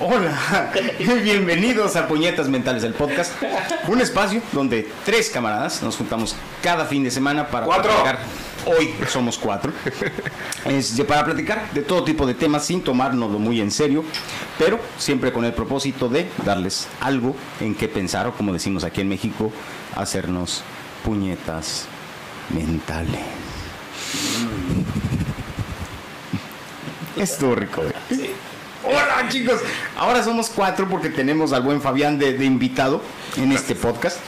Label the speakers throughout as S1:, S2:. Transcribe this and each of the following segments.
S1: Hola, bienvenidos a Puñetas Mentales, el podcast. Un espacio donde tres camaradas nos juntamos cada fin de semana para
S2: ¡Cuatro!
S1: platicar. Hoy somos cuatro. Es de- para platicar de todo tipo de temas sin tomárnoslo muy en serio, pero siempre con el propósito de darles algo en que pensar o, como decimos aquí en México, hacernos puñetas mentales. Estuvo rico, güey. Hola chicos, ahora somos cuatro porque tenemos al buen Fabián de, de invitado en este podcast,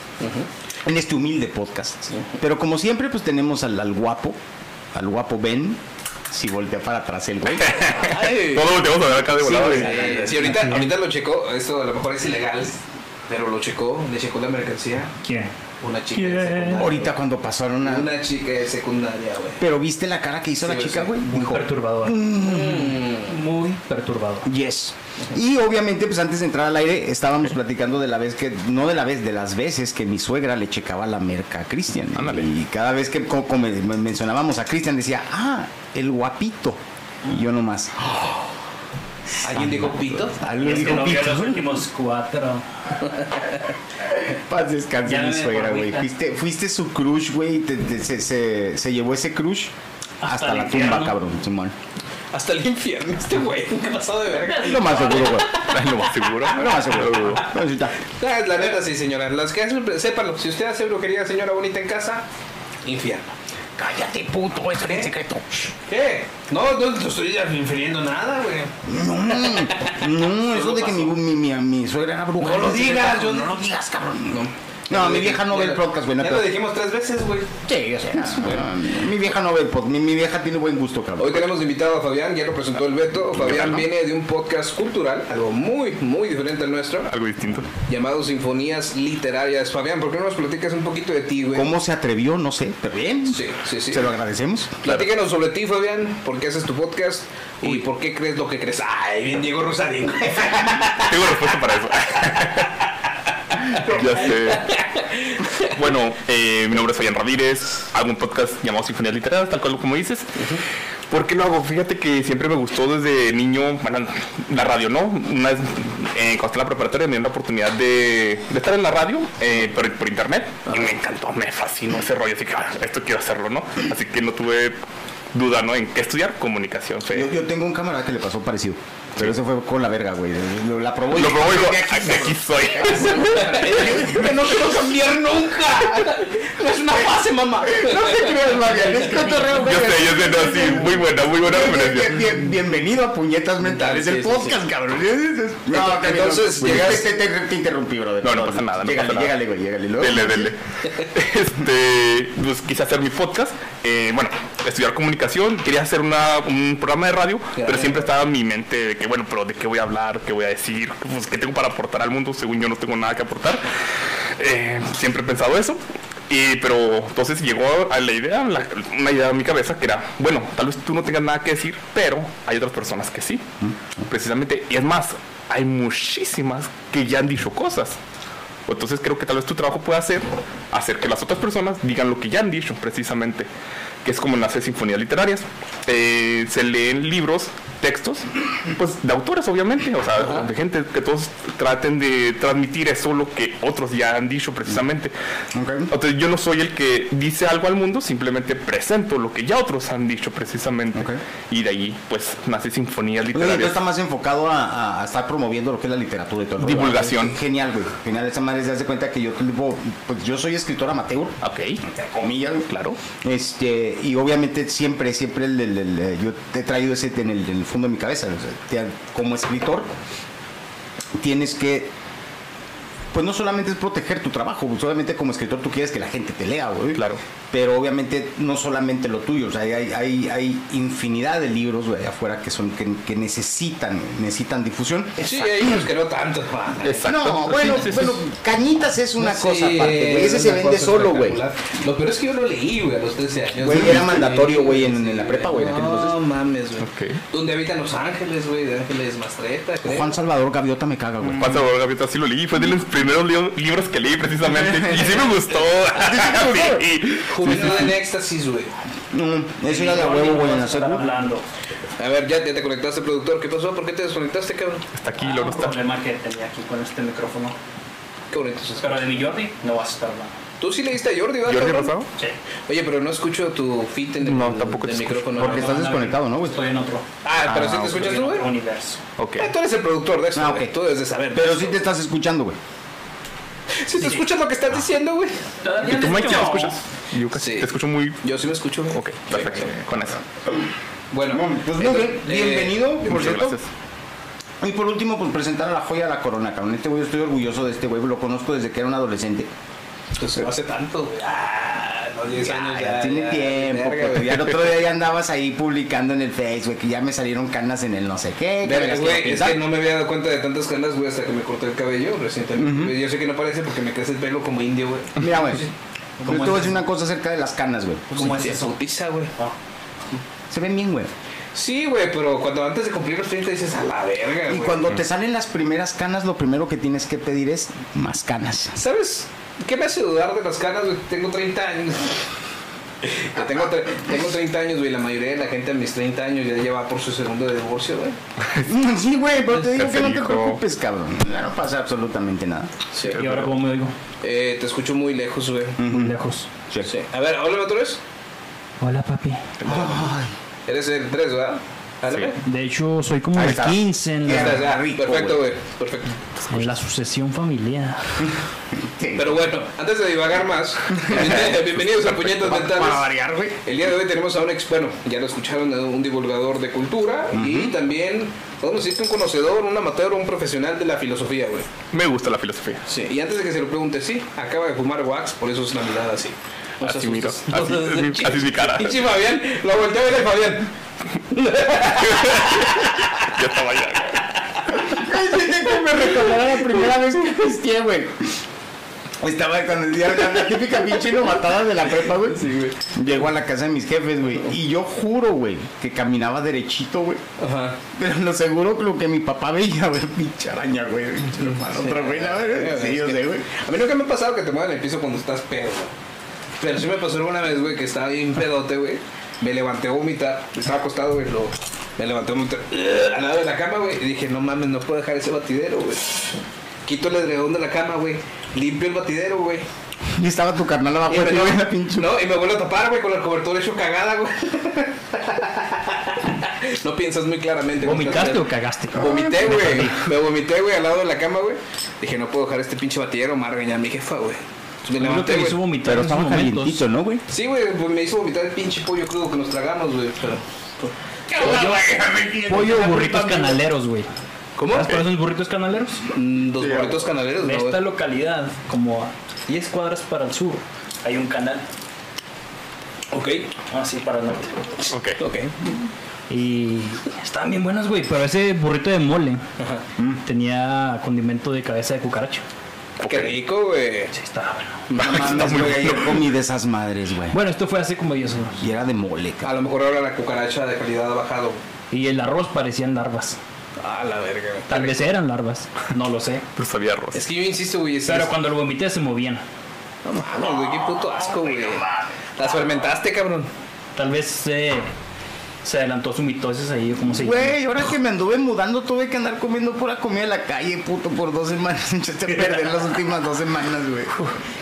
S1: en este humilde podcast. Pero como siempre, pues tenemos al, al guapo, al guapo Ben, si voltea para atrás el güey.
S2: Todo volteamos a ver acá de volada.
S1: güey.
S2: güey.
S3: Eh, Sí, ahorita, ahorita lo checó, eso a lo mejor es ilegal, pero lo checó, le checó la mercancía,
S4: ¿Quién?
S3: una chica de secundaria.
S1: Ahorita cuando pasaron a...
S3: Una chica de secundaria, güey.
S1: Pero viste la cara que hizo
S3: Sí,
S1: la chica,
S3: sí.
S1: güey.
S4: Muy
S1: Dijo,
S4: perturbador. Muy perturbador.
S1: Yes. Y obviamente, pues antes de entrar al aire, estábamos platicando de la vez que, no de la vez, de las veces que mi suegra le checaba la merca a Cristian.
S2: Ándale.
S1: Y cada vez que co- como men- mencionábamos a Cristian, decía, ah, el guapito. Y yo nomás. "Ah,
S3: ¿Alguien dijo pito?
S1: Alguien dijo,
S4: lo vio
S1: "Pito".
S4: los últimos cuatro.
S1: Paz descanse
S4: Ya
S1: mi
S4: me
S1: suegra, güey.
S4: deportista.
S1: Fuiste, fuiste su crush, güey. te- te- se, se- se llevó ese crush
S4: Hasta
S1: hasta,
S4: el
S1: la
S4: infierno.
S1: tumba, cabrón, Simón.
S3: Hasta el infierno este güey, ¿qué pasado de verga?
S1: Lo más seguro, güey.
S2: Lo más seguro.
S1: Lo más seguro, güey. No, sí, está.
S3: Ah, La neta sí, señora, las que hacen, sépanlo, si usted hace brujería, señora bonita en casa, infierno.
S1: Cállate, puto, eso era en secreto.
S3: ¿Qué? No, no te estoy infiriendo nada, güey.
S1: No, no, eso de que mi, mi, mi, mi suegra era bruja.
S3: No lo digas, yo
S1: no
S3: no-
S1: lo digas, cabrón. No, mi vieja no ve
S3: Ya
S1: el
S3: lo-
S1: podcast, güey. No
S3: Ya
S1: te-
S3: lo dijimos tres veces, güey.
S1: Sí, yo sé. no, Mi vieja no ve el podcast. Mi, mi vieja tiene buen gusto,
S3: Hoy
S1: cabrón.
S3: tenemos invitado a Fabián, ya lo presentó el Beto.
S1: tal,
S3: Fabián
S1: no?
S3: viene de un podcast cultural, algo muy, muy diferente al nuestro,
S2: Algo distinto.
S3: llamado Sinfonías Literarias. Fabián, ¿por qué no nos platicas un poquito de ti, güey?
S1: ¿Cómo se atrevió? No sé, pero bien.
S3: Sí, sí, sí.
S1: Se lo agradecemos.
S3: Platícanos sobre ti, Fabián, por qué haces tu podcast y por qué crees lo que crees. Ay, bien Diego Rosarín.
S2: Tengo respuesta para eso. ya sé. Bueno, eh, mi nombre es Fabián Ramírez. Hago un podcast llamado Sinfonías Literarias, tal cual como dices. ¿Por qué lo hago? Fíjate que siempre me gustó desde niño bueno, la radio, ¿no? Una vez eh, cuando estaba en la preparatoria me dieron la oportunidad de, de estar en la radio, eh, pero por internet. Y me encantó, me fascinó ese rollo. Así que ah, esto quiero hacerlo, ¿no? Así que no tuve duda, ¿no? En qué estudiar comunicación. Fue-
S1: Yo, yo tengo un camarada que le pasó parecido. Pero eso fue con la verga, güey. Lo- La probó. y-
S2: Lo probó y dijo,
S1: De
S2: "Ah, de aquí soy.
S1: Que no quiero cambiar nunca. No es una fase, mamá. No te creas, Fabián. Es cotorreo,
S2: Yo sé, yo sé, no, sí, muy buena, muy buena
S1: Bien-
S2: referencia.
S1: bien- bienvenido a Puñetas Mentales,
S3: Sí,
S1: el
S3: sí,
S1: podcast, cabrón. No,
S3: entonces,
S1: no,
S3: llegas-
S1: Te, te- te interrumpí, brother.
S2: No, no pasa nada, no
S1: Llégale,
S2: pasa nada.
S1: llégale, güey, llégale. Luego-
S2: Dele, dele. Este, pues quise hacer mi podcast, eh, bueno, estudiar comunicación, quería hacer una, un programa de radio, pero siempre estaba en mi mente de que, bueno, pero de qué voy a hablar, qué voy a decir, pues qué tengo para aportar al mundo, según yo no tengo nada que aportar. Eh, siempre he pensado eso. Y, pero entonces llegó a la idea, la- una idea a mi cabeza que era, bueno, tal vez tú no tengas nada que decir, pero hay otras personas que sí. Precisamente, y es más, hay muchísimas que ya han dicho cosas. Entonces creo que tal vez tu trabajo pueda ser hacer que las otras personas digan lo que ya han dicho precisamente, que es como nace Sinfonías Literarias. Eh, se leen libros, textos, pues de autores obviamente, o sea, de gente que todos traten de transmitir eso lo que otros ya han dicho precisamente.
S1: Ok.
S2: Entonces yo no soy el que dice algo al mundo, simplemente presento lo que ya otros han dicho precisamente.
S1: Ok.
S2: Y de ahí pues nace Sinfonías
S1: Oye, entonces
S2: Literarias.
S1: está más enfocado a, a- a estar promoviendo lo que es la literatura y todo. el rollo.
S2: Divulgación.
S1: Genial, güey. Genial, esa madre se hace cuenta que yo, tipo, pues yo soy escritor amateur,
S2: Ok,
S1: entre comillas, güey.
S2: claro.
S1: Este, y obviamente siempre, siempre el- el- el- yo te he traído ese en el, en el fondo de mi cabeza. o sea, te- como escritor, tienes que pues no solamente es proteger tu trabajo, pues, obviamente como escritor tú quieres que la gente te lea, güey.
S2: Claro.
S1: Pero obviamente no solamente lo tuyo, o sea, hay, hay, hay infinidad de libros, güey, allá afuera que son, que, que necesitan, necesitan difusión.
S3: Sí, hay unos que no tanto. man.
S2: Exacto.
S1: No, bueno,
S2: Sí, sí, sí.
S1: bueno, Cañitas es una
S3: Sí,
S1: cosa aparte, güey. Ese
S3: es
S1: se
S3: una
S1: vende
S3: cosa
S1: solo, güey.
S3: espectacular. Lo peor es que yo lo leí, güey, a los 13 años.
S1: Güey,
S3: Sí,
S1: era
S3: sí,
S1: mandatorio, güey, en-
S3: sí,
S1: en la prepa, güey, en aquel
S3: Este, No
S1: entonces.
S3: mames, güey.
S2: Ok.
S3: Donde habitan Los Ángeles, güey, de Ángeles Mastreta, creo.
S1: Juan Salvador Gaviota me caga, güey.
S2: Pasa por Gaviota, Pues, sí lo leí, fue de los primeros li- libros que leí precisamente. Y sí me gustó. Sí.
S3: Juventud en éxtasis, güey.
S1: Mm, es una de a huevo, güey, en hacerlo.
S4: hablando.
S3: A ver, ya, ya te conectaste, productor. ¿Qué pasó? ¿Por qué te desconectaste, cabrón?
S2: Está aquí,
S4: Ah,
S2: luego
S4: un
S2: está.
S4: problema que tenía aquí con este micrófono. Pues,
S3: Qué bonito se escucha.
S4: Pero de mi Jordi no vas a estar hablando.
S3: Tú sí leíste a Jordi, ¿verdad?
S2: ¿Jordi
S3: cabrón?
S2: Rosado?
S4: Sí.
S3: Oye, pero no escucho tu fit en el,
S2: No, tampoco
S3: del
S2: te escucho.
S3: micrófono.
S1: Porque estás desconectado, ¿no, güey?
S4: Estoy en otro.
S3: Ah, pero
S1: Ah,
S3: sí te
S4: estoy
S3: escuchas
S4: en
S3: tú, güey.
S4: otro universo.
S2: Ok.
S3: Eh, tú eres el productor de eso,
S1: Ah,
S3: güey.
S1: ok.
S3: Tú debes de saber.
S1: Pero sí te estás escuchando, güey.
S3: Si te escuchas lo que
S1: Ah,
S3: estás diciendo, güey.
S2: ¿Y
S4: Todavía
S2: tú,
S4: no
S2: Mike, ya me
S4: no.
S2: escuchas? Yo casi
S3: Sí.
S2: te escucho muy.
S3: Yo sí me escucho, güey.
S2: Ok, perfecto. eh, Con eso.
S3: Bueno,
S1: Pues muy bien,
S3: entonces, eh,
S1: bienvenido, por
S2: Muchas
S1: cierto.
S2: gracias.
S1: Y por último, pues presentar a la joya de la corona, cabrón. Este güey, yo estoy orgulloso de este güey, lo conozco desde que era un adolescente.
S3: Pues no hace tanto, güey. Ah, no, 10 años
S1: Ya,
S3: ya.
S1: ya tiene
S3: ya,
S1: tiempo,
S3: verga,
S1: pues,
S3: güey.
S1: ya el otro día ya andabas ahí publicando en el Facebook que ya me salieron canas en el no sé qué. que me
S3: Verga,
S1: las
S3: güey,
S1: quiero
S3: es que
S1: pintar.
S3: no me había dado cuenta de tantas canas, güey, hasta que me corté el cabello recientemente. Yo sé que no parece porque me crece el pelo como indio, güey.
S1: Mira, güey. Yo te
S4: ¿Cómo
S1: voy a
S4: es
S1: decir una cosa acerca de las canas, güey.
S4: ¿Cómo es
S3: Se
S4: eso?
S3: autiza, güey.
S4: Ah,
S1: Se ven bien, güey.
S3: Sí, güey, pero cuando antes de cumplir los 30 dices a la verga,
S1: Y
S3: güey.
S1: cuando te salen las primeras canas, lo primero que tienes que pedir es más canas.
S3: ¿Sabes qué me hace dudar de las canas, güey? Tengo 30 años. Que tengo, tre- tengo 30 años, güey. La mayoría de la gente a mis 30 años ya lleva por su segundo divorcio, güey.
S1: Sí, güey, pero te digo que no te
S2: Hijo.
S1: preocupes, cabrón. No pasa absolutamente nada.
S3: Sí.
S4: ¿Y ahora cómo me oigo?
S3: Eh, te escucho muy lejos, güey.
S1: Mm.
S4: Muy lejos.
S3: Sí. A ver, háblame otra vez.
S4: Hola, papi.
S3: Eres el 3, ¿verdad? Háblame.
S2: Sí.
S4: De hecho, soy como
S2: Ahí
S4: de
S2: está.
S4: 15 en
S3: Ya
S4: la,
S3: estás, ya.
S1: rico,
S3: Perfecto,
S1: güey.
S3: güey. Perfecto.
S4: en la sucesión familiar.
S3: Pero bueno, antes de divagar más, bienven- bienvenidos a Puñetas Mentales.
S1: variar, güey.
S3: El día de hoy tenemos a un ex, bueno, ya lo escucharon, a un divulgador de cultura y también, vamos a decir, un conocedor, un amateur, un profesional de la filosofía, güey.
S2: Me gusta la filosofía.
S3: Sí, y antes de que se lo pregunte, sí, acaba de fumar wax, por eso es Navidad así. No se
S2: Así miro.
S3: asustes.
S2: Así
S3: No se
S2: es mi-
S3: asustes.
S2: así es mi cara.
S3: Pinche Fabián, lo volteó a ver el Fabián.
S2: Ya estaba allá.
S1: me recordará la primera vez que pisteé, güey. Estaba cuando decía la, la típica pinche novatada de la prepa, güey. Llego a la casa de mis jefes, güey. Y yo juro, güey, que caminaba derechito, güey.
S3: Ajá.
S1: Pero lo seguro que lo que mi papá veía, güey, pinche araña, güey. Pinche hermano, otra güey, la verdad. Sí, yo sé, güey.
S3: A mí nunca me ha pasado que te muevan el piso cuando estás pedo, güey. Pero sí me pasó alguna vez, güey, que estaba bien pedote, güey. Me levanté a vomitar, estaba acostado, güey, lo... Me levanté a vomitar al lado de la cama, güey, y dije, no mames, no puedo dejar ese batidero, güey. Quito el edredón de la cama, güey. Limpio el batidero, güey.
S1: Y estaba tu carnal abajo
S3: Y
S1: de
S3: me,
S1: ti,
S3: lo-
S1: güey, la pinche.
S3: no, y me vuelvo a tapar, güey, con el cobertor hecho cagada, güey. No piensas muy claramente. güey.
S4: ¿Vomitaste o cagaste? Ah,
S3: Vomité, güey. Me vomité, güey, al lado de la cama, güey. Dije, no puedo dejar este pinche batidero, me va a regañar mi jefa, güey. Entonces Me
S4: Ah, Lo
S3: levanté,
S4: que me hizo
S3: güey.
S4: vomitar
S1: Pero
S4: en esos
S1: estaba
S4: momentos.
S1: calientito, ¿no, güey?
S3: Sí, güey, pues me hizo vomitar el pinche pollo crudo que nos tragamos, güey. Pero...
S4: Pollo burritos canaleros, güey.
S3: ¿Cómo?
S4: ¿Sabes cuáles son los burritos canaleros?
S3: Mm, Los burritos canaleros,
S4: En
S3: no,
S4: esta
S3: güey.
S4: localidad, como a 10 cuadras para el sur, hay un canal,
S3: Ok,
S4: así para el norte.
S2: Ok.
S3: ok.
S4: Y estaban bien buenos, güey, pero ese burrito de mole Mm.
S3: Ajá.
S4: tenía condimento de cabeza de cucaracho.
S3: Qué rico, güey.
S4: Sí, estaba bueno.
S1: No mames, güey, yo comí de esas madres, güey.
S4: Bueno, esto fue hace como 10 años.
S1: Y era de mole, cabrón.
S3: A lo mejor ahora la cucaracha de calidad ha bajado.
S4: Y el arroz parecían larvas.
S3: Ah, la verga, güey.
S4: Tal vez eran larvas, no lo sé.
S2: Pero sabía arroz.
S3: Es que yo insisto, güey, es,
S4: Pero
S3: es-
S4: cuando lo vomité se movían.
S3: No mames, güey, qué puto asco, güey. Las fermentaste, cabrón.
S4: Tal vez eh, se adelantó su mitosis ahí, o como se llama.
S1: Güey, ahora que me anduve mudando tuve que andar comiendo pura comida de la calle, puto, por dos semanas. Me echaste a perder las últimas dos semanas, güey.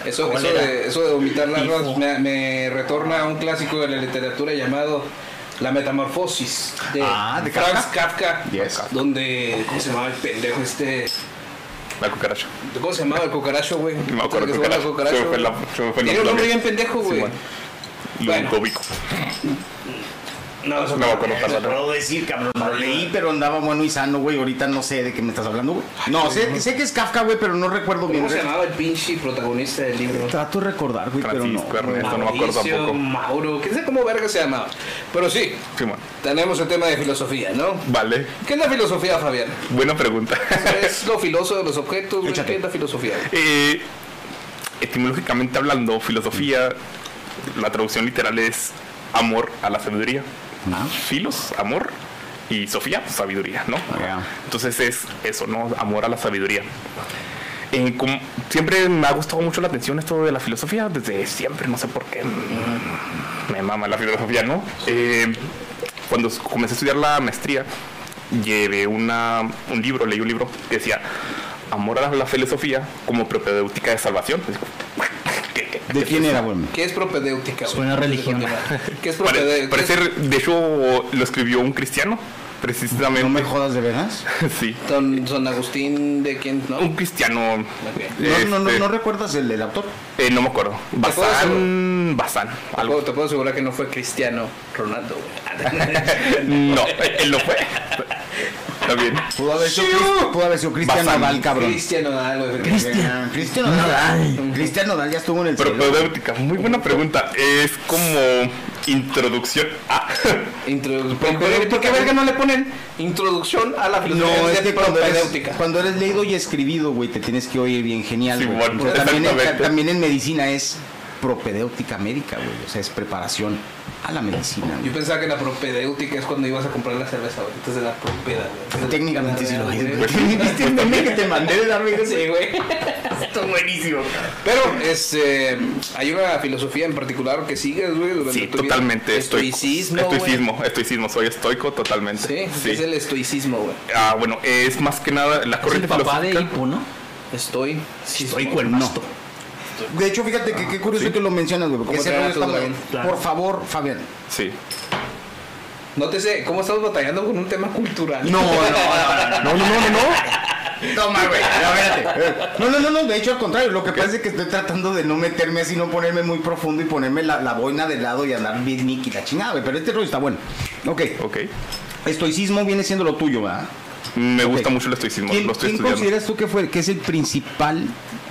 S3: Eso,
S4: ¿Cuál
S3: eso,
S4: era?
S3: de, eso de vomitar la
S4: Hijo.
S3: arroz me, me retorna a un clásico de la literatura llamado La Metamorfosis de,
S1: Ah, ¿de
S3: Franz Kafka.
S1: Yes.
S3: Donde, ¿cómo se llamaba el pendejo este?
S2: La cucaracha.
S3: ¿Cómo se llamaba el cucaracho, güey?
S2: No me acuerdo
S3: ¿Sabes
S2: del
S3: qué se
S2: cucaracho. Se me fue
S3: llama el
S2: la- se me fue el
S3: Tiene un
S2: nombre
S3: nombre
S2: también.
S3: bien pendejo, güey.
S2: Simón.
S3: Bueno.
S2: Ludovico.
S1: No,
S2: No me acuerdo,
S1: te
S2: perdón.
S1: puedo decir, cabrón. Lo leí, pero andaba bueno y sano, güey. Ahorita no sé de qué me estás hablando, güey. No, sé, sé que es Kafka, güey, pero no recuerdo bien.
S3: ¿Cómo se llamaba el pinche protagonista del libro?
S1: Trato de recordar, güey, pero no.
S2: Francisco Ernesto, no me acuerdo
S3: Mauricio,
S2: tampoco.
S3: Mauro, quién sabe cómo verga se llamaba. Pero sí,
S2: Simón.
S3: tenemos el tema de filosofía, ¿no?
S2: Vale,
S3: ¿Qué es la filosofía, Fabián?
S2: buena pregunta.
S3: ¿Es lo filoso de los objetos? güey?
S1: Échate.
S3: ¿Qué es la filosofía?
S2: Eh, etimológicamente hablando, filosofía, la traducción literal es amor a la sabiduría.
S1: Ah,
S2: Filos, amor, y Sofía, sabiduría, ¿no?
S1: Ah, Ya.
S2: Entonces es eso, ¿no? Amor a la sabiduría. Eh, como- siempre me ha gustado mucho la atención esto de la filosofía, desde siempre, no sé por qué. mm, Me mama la filosofía, ¿no? Eh, cuando s- comencé a estudiar la maestría, llevé una, un libro, leí un libro que decía Amor a la filosofía como propedéutica de salvación. ¿Qué- qué-
S1: ¿De quién era, güey?
S3: ¿Qué es propedéutica? güey?
S4: Suena a religión.
S3: ¿Qué es
S2: Pare-
S3: propedéutica?
S2: parece, de hecho, lo escribió un cristiano, precisamente.
S1: No me
S3: este.
S1: jodas de veras.
S2: sí.
S3: Don, don Agustín de quién, ¿no?
S2: Un cristiano.
S3: Ok.
S1: No, no, no,
S2: este,
S1: no recuerdas el del autor.
S2: eh, no me acuerdo.
S3: puedo
S2: Bazán. Bazán.
S3: Te puedo,
S2: Algo.
S3: te puedo asegurar que no fue Cristiano Ronaldo. güey.
S2: No, él lo fue. Está bien.
S1: Pudo haber sido, Crist- pudo haber sido Cristian
S2: Bazán.
S1: Nodal, cabrón.
S3: Cristiano Ronaldo. güey.
S1: Cristian Cristian Nodal. Cristian Nodal ya estuvo en el cielo.
S2: Propedéutica. Muy buena pregunta. Es como introducción a.
S3: Introdu- ¿Por, por qué verga no le ponen introducción a la filosofía?
S1: No, es
S3: de
S1: que cuando
S3: propedéutica?
S1: eres, cuando eres leído y escribido, güey, te tienes que oír bien genial.
S2: Sí,
S1: güey.
S2: bueno,
S1: O sea, también, en,
S2: exactamente.
S1: también en medicina es propedéutica médica, güey. O sea, es preparación a la medicina. güey.
S3: Yo pensaba que la propedéutica es cuando ibas a comprar la cerveza, güey. Entonces la propeda, güey. Entonces,
S1: Técnicamente Pues sí lo
S3: güey.
S1: es. güey. ¿Viste el meme que te mandé de darme
S3: Sí, güey.
S2: Esto buenísimo.
S3: Pero este, hay una filosofía en particular que sigues, güey, durante
S2: Sí,
S3: tu vida.
S2: totalmente. estoy-
S3: Estoicismo. güey.
S2: Estoicismo. Estoicismo. Soy estoico totalmente.
S3: Sí,
S2: Sí.
S3: es el estoicismo, güey.
S2: Ah, bueno, es más que nada
S4: Es
S2: la
S4: el
S2: corriente
S4: papá de
S2: filosófica.
S4: Hipo, ¿no?
S3: Estoy.
S4: Soy cuernasto.
S1: De hecho, fíjate que qué curioso que lo mencionas, güey. Porque
S3: ¿Cómo
S1: ese
S3: te
S1: rollo
S3: ganas
S1: está
S3: tu
S1: muy-
S3: dragón?
S4: Claro.
S1: Por favor, Fabián.
S2: Sí.
S3: Nótese cómo estamos batallando con un tema cultural.
S1: No, no, no,
S2: No, no, no, no. no.
S1: Toma, güey. No, espérate. Eh, No, no, no, no. De hecho, al contrario. Lo que pasa es que estoy tratando de no meterme así, no ponerme muy profundo y ponerme la, la boina de lado y andar bien y la chingada, güey. Pero este rollo está bueno. Ok.
S2: Ok.
S1: Estoicismo viene siendo lo tuyo, ¿verdad?
S2: Me gusta
S1: Ok.
S2: mucho el estoicismo.
S1: ¿Quién,
S2: lo estoy
S1: quién
S2: estudiando.
S1: consideras tú que fue que es el principal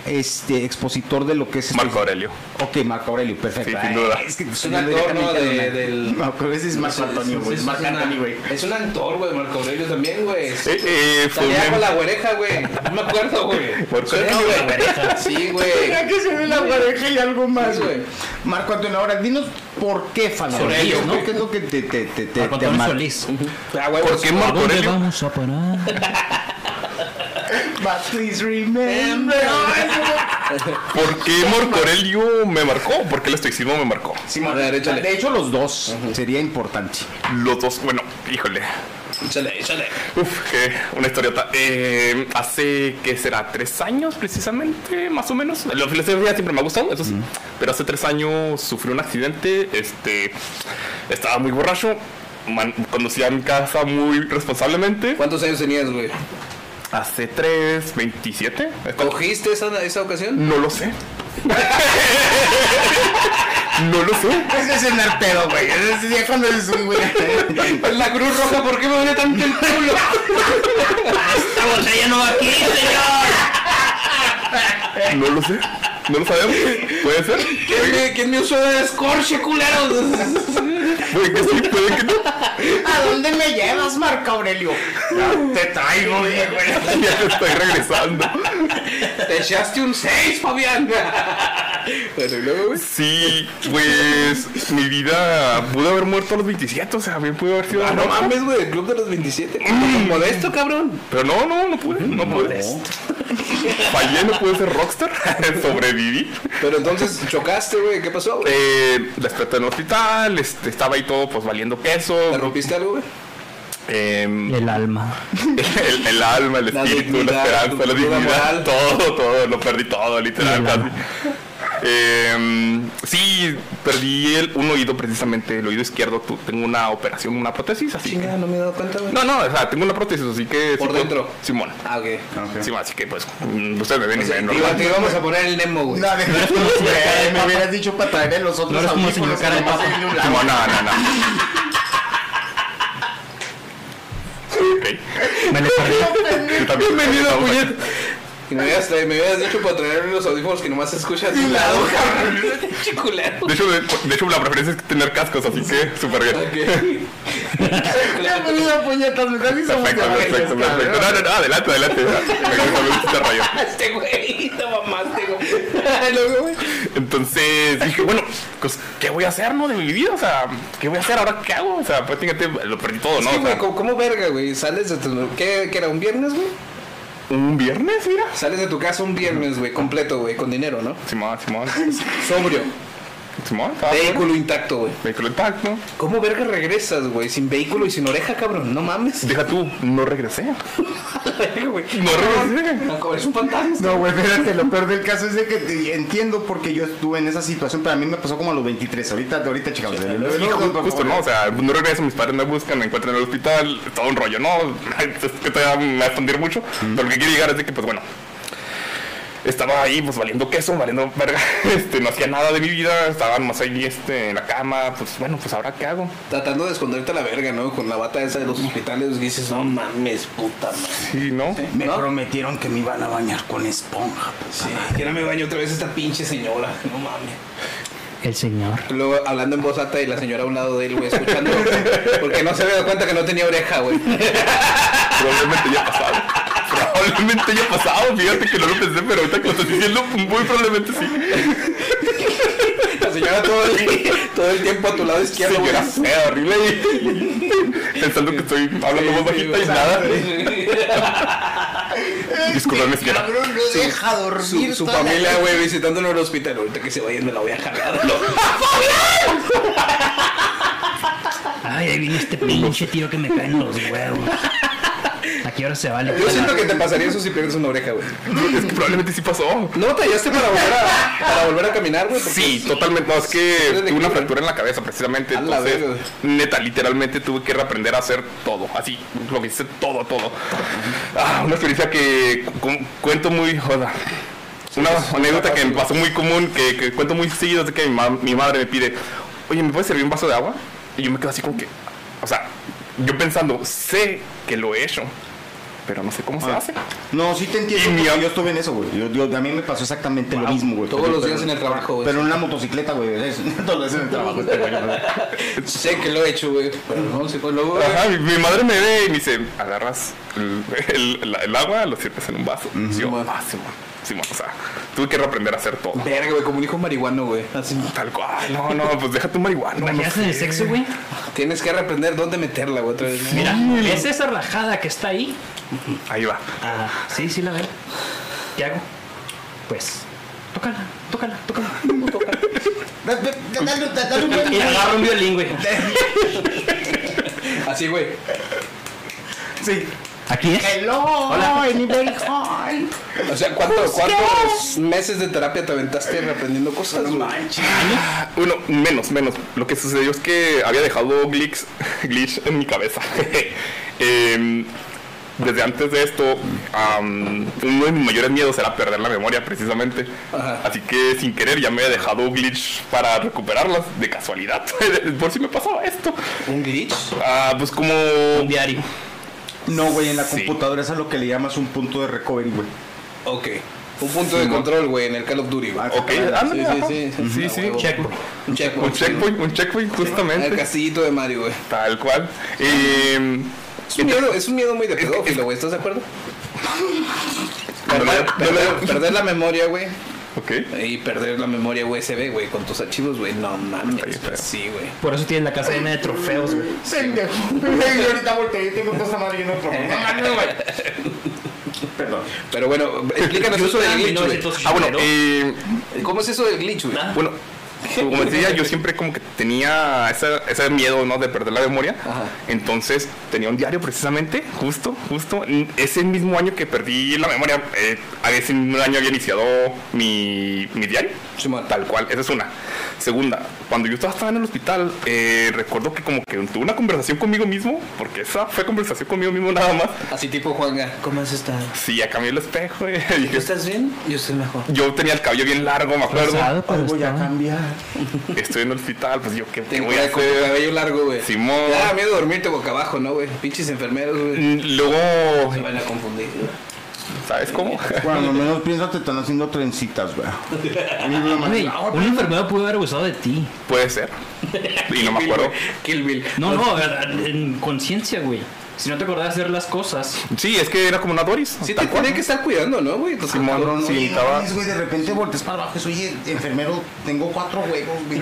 S1: este expositor de lo que es
S2: Marco
S1: estoicismo?
S2: Aurelio.
S1: Ok, Marco Aurelio, perfecto.
S2: Sí, sin
S1: Ay,
S2: duda.
S1: Es que
S3: Es
S1: soy
S3: un
S1: una
S3: actor,
S1: verga
S3: ¿no?
S1: mexicana.
S3: De- del-
S1: Marco, ese es Marco Antonio, güey.
S3: Es,
S1: Es Marco
S3: una-
S1: Antonio, güey.
S3: es un actor, güey, Marco Aurelio también, güey.
S2: Eh, eh, fue un
S3: Salía
S2: meme.
S3: con la oreja, Pues, güey. No me acuerdo, güey.
S2: Marco
S3: Sí,
S2: Aurelio
S3: güey.
S2: con la
S3: Sí, güey.
S1: Mira que se ve la pareja y algo más,
S3: Sí,
S1: güey.
S3: güey.
S1: Marco Antonio, ahora dinos por qué, Fabián.
S4: Sobre ellos, ¿no?
S1: ¿Qué es lo que te, te, te, te,
S4: Marco
S1: te
S4: Antonio
S1: amar-
S4: Solís.
S3: Ah, güey,
S2: ¿Por
S3: pues,
S2: qué Marco Aurelio?
S4: vamos a parar?
S1: But please remember.
S2: ¿Por qué Marco Aurelio me marcó? ¿Por qué el estoicismo me marcó?
S1: Sí, Marco.
S3: A ver, échale.
S1: de hecho, los dos sería importante.
S2: Los dos, bueno, híjole.
S3: Échale, échale.
S2: Uf, qué una historieta. Eh, hace, ¿qué será? ¿Tres años precisamente? Más o menos. La filosofía siempre me ha gustado, eso sí. Pero hace tres años sufrí un accidente. Este, estaba muy borracho. man- conducía a mi casa muy responsablemente.
S3: ¿Cuántos años tenías, güey?
S2: Hace tres, 27. ¿cuánto?
S3: ¿Cogiste esa, esa ocasión?
S2: No lo sé. no lo sé.
S1: Ese es el narpedo, güey. Ese es ya cuando es güey.
S3: La Cruz Roja, ¿por qué me duele tanto el culo?
S4: ¡Esta botella no va aquí, señor!
S2: No lo sé. No lo sabemos. Puede ser.
S3: ¿Quién me, quién me usó de escorche, culero?
S2: Puede que sí, puede que no.
S1: ¿A dónde me llevas, Marco Aurelio?
S2: Te traigo, viejo. Ya te estoy regresando.
S3: Te echaste un 6, Fabián. Bueno, y luego, güey.
S2: Sí, pues mi vida pudo haber muerto a los 27, o sea, bien pudo haber sido.
S3: Ah, No
S2: borracho.
S3: mames, güey, el club de los 27. Modesto, cabrón.
S2: Pero no, no, no pude, no pude. Fallé, no pude ser rockstar. Sobreviví.
S3: Pero entonces chocaste, güey. ¿Qué pasó? güey?
S2: Eh, desperté en el hospital, este, estaba ahí todo pues valiendo queso.
S3: ¿Te rompiste algo, güey?
S2: Em,
S4: El alma.
S2: el, el alma, el
S3: La
S2: espíritu, la,
S3: dignidad,
S2: esperanza, la
S3: tu cruda
S2: dignidad,
S3: moral.
S2: todo, todo, lo perdí todo, literal,
S4: El
S2: casi.
S4: alma.
S2: Em, sí, perdí el, un oído precisamente, el oído izquierdo. tu- tengo una operación, una prótesis, así que.
S3: Chingada, no me he dado cuenta, güey.
S2: No, no, o sea, tengo una prótesis, así que.
S3: Por
S2: sí,
S3: dentro.
S2: Simón.
S3: Ah, ok.
S2: Simón, así que pues, mm, ustedes me ven y
S3: O sea,
S2: me ven
S3: te iba-
S2: normal.
S3: te íbamos a poner el Nemo, güey.
S1: No, de me hubieras dicho para traerme los
S4: No
S1: otros
S4: eres como señor
S1: audífonos que
S4: cara de
S1: nomás
S4: papa.
S1: hay de un lado.
S2: Simón, no, no, no.
S4: Me le perdí.
S2: Yo también.
S3: Bienvenido,
S2: Vamos
S3: puñet. Y me habías, me habías dicho para traer unos audífonos que nomás escuchas de un lado, cabrón. Chiculero.
S2: De hecho, de, de hecho, la preferencia es tener cascos, así que súper bien.
S5: Bienvenido, puñetas, me casi somos
S2: Perfecto,
S5: de
S2: perfecto,
S5: vergas,
S2: perfecto.
S5: cabrón.
S2: No, no, no, adelante, adelante. Regresame un chiste rayo.
S3: Este güey, te mamaste, güey.
S5: Luego, güey.
S2: Entonces dije, bueno, pues, ¿qué voy a hacer, no? De mi vida, o sea, ¿qué voy a hacer ahora? ¿Qué hago? O sea, prácticamente lo perdí todo,
S3: Sí,
S2: ¿no? O sea,
S3: güey, ¿cómo, cómo verga, güey? Sales de tu... ¿Qué, qué era? ¿Un viernes, güey?
S2: un viernes, mira.
S3: Sales de tu casa un viernes, güey, completo, güey, con dinero, ¿no?
S2: Simón, Simón,
S3: Sobrio.
S2: Simón,
S3: ¿Ah,
S2: estaba bueno.
S3: Vehículo intacto, güey.
S2: Vehículo intacto.
S3: ¿Cómo verga regresas, güey? Sin vehículo y sin oreja, cabrón. No mames.
S2: Deja tú, no regresé.
S3: güey.
S2: No regresé.
S3: No, es un fantasma.
S5: No, güey, espérate, lo peor del caso es de que te- entiendo porque yo estuve en esa situación, pero a mí me pasó como a los 23. Ahorita, ahorita, chicos. de- de- de-
S2: Sí, ju-
S5: por
S2: justo,
S5: favor.
S2: ¿no? O sea, no regreso, mis padres me buscan, me encuentran en el hospital, todo un rollo, ¿no? Es que todavía me va a expandir mucho. Pero lo que quiero llegar es de que, pues bueno, estaba ahí, pues valiendo queso, valiendo verga, este, no hacía nada de mi vida, estaba más ahí, este, en la cama, pues bueno, pues ahora qué hago.
S3: Tratando de esconderte a la verga, ¿no? Con la bata esa de los hospitales dices, no mames, puta madre.
S2: Sí, ¿no?
S5: Me
S3: ¿No?
S5: prometieron que me iban a bañar con esponja. pues.
S3: Sí, que no me baño otra vez esta pinche señora. No mames.
S4: El señor.
S3: Luego hablando en voz alta y la señora a un lado de él, güey, escuchando. güey, Porque no se había dado cuenta que no tenía oreja, güey.
S2: Probablemente ya pasado. Probablemente ya pasado, fíjate que no lo pensé, pero ahorita que lo estás diciendo, muy probablemente sí.
S3: La señora todo el, todo el tiempo a tu lado izquierdo, güey.
S2: Señora fea, horrible, y- pensando que estoy hablando más bajita y nada. Disculpame, señora.
S5: Cabrón, no deja dormir.
S3: Su, su
S5: toda la-
S3: familia, güey, visitándolo en el hospital. Ahorita que se vayan me la voy a jalar. No.
S4: Ay, ahí viene este pinche tío que me cae en los huevos. ¿A qué hora se vale?
S3: Yo siento que te pasaría eso si pierdes una oreja, güey.
S2: Es que probablemente sí pasó.
S3: ¿No batallaste para volver a, para volver a caminar, güey? Porque
S2: Sí, totalmente. No, es que tuve una fractura en la cabeza precisamente.
S3: A la
S2: Entonces,
S3: verga.
S2: neta, literalmente tuve que reaprender a hacer todo. Así, lo que hice todo, todo. Ah, una experiencia que cu- cu- cuento muy. joda. Una anécdota que me pasó muy común, que, que cuento muy seguido, es que mi, ma- mi madre me pide, oye, ¿me puedes servir un vaso de agua? Y yo me quedo así como que, o sea, yo pensando, sé que lo he hecho, pero no sé cómo
S3: Ah.
S2: se hace.
S5: No, sí te entiendo.
S2: Y mi-
S5: porque Yo estuve en eso, güey. Yo, yo- a mí me pasó exactamente lo mismo, güey.
S3: Todos
S5: Pero-
S3: los días
S5: pero-
S3: en el trabajo, güey.
S5: Pero en una motocicleta, güey. es- Todos los días en el trabajo. este güey, güey.
S3: Sé que lo he hecho, güey. Pero no sé cuál lo
S2: Ajá, mi, mi madre me ve y me dice, agarras el, el- la- el agua, lo sirves en un vaso. Y yo,
S3: Simón.
S2: ah, Simón, Simón, o sea, tuve que reaprender a hacer todo.
S3: Verga, güey, como un hijo marihuano, güey. Así,
S2: Tal cual, no, no, pues deja tu marihuana. no
S4: ¿Imaginas en el
S2: sé.
S4: sexo, güey?
S3: Tienes que aprender dónde meterla, güey, otra vez. ¿no?
S4: Mira, ¿es esa rajada que está ahí?
S2: Ahí va.
S4: Ah, sí, sí la veo. ¿Qué hago? Pues, tócala, tócala, tócala. tócala.
S5: Da- da- da- Dale da- dale un
S4: Y
S5: buen-
S4: agarro un violín, güey.
S3: Así, güey.
S5: Sí.
S4: ¿Aquí es?
S5: Hello,
S4: Hola.
S5: anybody, hi.
S3: O sea, ¿cuánto- ¿cuántos meses de terapia te aventaste aprendiendo cosas, güey?
S2: Bueno, menos, menos. Lo que sucedió es que había dejado glitch, glitch en mi cabeza. Em, desde antes de esto, am, uno de mis mayores miedos era perder la memoria, precisamente.
S3: Ajá.
S2: Así que sin querer ya me había dejado glitch para recuperarlas de casualidad. Por si me pasaba esto.
S3: ¿Un glitch?
S2: Ah, pues como.
S4: Un diario.
S5: No, güey, en la
S2: Sí.
S5: computadora eso es lo que le llamas un punto de recovery, güey.
S3: Ok. Un punto de control, güey, en el Call of Duty, güey.
S2: Ok, ándale, ajá. Ah, sí, sí,
S3: Ah,
S2: sí.
S3: huevo.
S4: Checkpoint.
S3: Un checkpoint.
S2: Un checkpoint, un checkpoint,
S3: El
S2: justamente.
S3: castillito de Mario, güey.
S2: Tal cual. Em,
S3: Es un miedo, es un miedo muy de pedófilo, güey. ¿Estás de acuerdo?
S2: no le-
S3: Perder,
S2: no le-
S3: perder- perder la memoria, güey.
S2: Ok.
S3: Y perder la memoria USB, güey, con tus archivos, güey. No
S2: Está bien
S3: mames.
S2: feo.
S3: Sí, güey.
S4: Por eso tiene la casa llena de trofeos, güey.
S5: Pendejo. Yo ahorita volteé y tengo toda esa madre llena de problemas. Perdón.
S3: Pero bueno, explícanos
S4: Yo
S3: eso
S4: soy
S3: del
S4: de
S3: glitch, güey.
S4: 1980.
S2: Ah, bueno, em,
S3: ¿Cómo es eso del glitch, güey?
S2: Bueno, como decía, yo siempre como que tenía esa- ese miedo, ¿no? De perder la memoria.
S3: Ajá.
S2: Entonces tenía un diario precisamente, justo, justo. en Ese mismo año que perdí la memoria, eh, a ese mismo año había iniciado mi, mi diario.
S3: Simón.
S2: Tal cual, esa es una. Segunda, cuando yo estaba en el hospital, eh, recuerdo que como que tuve una conversación conmigo mismo, porque esa fue conversación conmigo mismo nada más.
S3: Así tipo Juanga. ¿Cómo has estado?
S2: Sí, ya cambié el espejo. eh, dije,
S3: ¿Estás bien? Yo estoy mejor.
S2: yo tenía el cabello bien largo, me acuerdo.
S4: Rosado, pero
S5: Hoy voy a
S4: está-
S5: cambiar.
S2: Estoy en el hospital, pues yo qué, qué
S3: Tengo
S2: voy a
S3: con el
S2: hacer.
S3: cabello largo, güey.
S2: Simón.
S3: Me daba miedo dormirte boca abajo, ¿no, güey? Pinches enfermeros, güey.
S2: Mm, Luego,
S3: Se van a confundir. güey.
S2: ¿sabes cómo?
S5: Cuando menos piensas te están haciendo trencitas, güey.
S4: Güey, un enfermero pudo haber abusado de ti.
S2: Puede ser. Y no me acuerdo.
S3: Kill Bill.
S4: No, no, en conciencia, güey. Si no te acordás de hacer las cosas,
S2: Sí, es que era como una Doris.
S3: Sí te
S2: tal cual.
S3: tienen que estar cuidando, ¿no, güey? Entonces,
S2: Simón,
S3: cabrón,
S2: sí, estaba.
S5: güey, de repente volteas para abajo y soy "Oye, enfermero, tengo cuatro huevos, güey.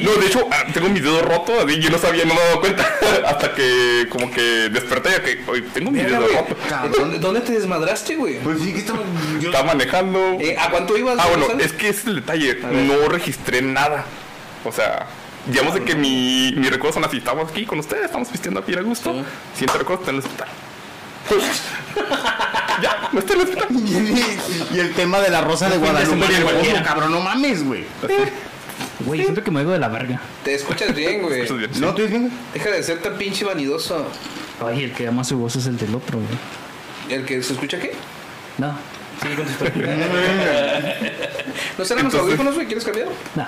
S2: No, de hecho, ah, tengo mis dedos rotos, así, yo no sabía, no me daba cuenta. Hasta que como que desperté y que "Oye, tengo mis
S3: Verga,
S2: dedos
S3: güey.
S2: rotos.
S3: ¿Dónde- ¿Dónde te desmadraste, güey?
S5: Pues sí, que estaba. Yo...
S2: Estaba manejando.
S3: Eh, ¿A cuánto ibas?
S2: Ah, bueno,
S3: Gonzalo?
S2: es que ese es el detalle.
S3: ver.
S2: No registré nada. O sea, digamos de
S3: Ah.
S2: que mi, mi recuerdo son así. Estamos aquí con ustedes, estamos pisteando aquí a gusto. Siguiente recuerdo está en el hospital. ya, no estoy en el hospital.
S5: y el tema de la rosa de Guadalupe.
S2: murió cualquiera.
S5: cabrón, no mames, güey.
S4: güey, siento que me oigo de la verga.
S3: Te escuchas bien, güey.
S2: Eso es bien.
S5: ¿No te dicen?
S3: Deja de ser tan pinche vanidoso.
S4: Ay, el que ama su voz es el del otro, güey.
S3: ¿El que se escucha qué?
S4: No, sigue con tu historia.
S3: ¿No serán los
S2: Entonces-
S3: audífonos, güey? ¿Quieres cambiar?
S4: No.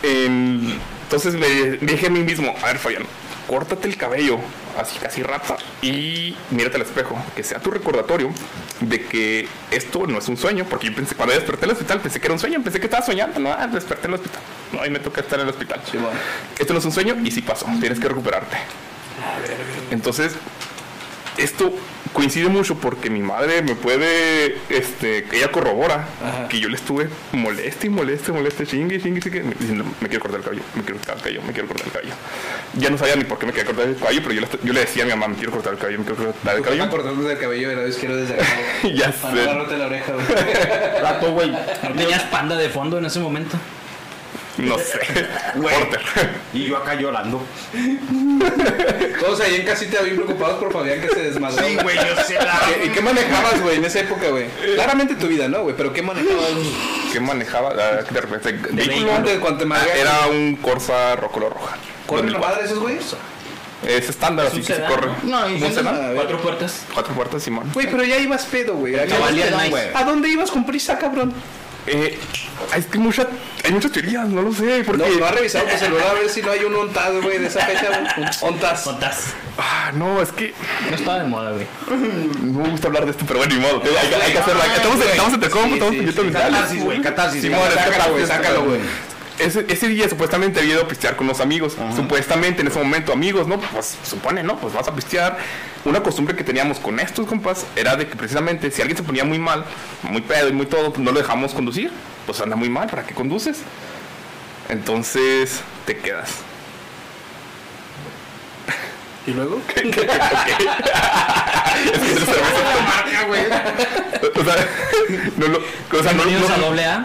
S2: En- entonces me me dije a mí mismo, a ver Fabián, córtate el cabello, así casi rata, y mírate al espejo, que sea tu recordatorio de que esto no es un sueño, porque yo pensé, cuando desperté en el hospital, pensé que era un sueño, pensé que estaba soñando, no, ah, desperté en el hospital, no, y me toca estar en el hospital.
S3: Simón.
S2: Esto no es un sueño y sí pasó, tienes que recuperarte. Entonces, esto coincide mucho porque mi madre me puede, este, que ella corrobora
S3: Ajá.
S2: que yo le estuve moleste y moleste, moleste, chingue, chingue, chingue, me- diciendo, me quiero cortar el cabello, me quiero cortar el cabello, me quiero cortar el cabello. Ya no sabía ni por qué me quería cortar el cabello, pero yo le, yo le decía a mi mamá, me quiero cortar el cabello, me quiero cortar el
S3: Están
S2: cabello.
S3: cortando el cabello de la vez quiero desde acá. güey.
S2: Ya
S3: Para
S2: sé.
S3: no agarrarte la oreja, güey.
S5: Rato, güey.
S4: ¿No tenías panda de fondo en ese momento?
S2: No sé,
S5: Güey.
S2: Porter.
S5: Y yo acá llorando.
S3: Todos ahí en casita bien preocupados por Fabián que se desmadró.
S5: Sí, güey, yo sé la.
S3: ¿Qué- ¿Y qué manejabas, güey, en esa época, güey? Claramente tu vida, ¿no, güey? Pero ¿qué manejabas?
S2: ¿Qué manejaba? Ah, de repente, vehículo.
S3: antes de cuando te
S2: Ah,
S3: madreaste.
S2: Era un Corsa Rocolor Roja.
S3: ¿Corren la
S2: 2004.
S3: madre esos güeyes?
S2: Es estándar, así
S4: un
S2: que se
S4: sedán,
S2: corre.
S5: No, y
S2: ¿Un
S5: siendo-
S2: sedán?
S3: A ver.
S4: Cuatro puertas.
S2: Cuatro puertas, Simón.
S3: Güey, pero ya ibas pedo, güey. ¿A,
S5: No valía nada, güey.
S3: ¿A dónde ibas con prisa, cabrón?
S2: Eh, es que mucha, hay muchas teorías, no lo sé. Porque,
S3: No, no ha revisado tu celular a ver si no hay un ontaz, güey, de esa fecha, güey. Un ontaz.
S4: Sotas.
S2: ah, no, es que
S4: No estaba de moda, güey.
S2: no me gusta hablar de esto, pero bueno, ni modo. Hay, que- hay que hacerlo. hay que- Estamos en, estamos en Tecom, estamos en Proyecto Mental.
S5: Catarsis, güey, catarsis.
S2: Simón, es
S5: Sácalo, güey,
S2: catarsis,
S5: sácalo, güey.
S2: Ese, ese día supuestamente había ido a pistear con unos amigos. Supuestamente en ese momento, amigos, ¿no? Pues supone, ¿no? Pues vas a pistear. Una costumbre que teníamos con estos compas era de que precisamente si alguien se ponía muy mal, muy pedo y muy todo, pues no lo dejamos conducir. Pues anda muy mal, ¿para qué conduces? Entonces te quedas.
S3: ¿Y luego?
S2: Es que tres cervezas. O sea, no lo- o sea, no- no-
S4: Bienvenidos a doble A.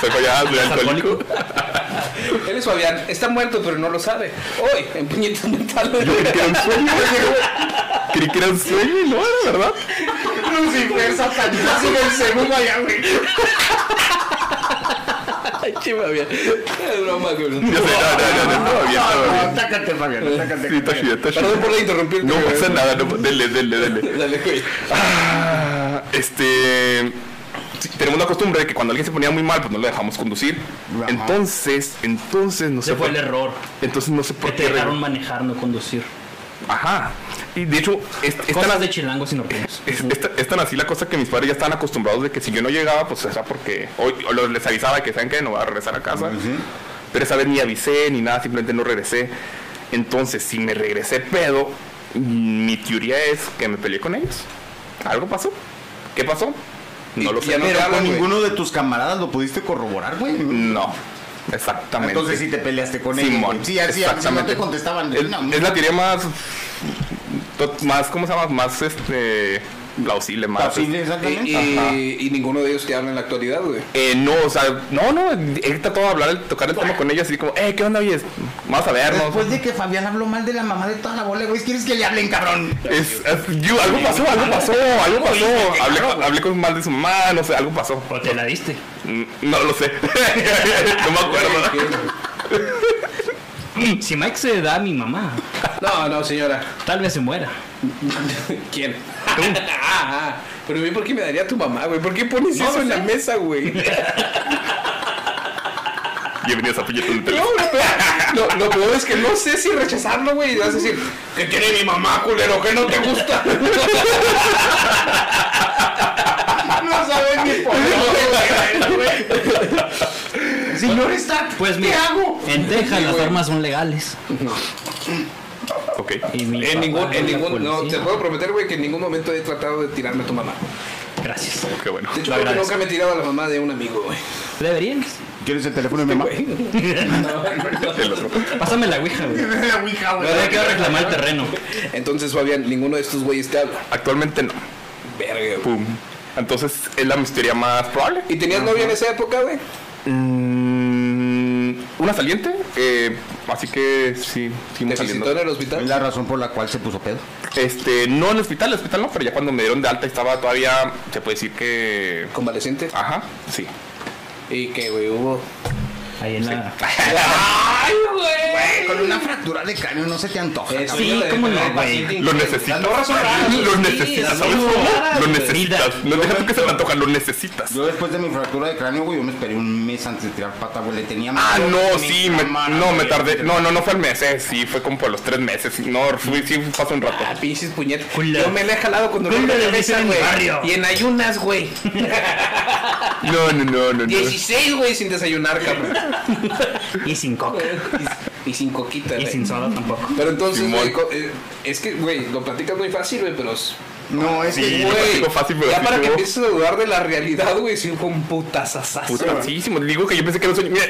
S4: ¿Eres Fabián?
S2: soy fallado, soy alcohólico.
S3: Él es Fabián. Está muerto, pero no lo sabe. Hoy, en puñetas mentales.
S2: Yo creí que era un sueño, güey. Creí que era un sueño y no era, ¿verdad?
S3: Lucifer, Satanás y el segundo allá, güey. Ay, che, Fabián. Es broma, güey.
S2: Ya sé, no, no, no, no, estaba bien, estaba bien.
S5: Atácate, Fabián, atácate.
S2: Sí, está chido, está
S3: Perdón
S2: chido.
S3: por interrumpirte.
S2: No
S3: güey.
S2: pasa nada, no, dele, dele, dele.
S3: Dale, güey.
S2: Ah, este. sí, Tenemos la costumbre de que cuando alguien se ponía muy mal, pues no lo dejamos conducir.
S5: Ajá.
S2: Entonces, entonces no sé
S4: Se fue el
S2: por-
S4: error.
S2: Entonces no sé
S4: Que
S2: por
S4: te
S2: qué. re-
S4: dejaron manejar, no conducir.
S2: Ajá. Y de hecho, es- esta,
S4: Cosas de chilangos y norteños.
S2: Es, es ta- es tan así la cosa que mis padres ya estaban acostumbrados de que si yo no llegaba, pues era porque hoy o lo- les avisaba que saben que no voy a regresar a casa. Pero esa vez ni avisé ni nada, simplemente no regresé. Entonces, si me regresé pedo, mi teoría es que me peleé con ellos. Algo pasó. ¿Qué pasó? No lo sé.
S3: ya no te
S5: Pero
S3: hablan,
S5: con
S3: güey.
S5: ninguno de tus camaradas lo pudiste corroborar, güey.
S2: No. Exactamente.
S5: Entonces sí te peleaste con él.
S2: Simón,
S5: Sí, así, así no
S2: exactamente.
S5: te contestaban.
S2: Es,
S5: no,
S2: es la teoría más. to- Más, ¿cómo se llama? Más este. plausible,
S1: Ah,
S2: más.
S1: pues,
S5: Plausible,
S3: Y,
S5: exactamente.
S3: y- y ninguno de ellos te habla en la actualidad, güey.
S2: Eh, no, o sea, no, no, él trató de hablar, tocar el tema con ellos así como, eh, ¿qué onda, oye? Vamos a vernos.
S5: Después de que Fabián habló mal de la mamá de toda la bola, güey, ¿quieres que le hablen, cabrón?
S2: Es- es- yo- algo pasó, algo pasó, algo pasó. Hablé, con- hablé con mal de su mamá, no sé, algo pasó.
S4: O te la diste.
S2: Mm, No lo sé. no me acuerdo.
S4: Si Mike se da a mi mamá,
S3: No, no, señora.
S4: tal vez se muera.
S3: ¿Quién? Ah, ah. Pero güey, ¿por qué me daría tu mamá, güey? ¿Por qué pones
S4: No
S3: eso en
S4: sé.
S3: la mesa, güey?
S2: Bienvenidos a Folletos de
S3: No,
S2: Televisión.
S3: lo peor, lo- lo peor es que no sé si rechazarlo, güey. Y vas a decir, que tiene mi mamá, culero? que no te gusta? no sabes ni por qué, güey.
S1: Señor está.
S4: Pues mira,
S3: hago?
S4: en Texas
S3: Sí,
S4: las
S3: güey.
S4: armas son legales.
S2: Ok.
S4: Y mi
S3: En
S4: papá
S3: ningún,
S4: es
S3: en
S4: la
S3: ningún, no,
S4: policía.
S3: te puedo prometer, güey, que en ningún momento he tratado de tirarme a tu mamá.
S4: Gracias.
S2: Qué bueno.
S3: De hecho,
S4: Lo
S3: creo que
S4: agradezco.
S3: nunca me he tirado a la mamá de un amigo, güey.
S4: Deberían.
S1: ¿Quieres el teléfono de mi mamá?
S2: El otro.
S4: Pásame la ouija, güey. Me habría quedado reclamar el terreno.
S3: Entonces, Fabián, ninguno de estos güeyes te habla.
S2: Actualmente no.
S3: Verga, güey.
S2: Pum. Entonces, ¿es la misteria más probable?
S3: ¿Y tenías novia en esa época, güey?
S2: Mm, una saliente. eh, así que
S3: ¿Te
S2: sí, seguimos
S3: visitó en
S2: saliendo.
S3: el
S1: Es
S3: hospital?
S1: la razón por la cual se puso pedo.
S2: Este, no en el hospital, el hospital no, pero ya cuando me dieron de alta estaba todavía, se puede decir que...
S3: ¿Convaleciente?
S2: Ajá, sí.
S3: ¿Y qué, güey? Hubo.
S4: Ahí en la.
S3: ¡Ay, güey!
S1: Con una fractura de cráneo no se te antoja.
S3: Eso,
S4: Sí,
S3: yo le-
S4: cómo no,
S3: le-
S4: güey.
S2: Lo necesitas.
S3: Las morras son raras, güey.
S2: Lo
S3: Sí,
S2: necesitas,
S3: las
S2: ¿sabes
S3: morras
S2: cómo?
S3: son raras,
S2: Lo
S3: güey.
S2: necesitas. No dejas tú que se me antoja, lo necesitas.
S1: Yo después de mi fractura de cráneo, güey, yo me esperé un mes antes de tirar pata, güey. Le tenía
S2: Ah,
S1: miedo,
S2: no,
S1: mi
S2: sí, me,
S1: mamá,
S2: no, me
S1: güey.
S2: tardé. No, no, no fue al mes, eh, sí, fue como por los tres meses. No, fui, sí, pasó un rato.
S3: Ah, pinches puñetas.
S4: Culo.
S3: Yo me la he jalado con dolor
S4: Culo
S3: de
S4: de
S3: cabeza,
S4: visión en barrio.
S3: güey. Y en ayunas, güey.
S2: No, no, no, no. no.
S3: 16, güey, sin desayunar, cabrón.
S4: Y sin coca.
S3: Y, y sin coquita,
S4: Y
S3: güey.
S4: sin soda tampoco.
S3: Pero entonces,
S2: Simón.
S3: güey, co- eh, es que, güey, lo platicas muy fácil, güey, pero... es-
S1: No, es
S2: Sí,
S1: que,
S2: lo
S1: güey.
S2: platico fácil, pero
S3: ya
S2: sí
S3: para que
S2: tuvo
S3: empieces a dudar de la realidad, güey, sí fue un putazazazo.
S2: putasísimo. Te Digo que yo pensé que era un sueño. Mira,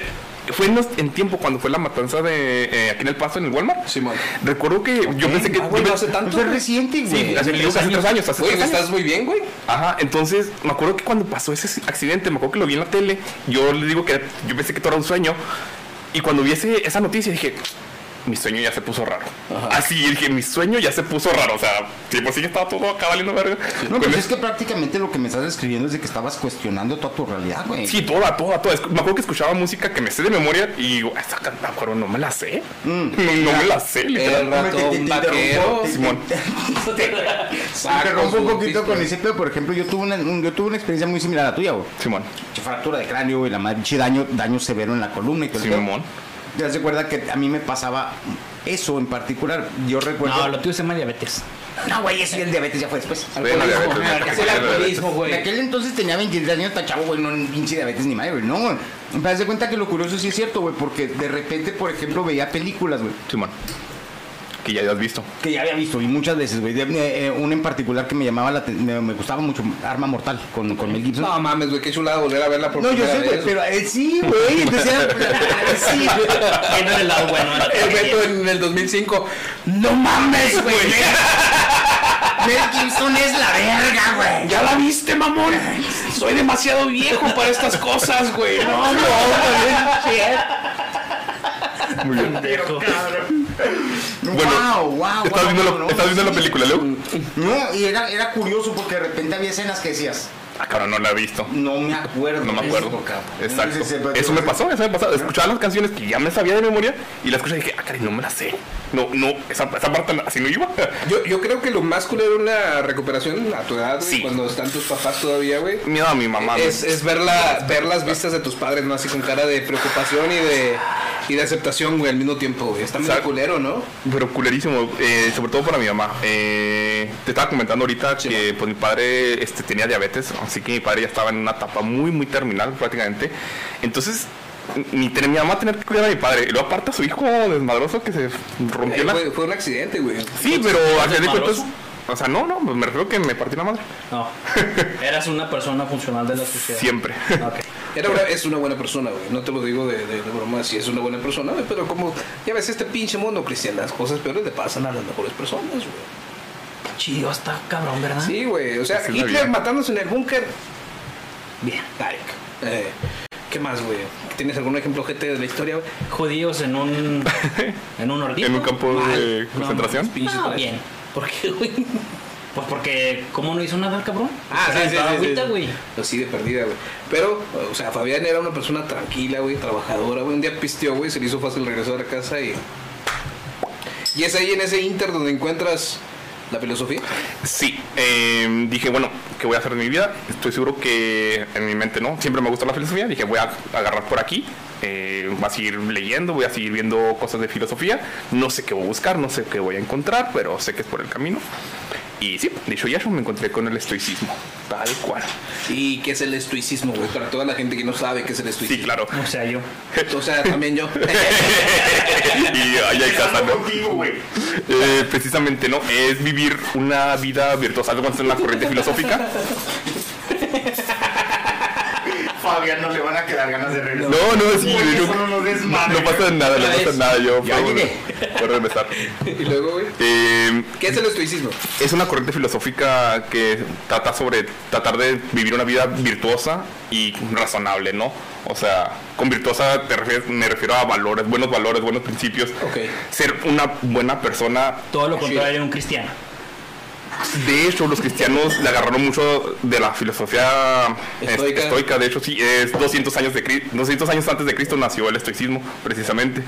S2: fue en, los- en tiempo cuando fue la matanza de eh, aquí en el paso en el Walmart.
S3: Simón.
S2: Recuerdo que yo pensé que.
S3: Ah, güey,
S2: yo
S3: no
S2: pe-
S3: hace tanto,
S1: Fue
S3: güey.
S1: reciente, güey.
S2: Sí, hace, digo que hace tres años, hace
S3: Güey,
S2: tres años.
S3: estás muy bien, güey.
S2: Ajá, entonces me acuerdo que cuando pasó ese accidente, me acuerdo que lo vi en la tele, yo le digo que yo pensé que todo era un sueño, y cuando vi ese- esa noticia dije, mi sueño ya se puso raro. Así dije, mi sueño ya se puso raro, o sea, sí, por sí estaba todo acá valiendo verga.
S1: No,
S2: Con
S1: pues
S2: el-
S1: es que prácticamente lo que me estás describiendo es de que estabas cuestionando toda tu realidad, güey.
S2: Sí, toda, toda, toda. Escu- Me acuerdo que escuchaba música que me sé de memoria y digo, esa can- me acuerdo, no me la sé. no, no me la sé, literal.
S3: El ratón vaquero.
S2: Simón.
S1: Ah,
S3: Sacos,
S1: rompo un poquito
S3: pisto.
S1: con ese pedo, por ejemplo, yo tuve una, un- yo tuve una experiencia muy similar a la tuya, güey.
S2: Simón.
S1: Che, Fractura de cráneo, güey, la madre, che, daño, daño severo en la columna y todo el pedo.
S2: Simón.
S1: ¿Te das de cuenta que a mí me pasaba eso en particular? Yo recuerdo...
S4: No, lo tuyo se llama diabetes.
S1: No, güey, eso y el diabetes ya fue después.
S2: Ven, a ver, a ver,
S3: Alcoholismo,
S2: a
S3: es
S2: ver, a
S3: el
S2: ver, a ver.
S3: alcoholismo,
S1: En
S3: güey.
S1: aquel entonces tenía 23 años, está chavo, güey, no un pinche diabetes ni madre, güey, no, güey. Me das de cuenta que lo curioso sí es cierto, güey, porque de repente, por ejemplo, veía películas, güey,
S2: Simón. Que ya has visto.
S1: que ya había visto y muchas veces, güey. De- eh, eh, una en particular que me llamaba la aten- me, me gustaba mucho, Arma Mortal, con, con Mel Gibson.
S3: No mames, güey, qué chulada volver a verla por
S1: No, yo
S3: primera
S1: sé, güey,
S3: vez,
S1: pero eh, sí, güey. Entonces era- eh, sí, güey.
S4: Ahí no era el lado bueno, era
S3: El reto
S4: el
S3: en el 2005.
S1: No mames, güey. Mel Gibson es la verga, güey.
S3: Ya la viste, mamón. Soy demasiado viejo para estas cosas, güey. No, no,
S2: Muy bien.
S4: pendejo.
S1: wow, wow.
S2: ¿Estás
S1: wow,
S2: viendo, la,
S1: no,
S2: estás viendo la
S1: sí.
S2: película, Leo?
S1: No, y era, era curioso porque de repente había escenas que decías,
S2: Ah, cabrón, no la he visto.
S1: no me acuerdo.
S2: No me acuerdo.
S1: de esto, cabrón.
S2: Exacto.
S1: Entonces, eh,
S2: Eso me pasó, eso me pasó. Escuchaba las canciones que ya me sabía de memoria y las escuché y dije, ah, caray, no me las sé. No, no, esa, esa parte así no iba.
S3: Yo, yo creo que lo más culero en la recuperación a tu edad, güey,
S2: Sí.
S3: cuando están tus papás todavía, güey,
S2: Miedo a mi mamá. ¿no?
S3: es, es ver, la- ver las vistas de tus padres, ¿no? Así con cara de preocupación y de, y de aceptación, güey, al mismo tiempo, güey. Está muy
S2: Exacto.
S3: culero, ¿no?
S2: Pero culerísimo, eh, sobre todo para mi mamá. Eh, te estaba comentando ahorita que pues, mi padre este, tenía diabetes, así que mi padre ya estaba en una etapa muy, muy terminal prácticamente. Entonces, mi, mi mamá tenía que cuidar a mi padre. Y luego aparte a su hijo desmadroso que se rompió
S3: Eh,
S2: la...
S3: fue, fue un accidente, güey. pues,
S2: Sí, pero a fin de
S4: desmadroso?
S2: cuentas... O sea, no, no, me refiero que me partí la madre.
S4: No. Eras una persona funcional de la sociedad.
S2: Siempre.
S4: Ok.
S3: Era una- es una buena persona, güey. No te lo digo de, de, de broma si es una buena persona, güey. Pero como ya ves este pinche mundo, Cristian, las cosas peores le pasan a las mejores personas, güey.
S4: Chido, está cabrón, ¿verdad?
S3: Sí, güey. O sea,
S2: Así es la
S3: Hitler
S2: vida.
S3: matándose en el búnker.
S4: Bien.
S3: Like. Eh, ¿Qué más, güey? ¿Tienes algún ejemplo GT de la historia, güey?
S4: Judíos en un. En un hornito.
S2: En un campo de
S4: Mal.
S2: concentración.
S4: No, pinches
S3: No,
S4: cosas.
S3: Ah, bien.
S4: ¿Por qué, güey? Pues porque, ¿cómo no hizo nada, cabrón?
S3: Ah, sí, sí,
S4: Estaba
S3: sí, sí,
S4: agüita,
S3: sí.
S4: güey.
S3: Pues sí, de perdida, güey. Pero, o sea, Fabián era una persona tranquila, güey, trabajadora, güey. Un día pisteó, güey, se le hizo fácil regresar a casa y Y es ahí en ese inter donde encuentras la filosofía.
S2: Sí, eh, dije, bueno, ¿qué voy a hacer de mi vida? Estoy seguro que en mi mente no, siempre me gusta la filosofía, dije, voy a agarrar por aquí, eh, voy a seguir leyendo, voy a seguir viendo cosas de filosofía, no sé qué voy a buscar, no sé qué voy a encontrar, pero sé que es por el camino. Y sí, dicho y hecho, me encontré con el estoicismo, tal cual.
S3: ¿Y qué es el estoicismo, güey? Para toda la gente que no sabe qué es el
S2: Sí,
S3: estoicismo.
S2: claro.
S4: O sea, yo.
S3: O sea, también yo.
S2: y ahí hay casa, ¿no? Eh, precisamente, ¿no? Es vivir una vida virtuosa, algo en la corriente filosófica.
S6: Fabián no le van a quedar ganas de regresar.
S2: No, no, sí,
S6: Porque
S2: yo-
S6: son unos desmadres.
S2: no pasa nada, no
S3: Ya
S2: pasa
S3: ves.
S2: nada, yo
S3: Ya
S2: puedo,
S3: llegué.
S2: puedo regresar.
S3: y luego, güey.
S2: Eh,
S3: ¿Qué es el estoicismo?
S2: es una corriente filosófica que trata sobre tratar de vivir una vida virtuosa y razonable, ¿no? O sea, con virtuosa te refieres- me refiero a valores, buenos valores, buenos principios.
S3: Ok.
S2: Ser una buena persona
S4: Todo lo contrario de un cristiano.
S2: De hecho, los cristianos le agarraron mucho de la filosofía es-
S3: Estoica.
S2: estoica. De hecho, sí, es 200 años, de, Cri- 200 años antes de Cristo nació el estoicismo, precisamente.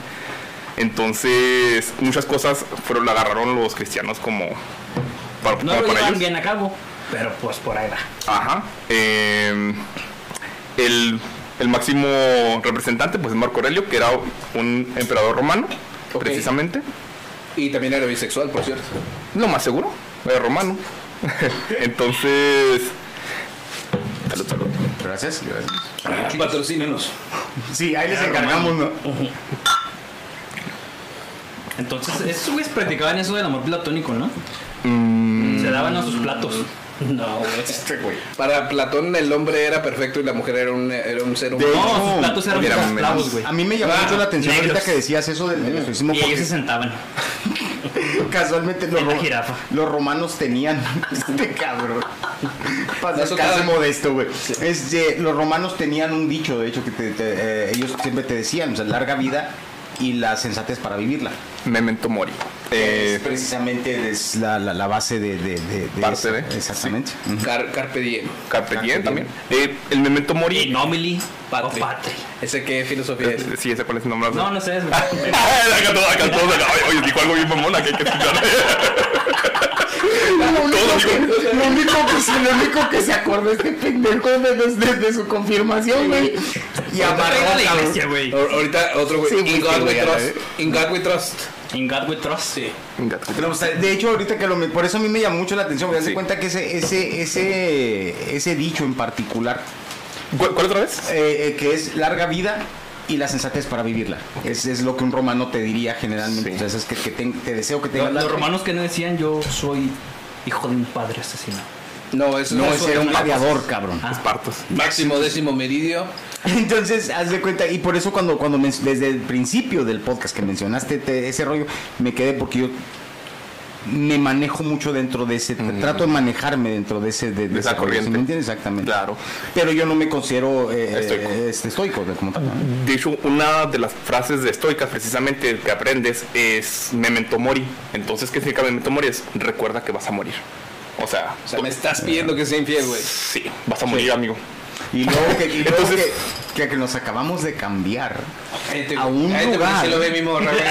S2: Entonces, muchas cosas fueron, la agarraron los cristianos como para,
S4: No
S2: como
S4: lo
S2: para
S4: llevan
S2: Ah, ellos.
S4: bien a cabo, pero pues por ahí va.
S2: Ajá. Eh, el, el máximo representante, pues es Marco Aurelio, que era un emperador romano,
S3: Ok.
S2: precisamente.
S3: Y también era bisexual, por cierto.
S2: Lo más seguro, era romano. Entonces. Salud, salud.
S1: Gracias.
S3: Patrocínanos.
S6: Sí, ahí les encargamos, ¿no?
S4: Entonces, esos güeyes practicaban eso del amor platónico, ¿no?
S2: Mm.
S4: Se daban a sus platos. No, güey.
S6: Este güey.
S3: Para Platón el hombre era perfecto y la mujer era un, era un ser humano.
S1: De-
S4: No,
S1: No,
S4: sus platos eran
S2: mira,
S4: para
S2: menos.
S4: esclavos, güey.
S1: A mí me llamó
S4: Ah,
S1: mucho la atención
S4: negros.
S1: ahorita que decías eso del del estoicismo.
S4: Y ellos
S1: porque-
S4: se sentaban.
S1: Casualmente los,
S4: En la
S1: ro-
S4: jirafa.
S1: los romanos tenían este cabrón. Pasa
S3: Eso
S1: cada
S3: cada-
S1: modesto, güey. Este, los romanos tenían un dicho, de hecho, que te- te, eh, ellos siempre te decían, o sea, larga vida y la sensatez para vivirla.
S2: Memento Mori.
S1: es
S2: Eh,
S1: precisamente es la, la- la base de, de- de- de
S2: Parte
S1: eso.
S2: de.
S1: Exactamente.
S3: Car- Carpe diem.
S1: Carpe
S2: Carpe Diem
S1: Diem.
S2: también. Eh, el Memento
S4: Y
S2: Mori. Eh,
S4: Nomili, o
S3: Patri.
S4: Patri.
S3: ¿Ese qué filosofía es?
S2: Sí, ese cuál es el nombre.
S4: Oh, No, no sé. es-
S2: acá todo, acá todo. Oye, oye, dijo algo bien mamona que hay que escuchar. Todos digo,
S1: Lo único que sí, lo único que se acordó este pendejo de, de- de su confirmación, güey. Y amarró,
S4: Pega la
S1: cabrón.
S4: iglesia, güey.
S3: Ahor- ahorita otro güey.
S1: Sí,
S3: In
S1: güey,
S3: God we
S1: güey, a la
S3: trust. In God we trust.
S4: In God we trust.
S2: Gato.
S1: No, o sea, de hecho, ahorita que lo me- por eso a mí me llamó mucho la atención, me das
S2: Sí.
S1: cuenta que ese, ese, ese, ese dicho en particular,
S2: ¿Cuál, cuál otra vez?
S1: eh, eh, que es larga vida y la sensatez para vivirla, es, es lo que un romano te diría generalmente,
S2: Sí.
S1: o sea, es que, que ten- te deseo que tengas
S4: Los, los
S1: larga-
S4: romanos que no decían, yo soy hijo de un padre asesino.
S3: No, eso
S1: No,
S3: es
S1: ese era un
S4: Ah.
S1: gladiador, cabrón.
S2: Espartos.
S3: Máximo décimo meridio.
S1: Entonces, haz de cuenta, y por eso cuando, cuando men- desde el principio del podcast que mencionaste te- ese rollo, me quedé porque yo me manejo mucho dentro de ese, trato de manejarme dentro de ese, de, de
S2: Mm. De esa
S1: ese rollo, ¿sí
S2: corriente.
S1: me entiendes? Exactamente.
S2: Claro.
S1: Pero yo no me considero eh,
S2: Estoico.
S1: eh, este, estoico, de- como tal, ¿no?
S2: De hecho, una de las frases de estoicas precisamente que aprendes es memento mori. Entonces, ¿qué significa memento mori? Es recuerda que vas a morir. O sea,
S3: O sea, me estás pidiendo que sea infiel, güey.
S2: sí, vas a morir, amigo.
S1: Y luego, que, y luego
S2: Entonces-
S1: que- que- que nos acabamos de cambiar.
S3: Cállate,
S1: A
S3: güey.
S1: un
S3: Cállate, porque
S1: lugar.
S3: Si lo ve mi morra, güey.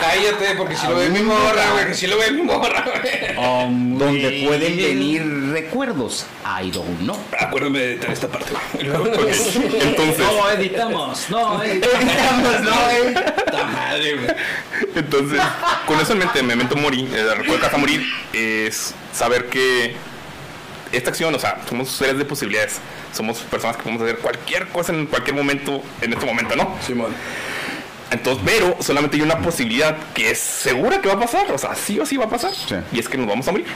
S3: Cállate, porque si
S1: A
S3: lo ve
S1: un
S3: mi morra,
S1: lugar.
S3: güey. Que si lo ve mi morra, güey.
S4: Oh,
S1: Donde pueden venir recuerdos. I don't know.
S3: Acuérdame de editar esta parte, güey.
S2: Ok, Entonces,
S4: No editamos, no editamos.
S1: Evitamos, ¿no, eh?
S3: Puta madre, güey.
S2: Entonces, con eso en mente, Memento Mori, eh, recuerda que vas a morir, es saber que esta acción, o sea, somos seres de posibilidades, somos personas que podemos hacer cualquier cosa en cualquier momento, en este momento, ¿no?
S3: Simón.
S2: Entonces, pero solamente hay una posibilidad que es segura que va a pasar, o sea, sí o sí va a pasar,
S1: Sí.
S2: y es que nos vamos a morir.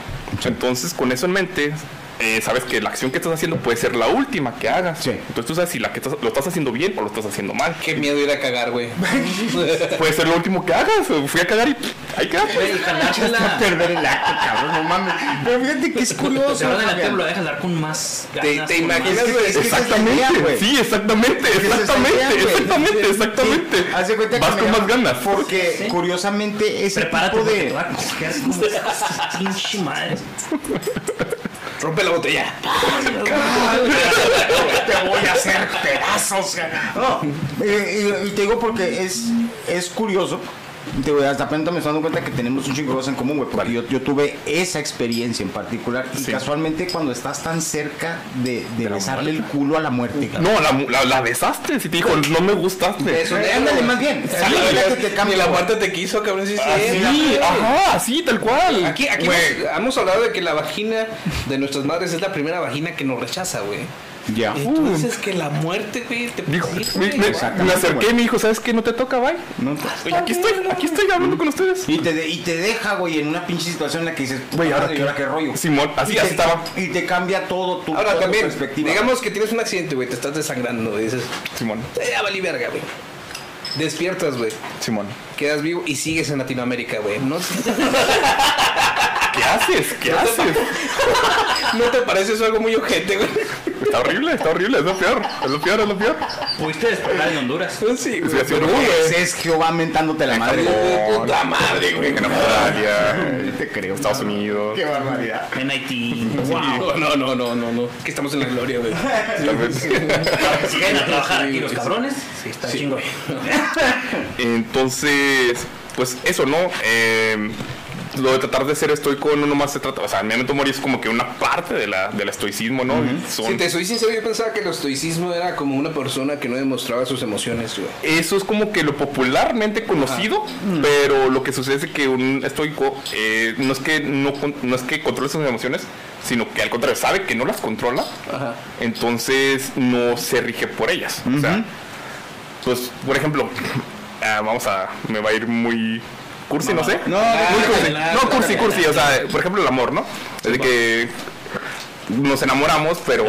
S2: Entonces, con eso en mente, eh, sabes que la acción que estás haciendo puede ser la última que hagas.
S1: Sí.
S2: Entonces tú sabes si la que estás- lo estás haciendo bien o lo estás haciendo mal.
S3: Qué miedo ir a cagar, güey.
S2: Puede ser lo último que hagas. Fui a cagar y pff, ahí queda. pues.
S1: A perder el acto, cabrón, no mames.
S2: Ah.
S1: Pero fíjate que es curioso.
S4: Se ahora adelante
S1: Fabián.
S4: lo dejas dar con más
S3: Te-
S4: ganas.
S3: te
S4: con más-
S3: imaginas, güey.
S1: Es que esa es la
S2: Exactamente,
S1: idea, güey.
S2: sí, exactamente, exactamente,
S1: Esa es la idea, güey.
S2: exactamente,
S1: Sí,
S2: exactamente.
S1: sí. Haz de cuenta que
S2: Vas
S1: me
S2: con más
S1: llama-
S2: ganas.
S1: Porque curiosamente ese
S4: Prepárate
S1: tipo
S4: porque
S1: de
S4: te va a coger como esas pinche madre.
S3: Rompe la botella.
S1: te voy a hacer pedazos. No, eh, y, y te digo porque es es curioso te voy, hasta apenas me estoy dando cuenta que tenemos un chingo de cosas en común, güey. Porque yo, yo tuve esa experiencia en particular. Y
S2: Sí.
S1: casualmente cuando estás tan cerca de, de besarle el culo a la muerte, cabrón.
S2: No, la, la, la besaste. Si te dijo, no me gustaste.
S3: Eso,
S1: Eh, ándale, más bien. Sale, fíjate, te
S3: Ni
S1: cambia,
S3: la
S1: güey.
S3: muerte te quiso, cabrón. Sí, Ah,
S2: Así, ajá, así, tal cual.
S3: Aquí, aquí
S2: Güey.
S3: hemos, hemos hablado de que la vagina de nuestras madres es la primera vagina que nos rechaza, güey.
S1: Ya.
S3: Y tú dices que la muerte, güey, te
S2: Dijo,
S3: persigue,
S2: Uh, me, me-
S3: güey.
S1: Exactamente,
S2: me acerqué
S1: güey.
S2: y me dijo, ¿sabes qué? No te toca, bye.
S1: No,
S2: Oye, aquí estoy, aquí estoy hablando con ustedes.
S1: Y te, de- y te deja, güey, en una pinche situación en la que dices,
S2: Güey, ahora
S1: madre,
S2: qué-
S1: ¿y rollo.
S2: Simón, así,
S1: y te,
S2: así estaba.
S1: Y te cambia todo tu, toda
S3: Ahora
S1: tu
S3: también,
S1: perspectiva.
S3: digamos que tienes un accidente, güey, te estás desangrando, güey, dices,
S2: Simón,
S3: "Eh, ya valí verga, güey. Despiertas, güey,
S2: Simón.
S3: quedas vivo y sigues en Latinoamérica, güey. No,
S2: ¿Qué haces? ¿Qué haces?
S3: ¿No te parece eso algo muy urgente, güey?
S2: Está horrible, está horrible, es lo peor, es lo peor, es lo peor.
S4: Pudiste despertar en Honduras.
S3: Sí,
S2: Sí,
S3: güey.
S2: así,
S1: Güey,
S2: güey.
S1: ese es Jehová mentándote la madre.
S2: Puta madre, güey. En Australia, te creo. Estados Unidos.
S7: Qué barbaridad.
S4: En Haití.
S3: No, no, no, no, no, no. Que estamos en la gloria, güey.
S2: tal vez.
S4: Si quieren a trabajar aquí los cabrones, sí, está chingo.
S2: Entonces, pues eso, ¿no? Eh, lo de tratar de ser estoico no nomás se trata, o sea, el momento morir es como que una parte de la, del estoicismo, ¿no? Son-
S3: Si te soy sincero, yo pensaba que el estoicismo era como una persona que no demostraba sus emociones, güey.
S2: Eso es como que lo popularmente conocido, pero lo que sucede es que un estoico eh, no es que no, con- no es que controle sus emociones, sino que al contrario sabe que no las controla,
S3: Ajá.
S2: entonces no se rige por ellas. O sea, pues por ejemplo, ah, vamos a, me va a ir muy cursi, no sé.
S1: No,
S2: Muy
S1: no,
S2: cursi. No, cursi, cursi. O sea, por ejemplo, el amor, ¿no? Es de que nos enamoramos, pero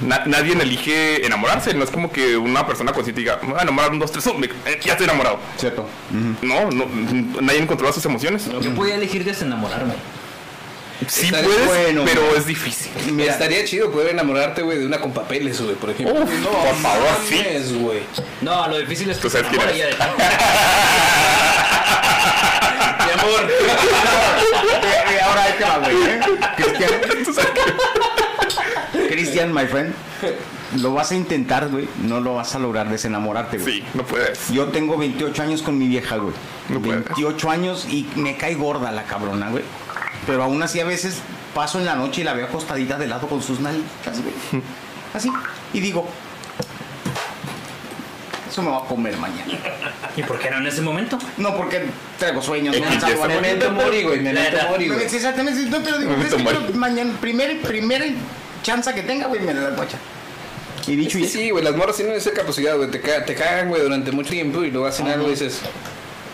S2: na- nadie elige enamorarse. No es como que una persona consciente diga, me voy a enamorar un, dos, tres, oh, me- eh, ya estoy enamorado.
S1: Cierto.
S2: No, no, n- nadie controla sus emociones.
S4: Yo podía elegir desenamorarme.
S2: Sí
S3: Está
S2: puedes,
S1: bueno,
S2: pero
S1: man.
S2: es difícil.
S1: Mira,
S3: Estaría chido poder enamorarte, güey, de una con papeles, güey, por ejemplo.
S2: Uf, por favor, Oh, sí.
S3: mames, güey.
S4: No, lo difícil es que
S2: Tú sabes
S4: se enamora
S2: quién eres.
S4: ella de ti.
S3: Mi amor.
S1: eh, eh, ahora ahí te va, güey. ¿eh? Cristian. Cristian, my friend. Lo vas a intentar, güey. No lo vas a lograr desenamorarte, güey.
S2: Sí, no puedes.
S1: Yo tengo 28 años con mi vieja, güey.
S2: No puedes.
S1: 28 años y me cae gorda la cabrona, güey. Pero aún así a veces paso en la noche y la veo acostadita de lado con sus nalgas, güey. Así. Y digo, eso me va a comer mañana.
S4: ¿Y por qué no en ese momento?
S1: No, porque traigo sueños,
S2: Es
S1: no
S2: que ya
S1: salgo
S2: está
S1: a-
S3: Memento mori, güey. Memento
S4: Neta.
S3: mori, güey.
S1: Sí, Exactamente, sí, no, pero digo,
S2: Me
S1: es que
S2: meto
S1: yo
S2: mal.
S1: mañana, primera, primera chance que tenga, güey, me la guacha. Y dicho y
S3: Sí, güey, las morras tienen esa capacidad, güey. Te, ca- te cagan, güey, durante mucho tiempo y luego hacen algo y dices...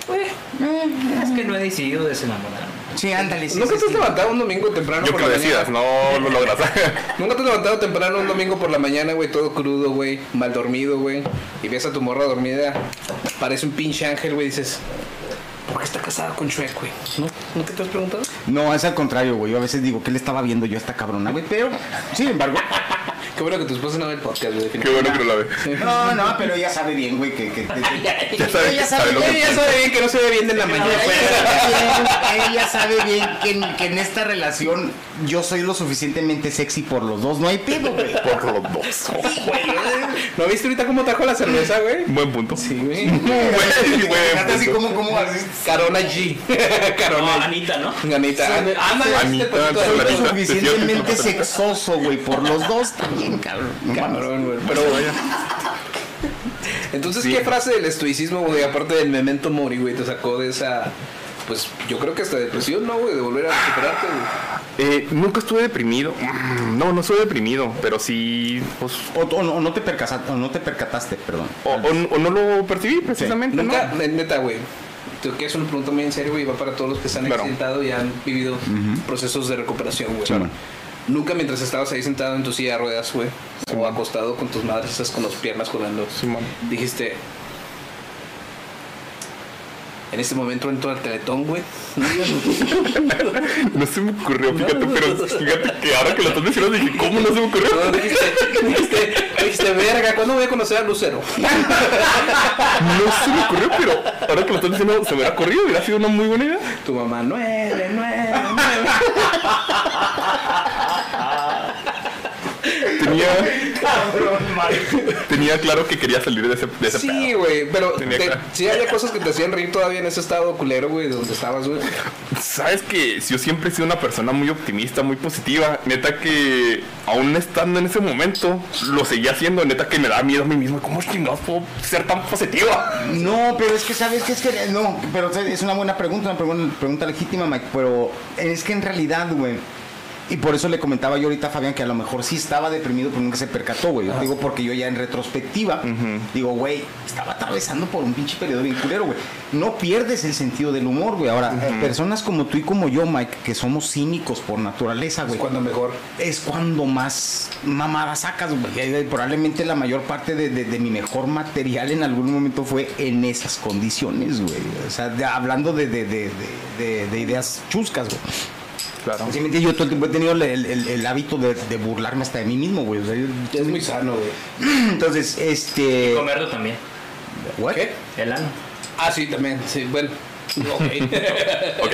S4: Es que no he decidido desenamorarme.
S1: Sí, ándale, sí.
S3: ¿Nunca
S1: sí,
S3: te has
S1: sí.
S3: levantado un domingo temprano
S2: Yo
S3: por
S2: que
S3: la
S2: lo
S3: mañana?
S2: decidas, no lo logras.
S3: ¿Nunca te has levantado temprano un domingo por la mañana, güey, todo crudo, güey, mal dormido, güey? Y ves a tu morra dormida, parece un pinche ángel, güey, y dices, ¿por qué está casada con Shrek, güey? ¿No? ¿Nunca te has preguntado?
S1: No, es al contrario, güey. Yo a veces digo, ¿qué le estaba viendo yo a esta cabrona, güey? Pero, sin embargo.
S3: Qué bueno que tu esposa no ve el podcast, güey.
S2: Qué bueno que no la ve.
S1: No, no, pero ella sabe bien, güey, que. que- que- que-
S2: Ya sabe-
S1: ella
S2: sabe
S1: sabe
S2: lo que-
S1: bien.
S3: Ella sabe bien que no se ve bien de la mañana, güey.
S1: Ella, ella sabe bien que en, que en esta relación yo soy lo suficientemente sexy por los dos. No hay pedo, güey.
S2: Por los dos.
S3: ¿No viste ahorita cómo trajo la cerveza, güey?
S2: Buen punto. Sí,
S3: güey.
S2: Güey, buen
S1: Fíjate así como,
S2: punto.
S1: como así.
S3: Carona G.
S4: No,
S3: Carona G.
S4: Anita, ¿no?
S3: Ganita.
S4: Ándale.
S3: este
S4: este
S2: Anita, Anita,
S1: Lo
S2: Anita.
S1: suficientemente sexoso, güey, por los dos también, cabrón. No mames.
S3: Cabrón, güey. Pero, güey. Entonces, ¿qué frase del estoicismo, güey? Aparte del memento mori, güey, te sacó de esa. Pues yo creo que hasta depresión, ¿no, güey? De volver a recuperarte, güey.
S2: Eh, nunca estuve deprimido. Mm, No, no estuve deprimido, pero sí. pues,
S1: O, o no, o no te percataste, no te percataste, perdón.
S2: o, o- o no lo percibí precisamente, ¿no?
S3: Nunca, ne- neta, güey. Te quiero hacer una pregunta muy en serio, güey, y va para todos los que se han
S2: Claro.
S3: accidentado y han vivido procesos de recuperación, güey.
S1: Claro.
S3: Nunca mientras estabas ahí sentado en tu silla de ruedas, güey, o acostado con tus madres, esas con las piernas colgando,
S2: Simón.
S3: dijiste. En este momento entro al teletón, güey.
S2: No se me ocurrió, fíjate, pero fíjate que ahora que lo estás mencionando dije, ¿cómo no se me ocurrió?
S3: No, dijiste, dijiste, dijiste, verga, ¿cuándo voy a conocer a Lucero?
S2: No se me ocurrió, pero ahora que lo estás diciendo, se me hubiera ocurrido, hubiera sido una muy buena idea.
S3: Tu mamá, nueve, nueve.
S2: Tenía,
S8: cabrón, madre.
S2: Tenía claro que quería salir de ese, de ese
S3: Sí,
S2: pedo.
S3: güey, pero
S2: Tenía
S3: te-
S2: cara.
S3: sí había cosas que te hacían reír todavía en ese estado culero, güey, de donde estabas, güey.
S2: Sabes que yo siempre he sido una persona muy optimista, muy positiva. Neta que aún estando en ese momento, lo seguía haciendo. Neta que me da miedo a mí mismo. ¿Cómo chingados puedo ser tan positiva?
S1: No, pero es que sabes que es que no, pero es una buena pregunta, una pregunta, pregunta legítima, Mike, pero es que en realidad, güey. Y por eso le comentaba yo ahorita a Fabián que a lo mejor sí estaba deprimido, pero nunca se percató, güey. Yo te Digo, porque yo ya en retrospectiva, digo, güey, estaba atravesando por un pinche periodo bien culero, güey. No pierdes el sentido del humor, güey. Ahora, eh, personas como tú y como yo, Mike, que somos cínicos por naturaleza, güey
S3: Cuando mejor.
S1: es cuando más mamadas sacas, güey. Eh, eh, Probablemente la mayor parte de, de- de mi mejor material en algún momento fue en esas condiciones, güey. O sea, de- hablando de, de- de- de- de- de ideas chuscas, güey.
S2: Claro.
S1: Sí, me entiendes, yo todo el tiempo he tenido el, el- el- el hábito de, de burlarme hasta de mí mismo, güey. O sea, yo-
S3: Es muy sano, güey.
S1: entonces, este...
S4: Comerlo también.
S1: ¿what?
S3: ¿Qué?
S4: El ano.
S3: Ah, sí, también, sí, bueno. Ok.
S2: Ok.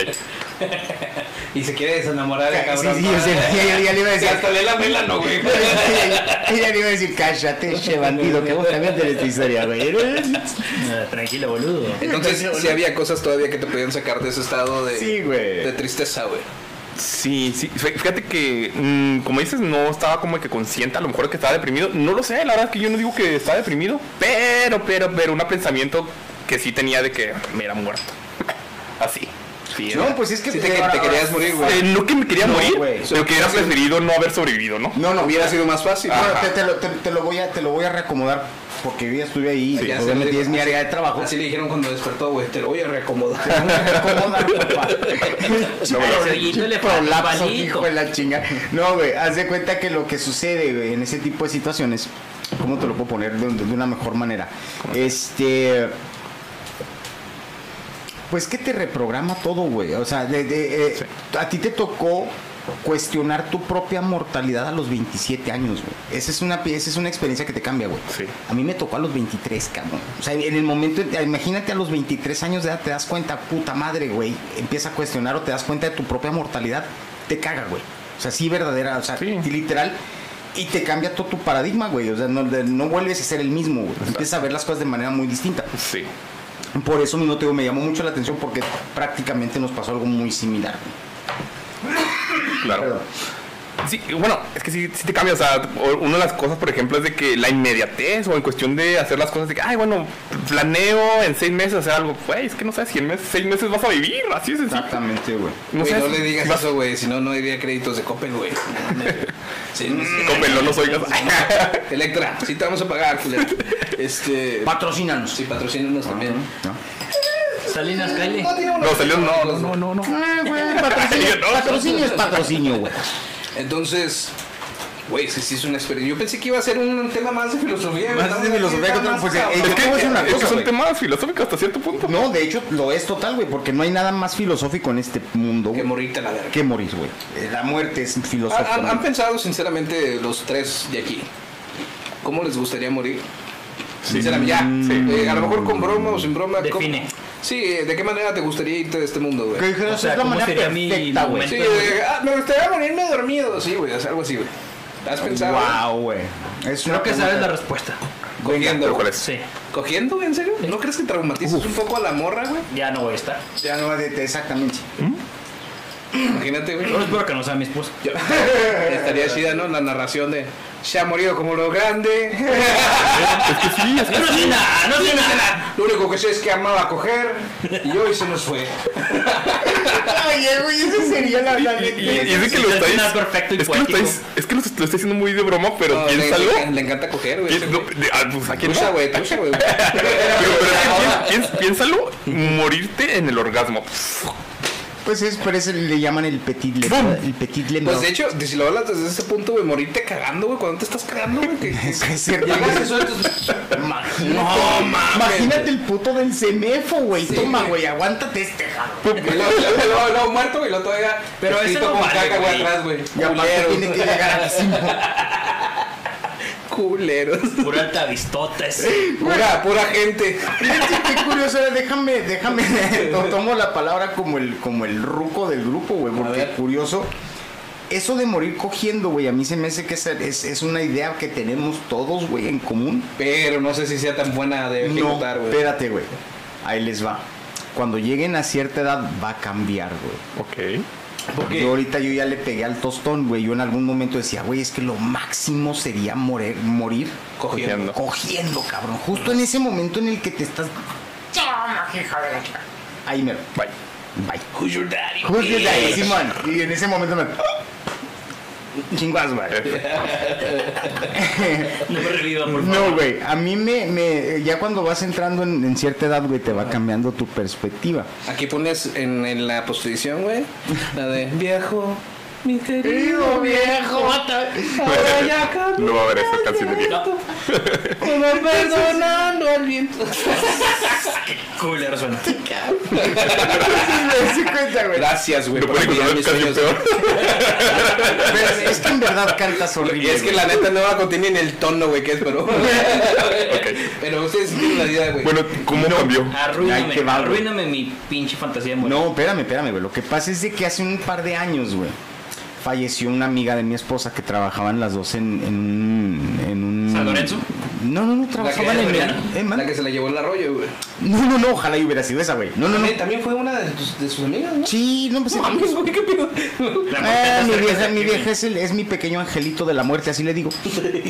S3: y se quiere desenamorar el
S1: Sí,
S3: cabrón.
S1: sí, yo sé, ya- ya- ya le iba a
S3: Sí,
S1: decir.
S3: hasta le la mela, no, güey.
S1: Ella le iba a decir, cállate, che bandido, que vos también tenés tu historia, güey.
S4: Eh, tranquilo, boludo.
S3: Entonces, sí había cosas todavía que te podían sacar de ese estado de,
S1: Sí, güey.
S3: de tristeza, güey.
S2: Sí, sí. Fí- Fíjate que, mm, como dices, no estaba como que consciente, a lo mejor que estaba deprimido. No lo sé, la verdad es que yo no digo que estaba deprimido, pero, pero, pero, un pensamiento que sí tenía de que me era muerto. Así. Sí, era-
S1: No, pues es que...
S3: Sí, te, te querías morir, güey.
S2: Eh, no que me quería
S1: No,
S2: morir,
S1: güey.
S2: pero que era preferido no haber sobrevivido, ¿no?
S1: No, no,
S3: Hubiera sido más fácil.
S2: Ah.
S3: güey.
S1: Bueno, te, te lo, te- te lo voy a, te lo voy a reacomodar porque yo ya estuve ahí.
S3: Sí, ya se lo
S1: obviamente
S3: digo.
S1: es mi área de trabajo.
S3: Así le dijeron cuando despertó, güey, te lo voy a reacomodar.
S1: Reacomoda, papá.
S4: Ese hoyito le falta
S1: Prolapso,
S4: palito.
S1: hijo de la chinga. No, güey, haz de cuenta que lo que sucede güey, en ese tipo de situaciones, ¿cómo te lo puedo poner de, de una mejor manera? Este. Pues que te reprograma todo, güey. O sea, de- de, eh, a ti te tocó cuestionar tu propia mortalidad a los 27 años, güey. Esa es una, esa es una experiencia que te cambia, güey.
S2: Sí.
S1: A mí me tocó a los 23, cabrón. O sea, en el momento, imagínate a los 23 años de edad, te das cuenta, puta madre, güey. Empieza a cuestionar o te das cuenta de tu propia mortalidad. Te caga, güey. O sea, sí, verdadera, o sea,
S2: Sí.
S1: y literal. Y te cambia todo tu paradigma, güey. O sea, no, de- no vuelves a ser el mismo, güey. Empiezas a ver las cosas de manera muy distinta.
S2: Sí.
S1: Por eso mismo te digo, me llamó mucho la atención porque prácticamente nos pasó algo muy similar. güey.
S2: Claro.
S1: Perdón.
S2: Sí, bueno, es que sí, sí te cambia. O sea, o- una de las cosas, por ejemplo, es de que la inmediatez o en cuestión de hacer las cosas de que, ay, bueno, planeo en seis meses hacer algo. Güey, es que no sabes si en mes- seis meses vas a vivir. Así es sencillo.
S1: Exactamente, güey.
S2: No
S3: Güey,
S2: sé
S3: no
S2: si-
S3: le digas
S2: vas-
S3: eso, güey, si no, no iría créditos de Coppel, güey. No mames, güey. Sí, no sé.
S2: Cómelo, no soy
S3: Electra, sí te vamos a pagar, culero. Este.
S1: Patrocínanos.
S3: Sí, patrocínanos también.
S1: ¿No?
S4: Salinas, Kyle.
S2: No, salió, no, Eh, no, no, no.
S1: Ah, güey, patrocinio,
S2: Yo no.
S1: patrocinio es patrocinio, güey.
S3: Entonces, güey, sí, sí es una experiencia. Yo pensé que iba a ser un tema más de filosofía.
S1: Más
S3: ¿verdad?
S1: de filosofía que otra-
S3: Más
S1: pues, eh,
S3: cabrón.
S1: yo te voy
S2: Es
S1: a
S2: que,
S1: decir una
S2: es que
S1: cosa,
S2: son
S1: güey.
S2: temas filosóficos hasta cierto punto.
S1: No, de hecho lo es total, güey, porque no hay nada más filosófico en este mundo,
S3: Que
S1: güey.
S3: morirte a la verga.
S1: Que morir, güey. Eh, La muerte es filosófica.
S3: ¿Han, han- han pensado sinceramente los tres de aquí? ¿Cómo les gustaría morir? Sinceramente, ya.
S1: Mm.
S3: Eh, a lo mejor con broma o sin broma. ¿cómo-
S4: Define.
S3: Sí, eh, ¿de qué manera te gustaría irte de este mundo, güey?
S1: Que dijeras,
S4: O sea,
S1: es la
S4: ¿cómo
S1: manera
S4: sería mi
S1: perfecta, güey.
S3: Sí,
S4: momento?
S3: eh, ah, me gustaría morirme dormido. Sí, güey, es algo así, güey. ¿Has pensado?
S1: Wow, güey. Es
S4: Creo
S1: una
S4: que sabes la
S1: pregunta-
S4: respuesta.
S3: Cogiendo.
S2: Pero ¿cuál
S3: güey.
S2: es?
S4: Sí.
S3: ¿Cogiendo, güey, en serio? ¿No crees que traumatizas un poco a la morra, güey?
S4: Ya no voy a estar.
S1: Ya no va de de- exactamente.
S3: Imagínate, güey.
S4: Yo espero que no sea mi esposa.
S3: Yo- estaría chida, ¿no? La narración de se ha morido como lo grande.
S2: Es que sí, es que
S4: ¡No
S2: sí.
S4: sé
S3: Ah,
S4: nada! ¡No sé nada!
S3: Lo único que sé es que amaba coger y hoy se nos fue.
S1: Oye, güey, esa sería la, la
S2: Y, y- y es de que lo
S4: Sí, es
S2: estáis.
S4: nada perfecto y
S2: Es que lo
S4: poético.
S2: estáis. Es que lo, lo estáis haciendo muy de broma, pero
S3: No, le,
S2: ¿piensa
S3: le
S2: algo?
S3: enca- le encanta coger, güey.
S2: Piens- no, de- ah, pues, ¿a quién no?
S3: Tusa, güey, tusa, güey. Pues,
S2: Pero, pero es que piens- piens- piénsalo, morirte en el orgasmo.
S1: Pues es, pero ese le llaman el petit le,
S2: ¡Bum!
S1: el petit le
S3: Pues de hecho, de- si lo hablas desde ese punto, güey, morirte cagando, güey, cuando te estás cagando, güey. Que, que-
S1: Es cierto.
S3: Llegas eso, entonces,
S1: No, mames. Imagínate el puto del semefo, güey. Toma, güey, aguántate este jalo.
S3: y luego- luego- luego- luego muerto, güey, lo todavía.
S4: Pero ese
S3: escrito
S4: no
S3: con
S4: vale,
S3: caca, güey,
S4: güey.
S3: atrás, güey.
S1: Y aparte
S3: Culeros,
S1: tiene que llegar así.
S3: culeros.
S4: Pura altavistotas.
S3: Pura, pura gente.
S1: Fíjate qué curioso era, déjame, déjame, to- tomo la palabra como el, como el ruco del grupo, güey, porque curioso. eso de morir cogiendo, güey, a mí se me hace que esa- es, es una idea que tenemos todos, güey, en común.
S3: Pero no sé si sea tan buena de
S1: No,
S3: ejecutar, güey.
S1: espérate, güey. Ahí les va. Cuando lleguen a cierta edad va a cambiar, güey.
S2: Ok.
S1: Porque yo ahorita yo ya le pegué al tostón, güey. Yo en algún momento decía, güey, es que lo máximo sería morir, morir
S2: Cogiendo.
S1: cogiendo, cabrón. Justo en ese momento en el que te estás... Toma, hija de la- Ahí me...
S2: Bye.
S1: Bye. Who's your daddy? Who's your daddy, Simón? Y en ese momento me... Chinguas, güey.
S4: No me reviva, por favor.
S1: No, güey, a mí me, me- ya cuando vas entrando en, en cierta edad, güey, te va cambiando tu perspectiva.
S3: Aquí pones en, en la posición, güey, la de viejo, mi querido viejo, ahora ya cambió.
S2: No va a haber esta canción de viejo.
S4: No,
S3: Te va perdonando al viento.
S4: culero suena.
S1: Sí, cuenta, güey.
S3: Gracias, güey.
S2: No
S3: por
S2: puede encontrar
S3: olvidar
S2: una
S3: mis
S2: canción
S3: sueños.
S2: peor.
S1: Pero es que en verdad cantas
S3: Y
S1: horrible.
S3: es que
S1: güey.
S3: la neta no la contienen el tono, güey, que es, pero. Pero ustedes tienen la idea, güey.
S2: Bueno, ¿cómo cambió?
S1: Ahí
S4: Arruíname,
S1: te va, güey.
S4: arruíname mi pinche fantasía de morir.
S1: No, espérame, espérame, güey. Lo que pasa es de que hace un par de años, güey, falleció una amiga de mi esposa que trabajaban las dos en, en un... En un...
S4: ¿San Lorenzo?
S1: No, no, no,
S3: la, que,
S1: trabajaban en... eh, man.
S3: la que se la llevó el arroyo, güey.
S1: No, no, no, ojalá y hubiera sido esa, güey. No, no, no.
S3: También, también fue una de, tus- de sus amigas, ¿no?
S1: Sí, no, pues...
S3: Mames, güey, qué pedo.
S4: La
S1: Ah,
S4: corteza
S1: mi
S4: cerca
S1: vieja,
S4: de
S1: mi
S4: aquí,
S1: vieja es, el- es mi pequeño angelito de la muerte, así le digo.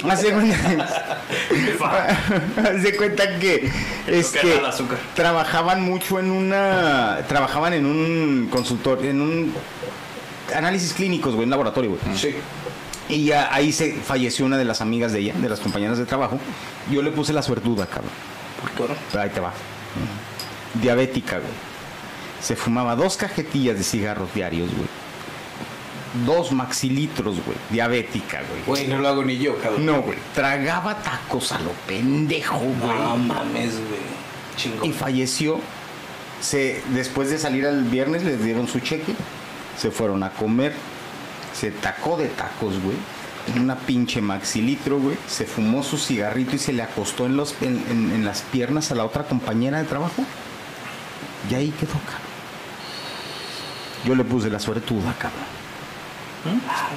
S1: Haz de cuenta, haz de cuenta que, este,
S4: al azúcar.
S1: trabajaban mucho en una, trabajaban en un consultorio, en un análisis clínicos, güey, en un laboratorio, güey.
S3: Sí.
S1: Y ya ahí se falleció una de las amigas de ella, de las compañeras de trabajo. Yo le puse la suertuda, cabrón.
S3: Bueno,
S1: Ahí te va. Diabética, güey. Se fumaba dos cajetillas de cigarros diarios, güey. Dos maxilitros, güey. Diabética, güey.
S3: Güey, no lo hago ni yo, cabrón.
S1: No, güey. Tragaba tacos a lo pendejo, güey.
S3: No mames, güey.
S1: Y
S3: Chingón.
S1: falleció. Se, después de salir al viernes les dieron su cheque. Se fueron a comer. Se tacó de tacos, güey. En una pinche maxilitro, güey. Se fumó su cigarrito y se le acostó en, los, en, en- en las piernas a la otra compañera de trabajo. Y ahí quedó, cabrón. Yo le puse la suertuda, cabrón.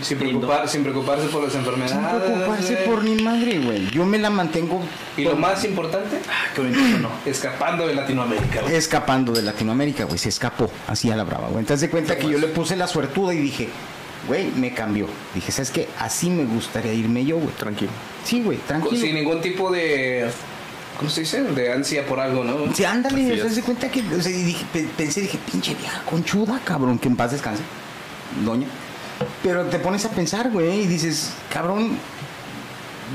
S3: Sin, preocupar, sin preocuparse por las enfermedades.
S1: Sin preocuparse
S3: güey.
S1: por mi madre, güey. Yo me la mantengo
S3: Y lo más importante,
S4: Qué bonito, no.
S3: escapando de Latinoamérica,
S1: Eh,
S3: güey.
S1: escapando de Latinoamérica, güey. Se escapó, así a la brava, güey. Entonces de cuenta que yo le puse la suertuda y dije, güey, me cambió. Dije, ¿sabes qué? Así me gustaría irme yo, güey.
S2: Tranquilo.
S1: Sí, güey,
S3: Con- Sin
S1: tranquilo.
S3: ningún tipo de. ¿Cómo se dice? De ansia por algo, ¿no?
S1: Sí, ándale,
S2: Así
S1: o sea,
S2: es.
S1: se cuenta que o sea, y dije, pe- pensé, dije, pinche vieja conchuda, cabrón, que en paz descanse, doña. Pero te pones a pensar, güey, y dices, cabrón,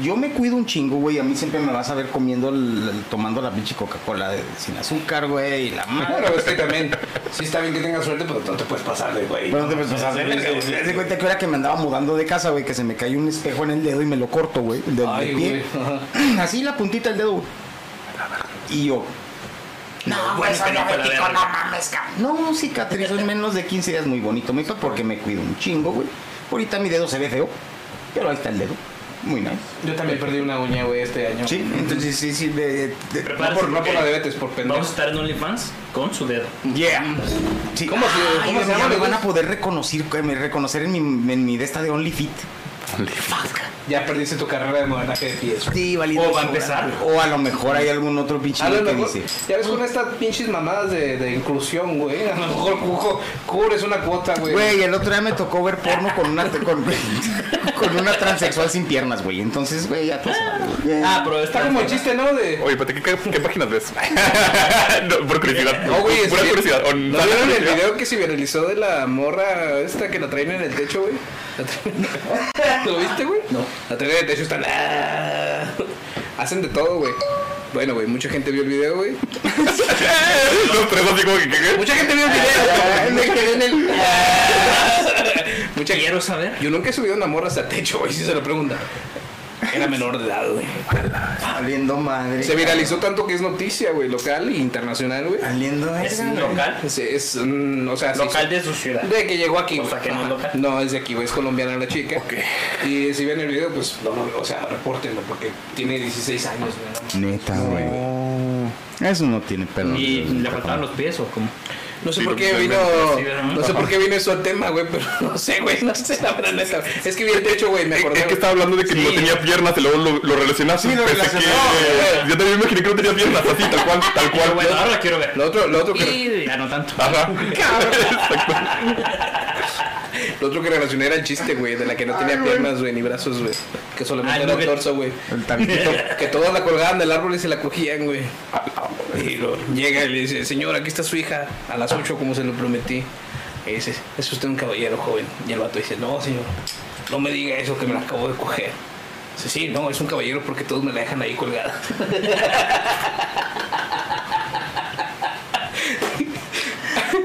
S1: yo me cuido un chingo, güey, a mí siempre me vas a ver comiendo, el- el- tomando la pinche Coca-Cola de- sin azúcar, güey, y la madre.
S3: Claro, es que también. Sí, está bien que tengas suerte, pero no te puedes pasar de güey.
S1: Bueno, te pues, o sea, se me- se- se cuenta que ahora que me andaba mudando de casa, güey, que se me cayó un espejo en el dedo y me lo corto, güey, del del
S3: Ay,
S1: pie.
S3: güey. ajá.
S1: Así la puntita del dedo. güey. Y yo. No, güey, soy
S4: no fue la
S1: diabético,
S4: verga".
S1: no mames, cabrón". No, cicatrizó en menos de 15 días muy bonito, me hizo porque me cuido un chingo, güey. Ahorita mi dedo se ve feo, pero ahí está el dedo. Muy nice.
S3: Yo también perdí una uña, güey, este año.
S1: Sí, entonces sí, sí, de, de-
S3: No por,
S4: Prepárate
S3: no por la
S4: porque
S3: diabetes, por pendejo.
S4: Vamos a estar en OnlyFans con su dedo.
S1: Yeah. Sí.
S3: ¿Cómo se-
S1: Ay,
S3: cómo se
S1: ya
S3: llama,
S1: me
S3: güey?
S1: van a poder reconocer, que me reconocer en mi, en mi de esta de OnlyFit. Fuck.
S3: Ya perdiste tu carrera de modelaje de pies. güey.
S1: Sí, valido.
S4: O va a empezar.
S1: O a lo mejor hay algún otro pinche
S3: A lo
S1: que
S3: mejor,
S1: dice.
S3: ya ves con estas pinches mamadas de, de inclusión, güey. A lo mejor cujo, cubres una cuota, güey.
S1: Güey, el otro día me tocó ver porno con una con, con una transexual sin piernas, güey. Entonces, güey, ya tú sabes, güey.
S4: Ah, pero
S3: Está como el chiste, ¿no? De.
S2: Oye, espérate, ¿qué, qué, qué páginas ves? No, por curiosidad.
S3: No, Oh, güey, es
S2: pura
S3: que-
S2: curiosidad. o
S3: ¿No
S2: sana
S3: vieron el
S2: curiosidad.
S3: video que se viralizó de la morra esta que la traen en el techo, güey? La traen- ¿Lo viste, güey? No. La traen en el techo, están... "Ah". Hacen de todo, güey. Bueno, güey, mucha gente vio el video, güey.
S2: Los tres así como que... ¿qué, qué?
S3: Mucha gente vio el video. Me quedé en el... Mucha
S4: Quiero saber.
S3: Yo nunca he subido una morra hasta el techo, güey, si se lo pregunta. Era menor de edad, güey.
S1: Saliendo madre.
S3: Se viralizó tanto que es noticia, güey, local e internacional, güey.
S1: Saliendo
S4: Es
S1: verga, güey.
S4: local.
S3: Es, es, mm, o sea, sí,
S4: Local de su ciudad.
S3: De que llegó aquí.
S4: O sea, que no es local.
S3: No, es de aquí, güey. Es colombiana la chica. Y si ven el video, pues, no, no, o sea, repórtenlo porque tiene 16 años, güey.
S1: Neta, güey. Eso no tiene perdón.
S4: ¿Y le faltaban los pies o cómo?
S3: No sé
S2: Sí,
S3: por qué
S2: lo-
S3: vino.
S2: sí, ¿verdad?
S3: No sé por qué vino eso al tema, güey, pero no sé, güey. No sé, la verdad, neta. Es que vi el techo, güey, me
S2: Es
S3: acordé.
S2: es que
S3: güey.
S2: estaba hablando de que
S3: Sí.
S2: no tenía piernas y luego lo, lo relacionaste.
S1: Sí, lo
S2: Pensé que,
S1: relacioné.
S2: eh, yo también me imaginé que no tenía piernas, así, tal cual, tal cual.
S4: Pero bueno, ahora la quiero ver.
S3: Lo otro, lo otro que,
S4: Y ya no tanto.
S2: Ajá. Exacto.
S3: lo otro que relacioné era el chiste, güey, de la que no tenía piernas, güey, ni brazos, güey. Que solamente
S4: Ay,
S3: era
S4: Ah, no, que-
S3: torso, güey.
S1: El tabiquito.
S3: Que todos la colgaban del árbol y se la cogían, güey. Y lo- llega y le dice, señor, aquí está su hija, a las 8 como se lo prometí. Y dice, es usted un caballero joven. Y el vato dice, no, señor, no me diga eso que me la acabo de coger. Dice, sí, no, es un caballero porque todos me la dejan ahí colgada.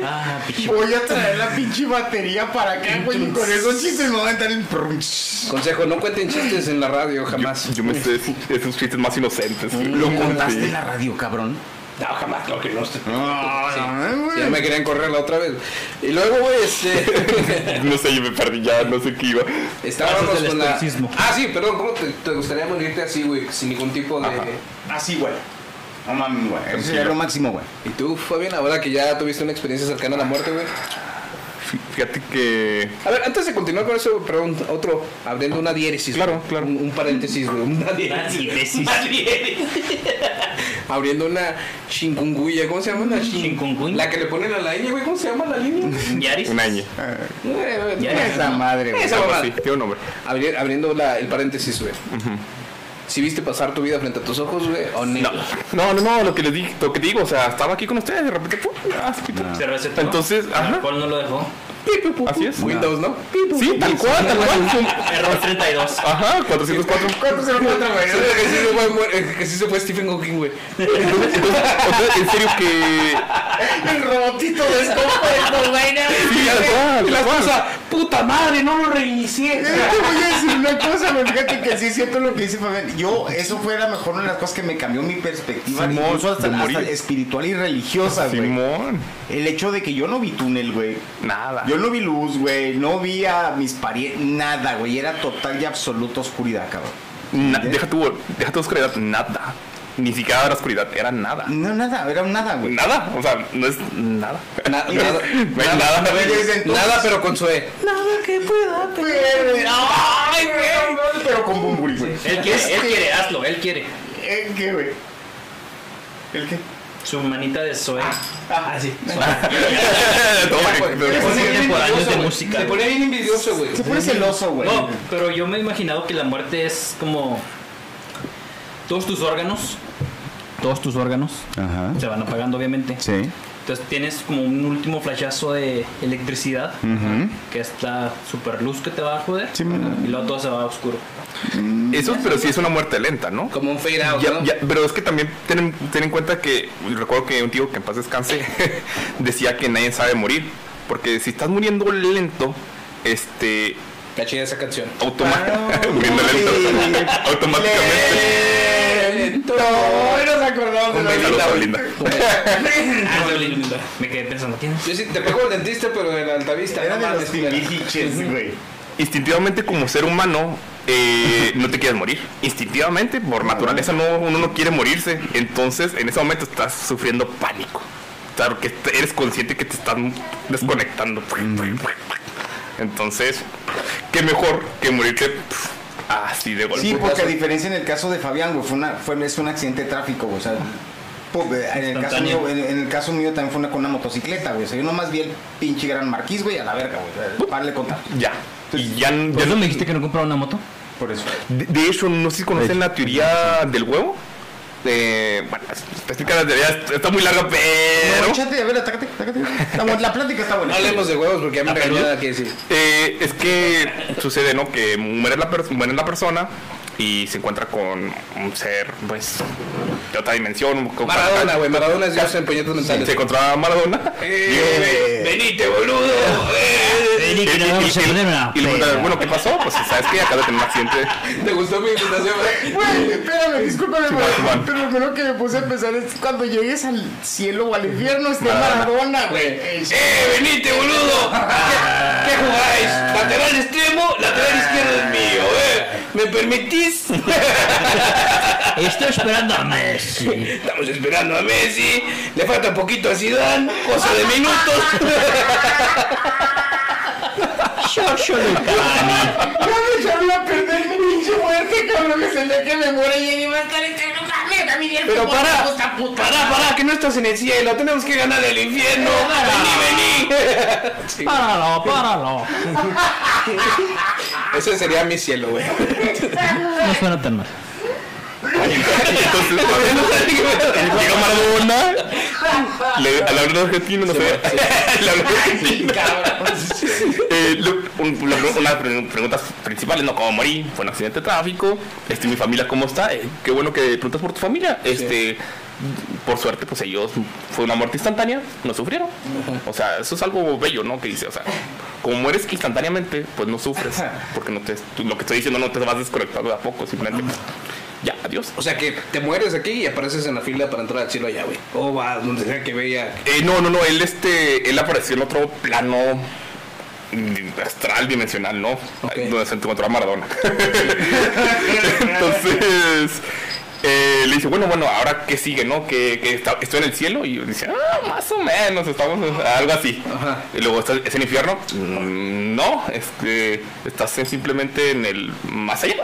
S4: Ah, pinche.
S1: Voy a traer la pinche batería para acá, güey. y Con esos chistes me van a estar en.
S3: Consejo, no cuenten chistes en la radio, jamás.
S2: Yo me sé esos- esos chistes más inocentes.
S5: Lo
S1: Mm,
S5: contaste
S2: Sí.
S5: en la radio, cabrón.
S3: No, jamás, claro que no. Sí,
S1: No, no,
S3: ya me querían correr la otra vez. Y luego, güey, este...
S2: No sé, yo me perdí ya, no sé qué iba.
S3: Estábamos
S4: Gracias del
S3: con la...
S4: estoicismo.
S3: Ah, sí, perdón, ¿cómo te, te gustaría morirte así, güey? Sin ningún tipo de...
S1: Así, güey. No mames, güey.
S5: Eso sería lo máximo, güey.
S3: ¿Y tú, Fabián, ahora que ya tuviste una experiencia cercana a la muerte, güey?
S2: Fí- Fíjate que.
S3: A ver, antes de continuar con eso, perdón, otro, abriendo una diéresis.
S2: Claro,
S3: güey.
S2: claro.
S3: Un, un paréntesis, güey. Una
S4: Ah,
S3: diéresis.
S4: sí, tesis.
S3: abriendo una chingunguya. ¿Cómo se llama la chin-
S4: Chikungunya.
S3: La que le ponen a la línea, güey. ¿Cómo se llama la línea?
S4: Yaris.
S2: Un año.
S3: Güey, güey,
S4: Ya,
S3: güey.
S1: Esa madre, güey.
S3: Esa mamada.
S2: Sí, tiene un nombre.
S3: Abri- abriendo la- el paréntesis, güey. Si viste pasar tu vida frente a tus ojos, güey, o ni-
S2: No, no, no, no, lo que les dije, lo que digo, o sea, estaba aquí con ustedes y de repente, ¡pum! Ah, se Ah, quitó.
S4: Se resetó.
S2: Entonces,
S4: El
S2: ajá.
S4: alcohol no lo dejó.
S2: Así es.
S3: Windows, ¿no?
S2: Sí, tal cual, tal cual.
S4: Error 32.
S2: Ajá, 404.
S3: Sí, que sí se fue mu- eh, que sí se fue Stephen Hawking, güey.
S2: O sea, en serio que.
S1: El robotito de esto.
S2: Sí, tal cual, tal cual.
S3: ¡Puta madre! ¡No lo reinicié!
S1: Te voy a decir una cosa, güey. Fíjate que sí siento lo que dice Fabián. Yo, eso fue la mejor una de las cosas que me cambió mi perspectiva.
S2: Simón,
S1: incluso hasta,
S2: de morir.
S1: hasta espiritual y religiosa, güey.
S2: Simón.
S1: El hecho de que yo no vi túnel, güey.
S2: Nada.
S1: Yo no vi luz, güey. No vi a mis parientes. Nada, güey. Era total y absoluta oscuridad, cabrón.
S2: Na- deja, tu, deja tu oscuridad, nada. Ni siquiera era oscuridad, era nada.
S1: No, nada. Era un nada, güey.
S2: Nada, o sea, no es nada.
S3: Na- nada,
S2: No hay nada.
S1: desde entonces-
S3: nada, pero con su E.
S1: Ay, güey. Pero con bumburi, güey.
S4: Él quiere, él quiere, hazlo, él quiere.
S1: ¿El qué, güey? ¿El qué?
S4: Su manita de Zoe.
S1: Ah, sí.
S2: Toma,
S4: Fue muy
S1: bien
S4: bien por años de
S3: güey.
S4: música.
S3: Se
S4: güey.
S3: ponía bien envidioso, güey.
S1: Se pone celoso, güey.
S4: No, pero yo me he imaginado que la muerte es como todos tus órganos, todos tus órganos
S5: Ajá.
S4: se van apagando obviamente.
S5: Sí.
S4: Entonces tienes como un último flashazo de electricidad, que es la super luz que te va a joder,
S5: Mm. Sí,
S4: y luego todo se va a oscuro.
S2: Eso, pero sí es una muerte lenta, ¿no?
S3: Como un fade out,
S2: Ya-
S3: ¿no?
S2: ya, pero es que también ten, ten en cuenta que recuerdo que un tío que en paz descanse decía que nadie sabe morir. Porque si estás muriendo lento, este
S3: Está chida esa canción.
S2: automa-
S1: Ah,
S2: muriendo lento, automáticamente
S3: Lento.
S1: Ay, nos acordamos de
S3: Con
S1: la
S2: Venga,
S3: Belinda,
S2: lo sabe
S3: güey.
S2: Linda.
S3: Con Belinda.
S4: Ah, me quedé pensando, ¿quién es?
S3: Yo sí te pego el dentista, pero en altavista.
S1: Era
S3: no
S1: de
S3: mames,
S1: los
S3: culera.
S1: timbiriches, güey.
S2: instintivamente como ser humano eh, no te quieres morir instintivamente por naturaleza no uno no quiere morirse entonces en ese momento estás sufriendo pánico claro que te- eres consciente que te están desconectando entonces qué mejor que morirte pf, así de golpe
S1: Sí, porque a diferencia en el caso de Fabián, güey, fue, una, fue es un accidente de tráfico, güey. O sea, po- eh, en el, caso
S4: Instantáneo.
S1: mío, en, en el caso mío también fue una con una motocicleta, güey. O sea, yo nomás vi el pinche gran marquís, güey, a la verga, güey. Para le contar.
S2: ya y ya, ya no-
S4: dijiste que no compraba una moto?
S1: Por eso.
S2: De, de hecho, no sé si conocen la teoría del huevo. Eh, bueno, específica la teoría, está- está muy larga,
S1: Pero...
S2: pero.
S1: échate, a ver, atácate, atácate. Está bueno, la plática está
S3: No
S1: buena.
S3: hablemos de huevos porque ya me
S4: ¿La
S3: regañó
S4: peluda?
S3: nada que decir.
S2: Eh, es que sucede, ¿no? Que muere la, pers- muere la persona y se encuentra con un ser, pues, de otra dimensión. con-
S3: Maradona, güey. Maradona es Dios en puñetas mentales.
S2: Se encontraba Maradona.
S3: Eh, venite, boludo.
S2: Y- y- y- y- y le preguntaron, bueno, ¿qué pasó? Pues sabes que acá de tener un accidente.
S3: ¿Te gustó mi invitación?
S1: Güey, espérame, discúlpame,
S2: Simón,
S1: pero-
S2: Simón.
S1: pero lo primero que me puse a pensar es cuando llegues al cielo o al infierno, esté
S2: Maradona.
S1: Maradona, güey.
S3: ¡Eh, venite, boludo! ¿Qué, qué jugáis? Lateral extremo, lateral izquierdo es mío, eh.
S9: ¿Me permitís?
S4: Estoy esperando a Messi.
S9: Estamos esperando a Messi. Le falta un poquito a Zidane. Cosa de minutos.
S1: No me echaron a perder mi pinche muerte, cabrón, que se le que me muera y ahí va a estar este no mames, a mí el
S9: Pero
S1: fútbol me
S9: pará.
S1: gusta, puta
S9: Pará,
S1: madre.
S9: pará, que no estás en el cielo. Tenemos que ganar el infierno.
S1: Eh,
S9: Vení, vení.
S4: Páralo, páralo.
S3: Ese sería mi cielo, güey.
S4: No suena tan mal.
S2: Entonces, llega Maradona, le, a la un argentino, no sé, le habló a un argentino. Eh, lo- un- lo- una de las preguntas principales, ¿no? ¿Cómo morí? ¿Fue un accidente de tráfico? Este, ¿Mi familia cómo está? Eh, qué bueno que preguntas por tu familia. Este, Por suerte, pues ellos, fue una muerte instantánea, no sufrieron. O sea, eso es algo bello, ¿no? Que dice, o sea, como mueres instantáneamente, pues no sufres. Porque no te, tú- lo que estoy diciendo no te vas desconectando de a poco, simplemente. Ya, adiós.
S3: O sea que te mueres aquí y apareces en la fila para entrar al cielo allá, güey. O va, donde sea que vea.
S2: Eh, no, no, no, él este, él apareció en otro plano mm, astral dimensional, ¿no? Ahí Donde se encontró a Maradona. Entonces, eh, le dice, bueno, bueno, ahora qué sigue, ¿no? Que, que está- estoy en el cielo y dice, ah, más o menos, estamos algo así. Y luego, ¿estás- ¿es en infierno? Mm, No, este, estás en- simplemente en el más allá.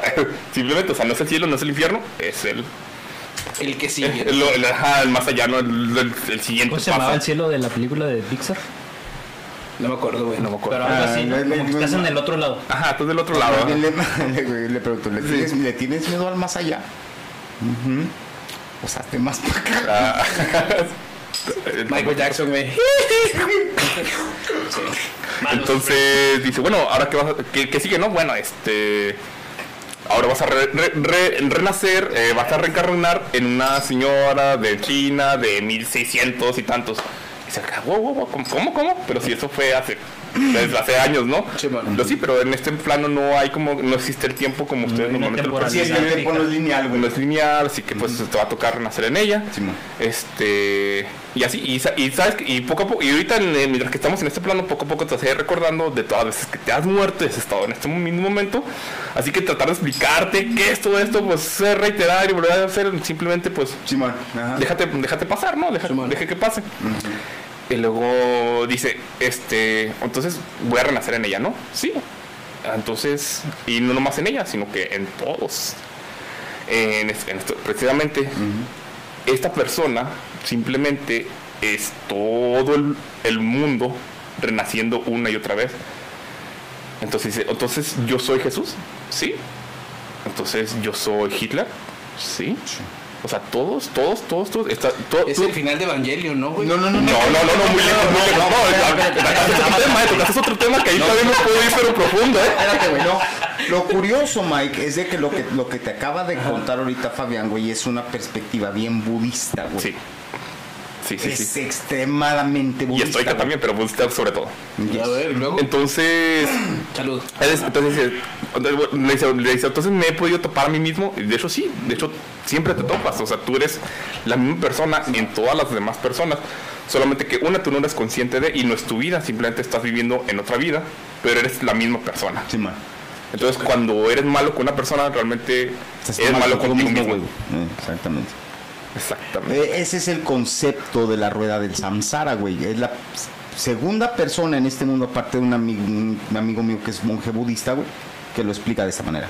S2: simplemente, o sea, no es el cielo, no es el infierno, es el,
S3: El que sigue.
S2: el, el- ajá, el más allá, ¿no? El, el- el siguiente
S4: ¿Cómo se
S2: paso.
S4: llamaba el cielo de la película de Pixar?
S3: No me acuerdo, güey.
S2: No me acuerdo.
S4: Pero algo así,
S1: Ah,
S4: ¿no?
S1: no, no,
S4: como que
S1: no,
S4: estás
S1: no.
S4: en el otro lado.
S2: Ajá, tú del otro
S1: Más
S2: lado.
S1: bien Le, le- le pregunto, ¿le, tienes, le tienes miedo al más allá? Ujú. O sea, te más para acá.
S2: Ah,
S3: Michael Jackson, güey.
S2: Entonces dice, bueno, ahora que vas a, qué- qué sigue, ¿no? Bueno, este ahora vas a re- re- re- renacer, eh, vas a reencarnar en una señora de China de 1600 y tantos. Y se acabó, wow, wow, ¿cómo, ¿cómo, cómo? Pero si eso fue hace desde hace años, ¿no?
S3: Sí, man.
S2: Lo sí, pero en este plano no hay como no existe el tiempo como ustedes
S4: hay una
S2: normalmente lo
S4: temporalidad.
S1: Sí, es que el tiempo no es lineal,
S2: algo no
S1: güey.
S2: es lineal, así que pues te va a tocar nacer en ella.
S1: Simón.
S2: Este y así y, sa- y sabes que- y poco a poco y ahorita en- eh, mientras que estamos en este plano poco a poco te vas a ir recordando de todas las veces que te has muerto y has estado en este mismo momento, así que tratar de explicarte que es todo esto pues ser reiterar y volver a hacer simplemente pues
S1: Simón, ajá.
S2: déjate déjate pasar, ¿no? Deja, deja que pase. Y luego dice, este, entonces voy a renacer en ella, ¿no? Sí. Entonces, y no nomás en ella, sino que en todos. En, es- en esto- precisamente, esta persona simplemente es todo el, el mundo renaciendo una y otra vez. Entonces dice, entonces yo soy Jesús, ¿sí? Entonces yo soy Hitler, ¿sí? O sea, todos, todos, todos, todos, está, todo,
S3: Es
S2: tú-
S3: el final de Evangelio, ¿no, güey?
S1: No, no, no,
S2: no,
S1: no.
S2: no, no, no, muy lejos, muy lejos. No, es otro tema, eh, tocaste otro tema que ahí todavía no puedo ir, pero profundo, ¿eh?
S1: Espérate, güey, no. Lo curioso, Mike, es de que lo que, lo que te acaba de contar ahorita Fabián, güey, es una perspectiva bien budista, güey.
S2: Sí. Sí, sí,
S1: Es
S2: sí.
S1: extremadamente
S2: Y
S1: budista.
S2: estoica
S1: güey.
S2: también, pero budista sobre todo.
S3: A ver, luego.
S2: Entonces,
S3: Salud.
S2: Entonces, entonces, eh, le dice- le dice, entonces me he podido topar a mí mismo. Y de hecho, sí, de hecho, siempre te topas. O sea, tú eres la misma persona en todas las demás personas. Solamente que una tú no eres consciente de y no es tu vida, simplemente estás viviendo en otra vida, pero eres la misma persona.
S1: Sí, man.
S2: Entonces, cuando eres malo con una persona, realmente
S1: Estás
S2: eres
S1: mal
S2: malo
S1: contigo
S2: contigo
S1: mismo,
S2: mismo.
S1: güey. Eh, Exactamente.
S2: Exactamente.
S1: Eh, Ese es el concepto de la rueda del samsara, güey. Es la segunda persona en este mundo, aparte de un amigo, un amigo mío que es monje budista, güey, que lo explica de esta manera.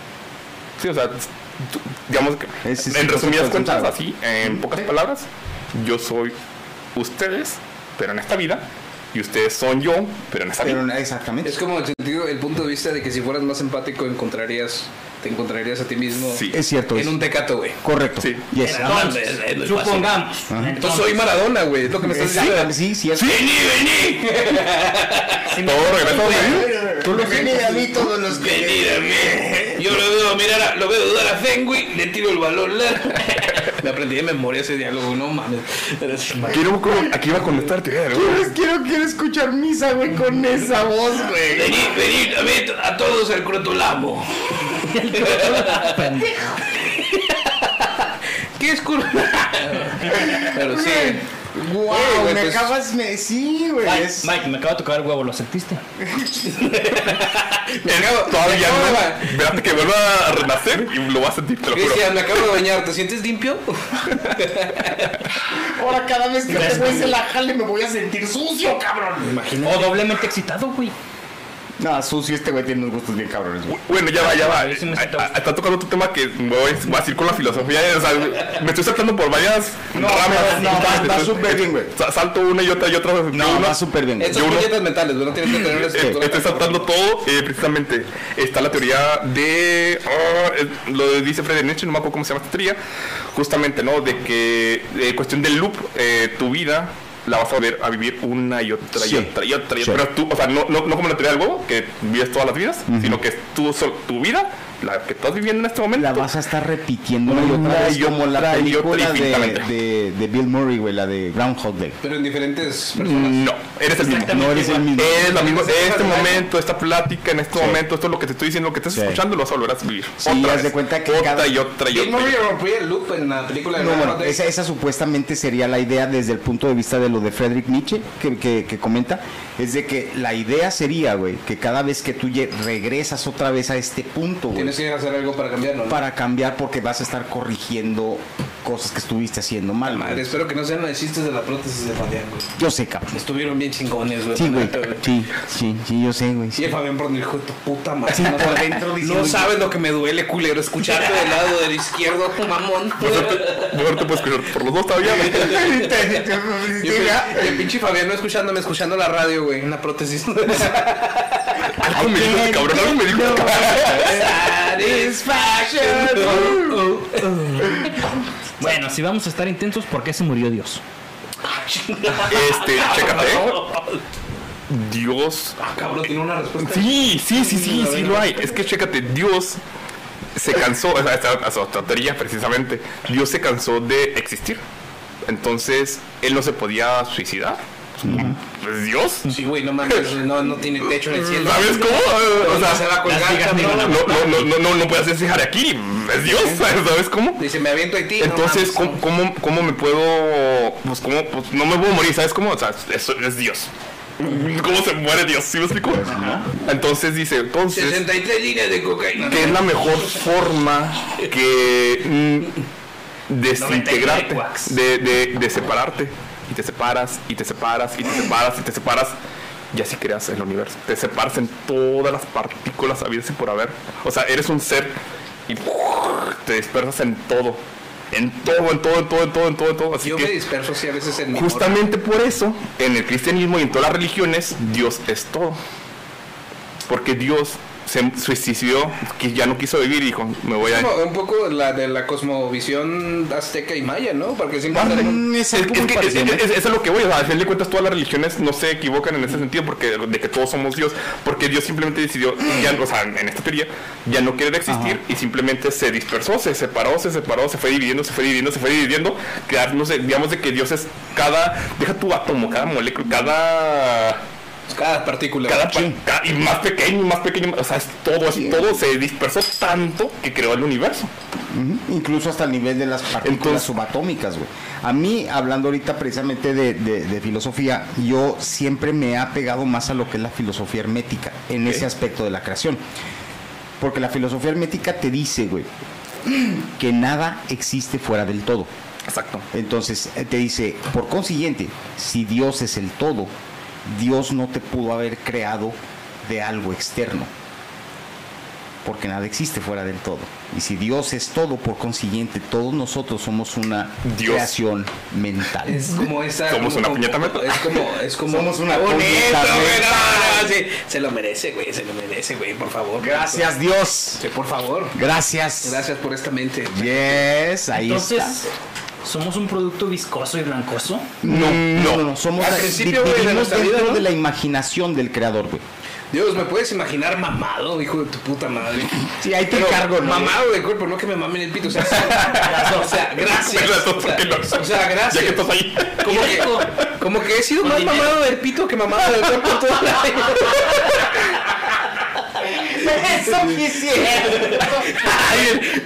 S2: Sí, o sea, tú- digamos que
S1: Ese es
S2: en
S1: el
S2: resumidas
S1: concepto
S2: cuentas,
S1: central.
S2: así, en pocas
S1: Sí.
S2: palabras, yo soy ustedes, pero en esta vida, y ustedes son yo, pero en esta
S1: Pero
S2: vida.
S1: exactamente.
S3: Es como el sentido, el punto de vista de que si fueras más empático encontrarías, te encontrarías a ti mismo
S2: Sí.
S1: Es cierto.
S3: en
S1: es-
S3: un tecato, güey.
S1: Correcto.
S2: Sí.
S1: Yes.
S9: Entonces,
S4: eh, Supongamos.
S3: Yo soy Maradona, güey. Es lo que me estás diciendo.
S1: Exactamente, Eh, sí, cierto.
S2: ¡Vení, vení! Todo regresa a mí.
S1: Tú lo tienes a mí todos los que.
S3: Yo lo veo mirar, a- lo veo dudar a Fenwick, le tiro el balón largo. Me aprendí de memoria ese diálogo, no mames.
S2: Aquí, no me acuerdo- aquí iba a conectarte.
S1: Quiero, quiero escuchar misa, güey, con esa voz, güey.
S3: Vení, vení, a ver, a todos al crotolamo. ¿Qué es crotolamo? Pero sí,
S1: Wow,
S3: Oye, güey,
S1: me
S3: pues-
S1: acabas me sí, güey.
S4: Mike,
S1: es-
S4: Mike, me acaba de tocar el huevo, ¿lo sentiste?
S2: Él todavía
S3: me acabo
S2: no. Espérate que vuelva a renacer y lo vas a sentir, te lo juro.
S3: Cristian, me acabo de bañar, ¿te sientes limpio?
S1: Ahora cada vez que este güey se la jale me voy a sentir sucio, cabrón.
S4: O doblemente excitado, güey.
S1: No, sucio este güey tiene unos gustos bien cabrones, güey.
S2: Bueno, ya va, ya va.
S4: Yo sí me siento-
S2: A- a- Está tocando otro tema que me voy voy a ir con la filosofía. eh, O sea, me estoy saltando por varias ramas. eh,
S1: pero no, va- va súper bien, güey.
S2: Sa- Salto una y otra y otra.
S1: No,
S2: una.
S1: va súper bien. güey.
S3: Estos
S2: Yo no-
S3: puñetas mentales, güey, no tienes que tener una
S1: Este
S2: Eh,
S3: estructura.
S2: Estoy saltando todo, eh, precisamente. Está la teoría de. ah, eh, lo dice Fred Nietzsche, no me acuerdo cómo se llama esta teoría. Justamente, ¿no? De que, eh, cuestión del loop, eh, tu vida la vas a volver a vivir una y otra y
S1: Sí.
S2: otra y otra. y
S1: Sí.
S2: otra. Pero tú, o sea, no, no, no como la teoría del huevo, que vives todas las vidas, sino que es tu, sol- tu vida, la que estás viviendo en este momento.
S1: La vas a estar repitiendo una y otra
S2: Una
S1: vez
S2: y
S1: como la
S2: otra y otra
S1: película de,
S2: infinitamente.
S1: de, de Bill Murray, güey, la de Groundhog Day.
S3: Pero en diferentes personas.
S2: No, eres el mismo.
S1: No eres el mismo.
S2: Es la misma, este momento, esta plática, en este
S1: Sí.
S2: momento, esto es lo que te estoy diciendo, lo que estás
S1: Sí.
S2: escuchando, lo vas a volver a vivir.
S1: Sí,
S2: otra
S1: haz
S2: vez.
S1: de cuenta que
S2: otra
S1: cada-
S2: y otra y
S3: Bill
S2: otra.
S3: Murray
S2: y otra.
S3: rompía el loop en la película de
S1: No,
S3: Groundhog
S1: bueno,
S3: Day.
S1: esa, esa supuestamente sería la idea desde el punto de vista de lo de Friedrich Nietzsche que, que- que comenta, es de que la idea sería, güey, que cada vez que tú lle- regresas otra vez a este punto, güey,
S3: Tienes que hacer algo para cambiarlo. ¿no?
S1: para cambiar porque vas a estar corrigiendo cosas que estuviste haciendo mal, güey.
S3: Madre, espero que no sean los chistes de la prótesis de Fabián, güey.
S1: Yo sé, cabrón.
S3: Estuvieron bien chingones, güey.
S1: Sí,
S3: la
S1: güey.
S3: neta, güey.
S1: Sí, sí, sí, yo sé, güey.
S3: Sí,
S1: sí.
S3: el Fabián por hijo de tu puta madre.
S1: Sí,
S3: no
S1: por
S3: sabes-
S1: dentro diciendo-
S3: No sabes lo que me duele, culero. Escucharte del lado del izquierdo, mamón.
S2: Mejor te puedes escuchar por los dos todavía.
S3: Yo soy- el pinche Fabián no escuchándome, escuchando la radio, güey, en la prótesis.
S2: Algo me dijo este cabrón, algo me dijo este cabrón.
S3: Satisfaction.
S4: Bueno, si vamos a estar intensos, ¿por qué se murió Dios?
S2: Este, chécate. Dios.
S3: Ah, Cabrón, tiene una respuesta.
S2: Sí, sí, sí, sí, sí lo hay. Es que chécate, Dios se cansó, o sea, esta, esta otra teoría precisamente, Dios se cansó de existir. Entonces, él no se podía suicidar. Pues Dios.
S3: Sí, güey, no mames, no, no tiene techo en el cielo.
S2: ¿Sabes cómo? O sea,
S3: se va a colgar,
S4: las ligas
S3: cabrón.
S2: no, no, no, no, no puedes dejar aquí. Es Dios, ¿sabes cómo?
S3: Dice, me aviento a ti.
S2: Entonces,
S3: no,
S2: ¿cómo,
S3: mames,
S2: cómo, cómo me puedo.? Pues, ¿cómo? Pues, no me puedo morir, ¿sabes cómo? O sea, eso es Dios. ¿Cómo se muere Dios? ¿Sí me explico? Entonces dice, entonces,
S3: 63 líneas de cocaína.
S2: ¿qué es la mejor forma que. mm, desintegrarte, de, de, de separarte? Y te separas, y te separas, y te separas, y te separas. Y así creas el universo. Te separas en todas las partículas habidas y por haber. O sea, eres un ser y te dispersas en todo. En todo, en todo, en todo, en todo, en todo, en todo. Así
S3: Yo me
S2: que
S3: disperso sí a veces en mi
S2: justamente por eso, en el cristianismo y en todas las religiones, Dios es todo. Porque Dios se suicidó, que ya no quiso vivir y dijo, me voy a...
S3: Como un poco la de la cosmovisión azteca y maya, ¿no? Porque siempre
S2: Ándale.
S3: andan-
S1: Mm, es
S2: Es,
S1: algo muy
S2: es que- es-
S1: parecido, ¿eh?
S2: es- es- es a lo que voy, o sea, al final de cuentas todas las religiones no se equivocan en ese sentido porque de que todos somos Dios, porque Dios simplemente decidió, ya, o sea, en esta teoría, ya no querer existir y simplemente se dispersó, se separó, se separó, se fue dividiendo, se fue dividiendo, se fue dividiendo, quedarnos, eh, digamos de que Dios es cada, deja tu átomo, cada molécula, cada...
S3: cada partícula.
S2: Cada, pa- ca- y más pequeño, y más pequeño, o sea, es todo, es todo, se dispersó tanto que creó el universo.
S1: Ujú, Incluso hasta el nivel de las partículas
S2: Entonces-
S1: subatómicas, güey. A mí, hablando ahorita precisamente de, de- de filosofía, yo siempre me he apegado más a lo que es la filosofía hermética, en ese aspecto de la creación. Porque la filosofía hermética te dice, güey, que nada existe fuera del todo.
S2: Exacto.
S1: Entonces eh, te dice, por consiguiente, si Dios es el todo, Dios no te pudo haber creado de algo externo, porque nada existe fuera del todo. Y si Dios es todo, por consiguiente, todos nosotros somos una
S2: Dios.
S1: creación mental.
S3: Es como esa.
S2: Somos
S3: como-
S2: una
S3: como-
S2: puñeta mental.
S3: Es como. Es como
S1: Somos una
S3: Bonito,
S1: puñeta
S3: güey,
S1: mental.
S3: no, no, sí, Se lo merece, güey. Se lo merece, güey. Por favor.
S1: Gracias Dios.
S3: Sí, por favor.
S1: Gracias.
S3: Gracias por esta mente.
S1: Yes, ahí
S4: Entonces,
S1: está.
S4: ¿somos un producto viscoso y blancoso?
S1: No, no, no, somos
S3: Al
S1: la-
S3: principio, güey, de
S1: vivimos
S3: nuestra vida,
S1: dentro
S3: ¿no?
S1: de la imaginación del creador, güey.
S3: Dios, ¿me puedes imaginar mamado, hijo de tu puta madre?
S1: Sí, ahí te
S3: Pero
S1: encargo, ¿no?
S3: Mamado de cuerpo, no que me mamen el pito. O sea, sí. o sea gracias.
S2: Las dos,
S3: O
S2: porque
S3: sea,
S2: los-
S3: o sea, gracias.
S2: Ya que estás ahí.
S3: Como que, como que he sido
S4: Con
S3: más
S4: dinero.
S3: mamado del pito que mamado del cuerpo toda la vida.
S1: Eso quisiera.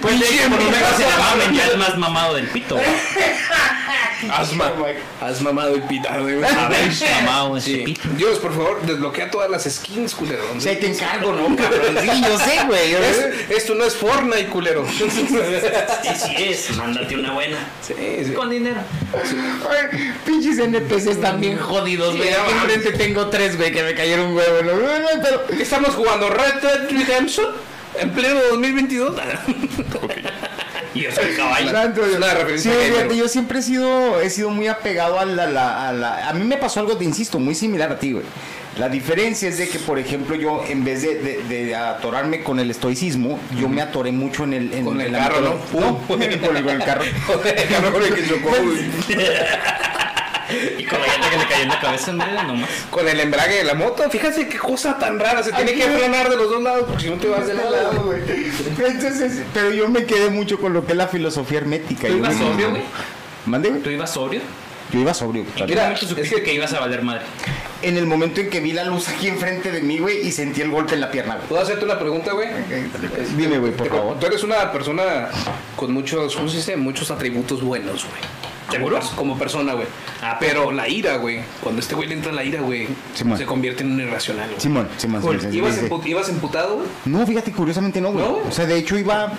S4: Pues por lo menos se la mamen, ya es más mamado del pito. güey.
S2: Asma.
S3: Oh Has mamado el pitado, güey.
S4: Amado ese
S3: Sí.
S4: pito.
S3: Dios, por favor, desbloquea todas las skins, culero.
S1: Si ahí te encargo, ¿no, cabrón? Sí, yo sé, güey. yo
S3: Es-
S1: sé.
S3: esto no es Fortnite, culero. Sí,
S4: Sí, sí es. Mándate una buena.
S3: sí.
S4: Con dinero.
S1: Ay, Pinches NPCs
S3: Mm.
S1: están bien jodidos, güey. Aquí enfrente tengo tres, güey, que me cayeron un huevo. ¿no? No, no, pero-
S3: Estamos jugando Red Dead Redemption en pleno 2022.
S4: Y yo soy caballo.
S1: Santo Dios.
S3: una referencia
S1: Sí,
S3: gamer,
S1: fíjate,
S3: güey.
S1: yo siempre he sido, he sido muy apegado a la, la- a la- A mí me pasó algo, te insisto, muy similar a ti, güey. La diferencia es de que, por ejemplo, yo en vez de, de- de atorarme con el estoicismo, yo me atoré mucho en el... En,
S3: Con el
S1: en la
S3: carro, ¿no?
S1: mitología- con, el, con el carro. Pues,
S3: Cabrón, que chocó, güey.
S4: Y con la llanta que le cayó en la cabeza en medio nomás.
S3: Con el embrague de la moto, fíjate qué cosa tan rara. Se tiene que frenar de los dos lados porque si no te vas Pues de
S1: Este
S3: lado.
S1: lado, güey. Entonces, pero yo me quedé mucho con lo que es la filosofía hermética.
S4: ¿Tú
S1: Yo
S4: ibas
S1: me-
S4: sobrio, güey?
S1: Mandé, güey.
S4: ¿Tú ibas sobrio?
S1: Yo iba sobrio.
S4: ¿En
S1: claro.
S4: qué
S3: Mira,
S4: momento supiste
S3: es que-
S4: que ibas a valer madre?
S1: En el momento en que vi la luz aquí enfrente de mí, güey, y sentí el golpe en la pierna, güey.
S3: ¿Puedo hacerte una pregunta, güey?
S1: Dime, güey, por
S3: Te-
S1: favor.
S3: Tú eres una persona con muchos, ¿cómo se dice? Muchos atributos buenos, güey.
S4: ¿Seguro?
S3: Como, como persona, güey.
S4: Ah,
S3: pero la ira, güey. Cuando este güey le entra la ira, güey,
S1: Simón.
S3: se convierte en un irracional. güey.
S1: Simón, Simón, Simón, Simón,
S3: Pues, ¿Ibas,
S1: dice-
S3: empu- ibas emputado, güey?
S1: No, fíjate, curiosamente no, güey.
S3: ¿No?
S1: O sea, de hecho iba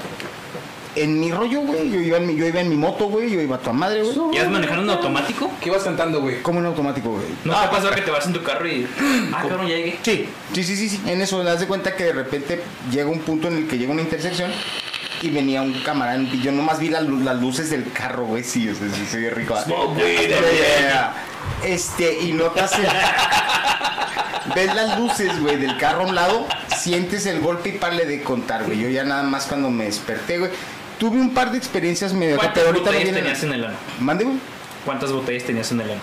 S1: en mi rollo, güey. Yo iba en mi, yo iba en mi moto, güey. Yo iba a tu madre, güey.
S4: ¿Ibas manejando en automático?
S3: ¿Qué ibas cantando, güey?
S1: Como en automático, güey.
S4: ¿No te pasó que te vas en tu carro y... Ah, cabrón, ya llegué.
S1: Sí, sí, sí, sí, sí. En eso, das de cuenta que de repente llega un punto en el que llega una intersección y venía un camarada. Y yo nomás vi la lu- las luces del carro, güey. Sí, o sea, sí, se ve rico. ¿verdad?
S3: Oh,
S4: eh,
S1: Ya, ya, ya. Este, y notas el... Ves las luces, güey, del carro a un lado, sientes el golpe y parle de contar, güey. Yo ya nada más cuando me desperté, güey. Tuve un par de experiencias medio... acá,
S4: ¿Cuántas
S1: Pero ahorita no
S4: botellas
S1: viene...
S4: tenías en el ano?
S1: Mande, güey.
S4: ¿Cuántas botellas tenías en el ano?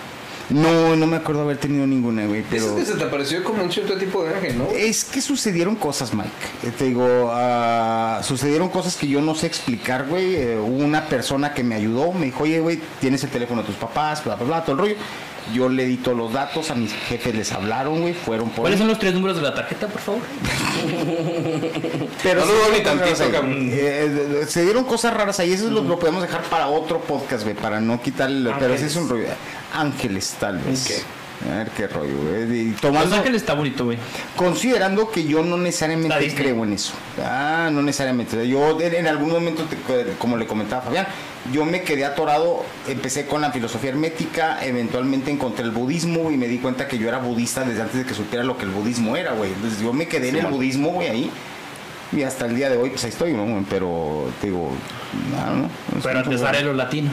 S1: No, no me acuerdo haber tenido ninguna, güey, pero...
S3: Eso que se te apareció como un cierto tipo de ángel, ¿no?
S1: Es que sucedieron cosas, Mike. Eh, Te digo, ah, sucedieron cosas que yo no sé explicar, güey. Eh, hubo una persona que me ayudó, me dijo, oye, güey, tienes el teléfono de tus papás, bla, bla, bla, todo el rollo. Yo le di todos los datos, a mis jefes les hablaron, güey, fueron por...
S4: ¿Cuáles
S1: mí.
S4: son los tres números de la tarjeta, por favor?
S3: No
S1: Pero sí,
S3: dudó ni
S1: no, no, no,
S3: tantito,
S1: no,
S3: cabrón.
S1: eh, eh, se dieron cosas raras ahí, eso lo, lo podemos dejar para otro podcast, güey, para no quitarle... Pero ese es un rollo. Ángeles, tal vez. A ver qué rollo, güey. Y
S4: Los
S1: Tomando...
S4: Ángeles Pues está bonito, güey.
S1: considerando que yo no
S4: La
S1: necesariamente
S4: Disney.
S1: creo en eso. Ah, no necesariamente. O sea, Yo en, en algún momento, te- como le comentaba Fabián, yo me quedé atorado, empecé con la filosofía hermética, eventualmente encontré el budismo y me di cuenta que yo era budista desde antes de que supiera lo que el budismo era, güey. Entonces yo me quedé en el budismo, güey, ahí. Y hasta el día de hoy, pues ahí estoy, ¿no? güey? Pero, te digo, nada, ¿no? No sé,
S4: Pero
S1: no
S4: te
S1: sé,
S4: sale lo latino.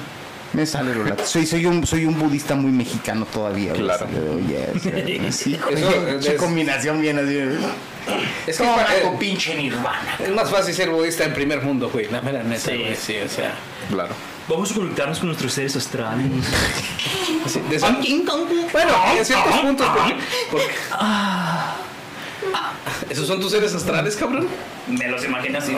S1: me sale lo lat- Soy, soy, un, soy un budista muy mexicano todavía. güey.
S2: Claro.
S1: Yeah, sí,
S3: Eso
S1: güey.
S3: es-
S1: Qué combinación bien así. ¿eh? güey.
S3: Es que es,
S1: Toma
S3: pa- eh,
S1: tu pinche nirvana.
S3: es más fácil ser budista en primer mundo, güey. La mera neta,
S4: Sí,
S3: güey. Sí, o sea.
S2: Claro.
S4: Vamos a conectarnos con nuestros seres astrales.
S3: sí, de esa- Bueno, en ciertos puntos, porque, porque- Ah. ¿Esos son tus seres astrales, cabrón?
S4: Me los imaginas así.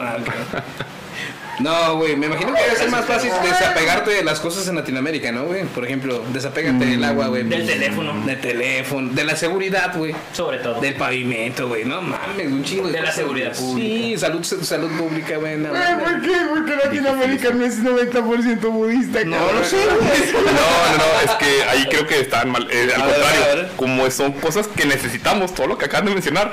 S3: No, güey, me imagino que debe ser más fácil desapegarte de las cosas en Latinoamérica, ¿no, güey? Por ejemplo, desapégate del agua, güey.
S4: Mm, Del teléfono.
S3: Del teléfono, de la seguridad, güey.
S4: Sobre todo.
S3: Del pavimento, güey. No mames, un chingo.
S4: De la
S3: cosas,
S4: seguridad
S3: güey.
S4: pública.
S3: Sí, salud, salud pública, güey. No,
S1: Güey, ¿Por
S3: no,
S1: qué? Porque Latinoamérica no es 90% budista. No, no sé, güey.
S2: No, no, no, es que ahí creo que están mal. eh, al
S3: A ver,
S2: contrario,
S3: a ver.
S2: como son cosas que necesitamos, todo lo que acaban de mencionar.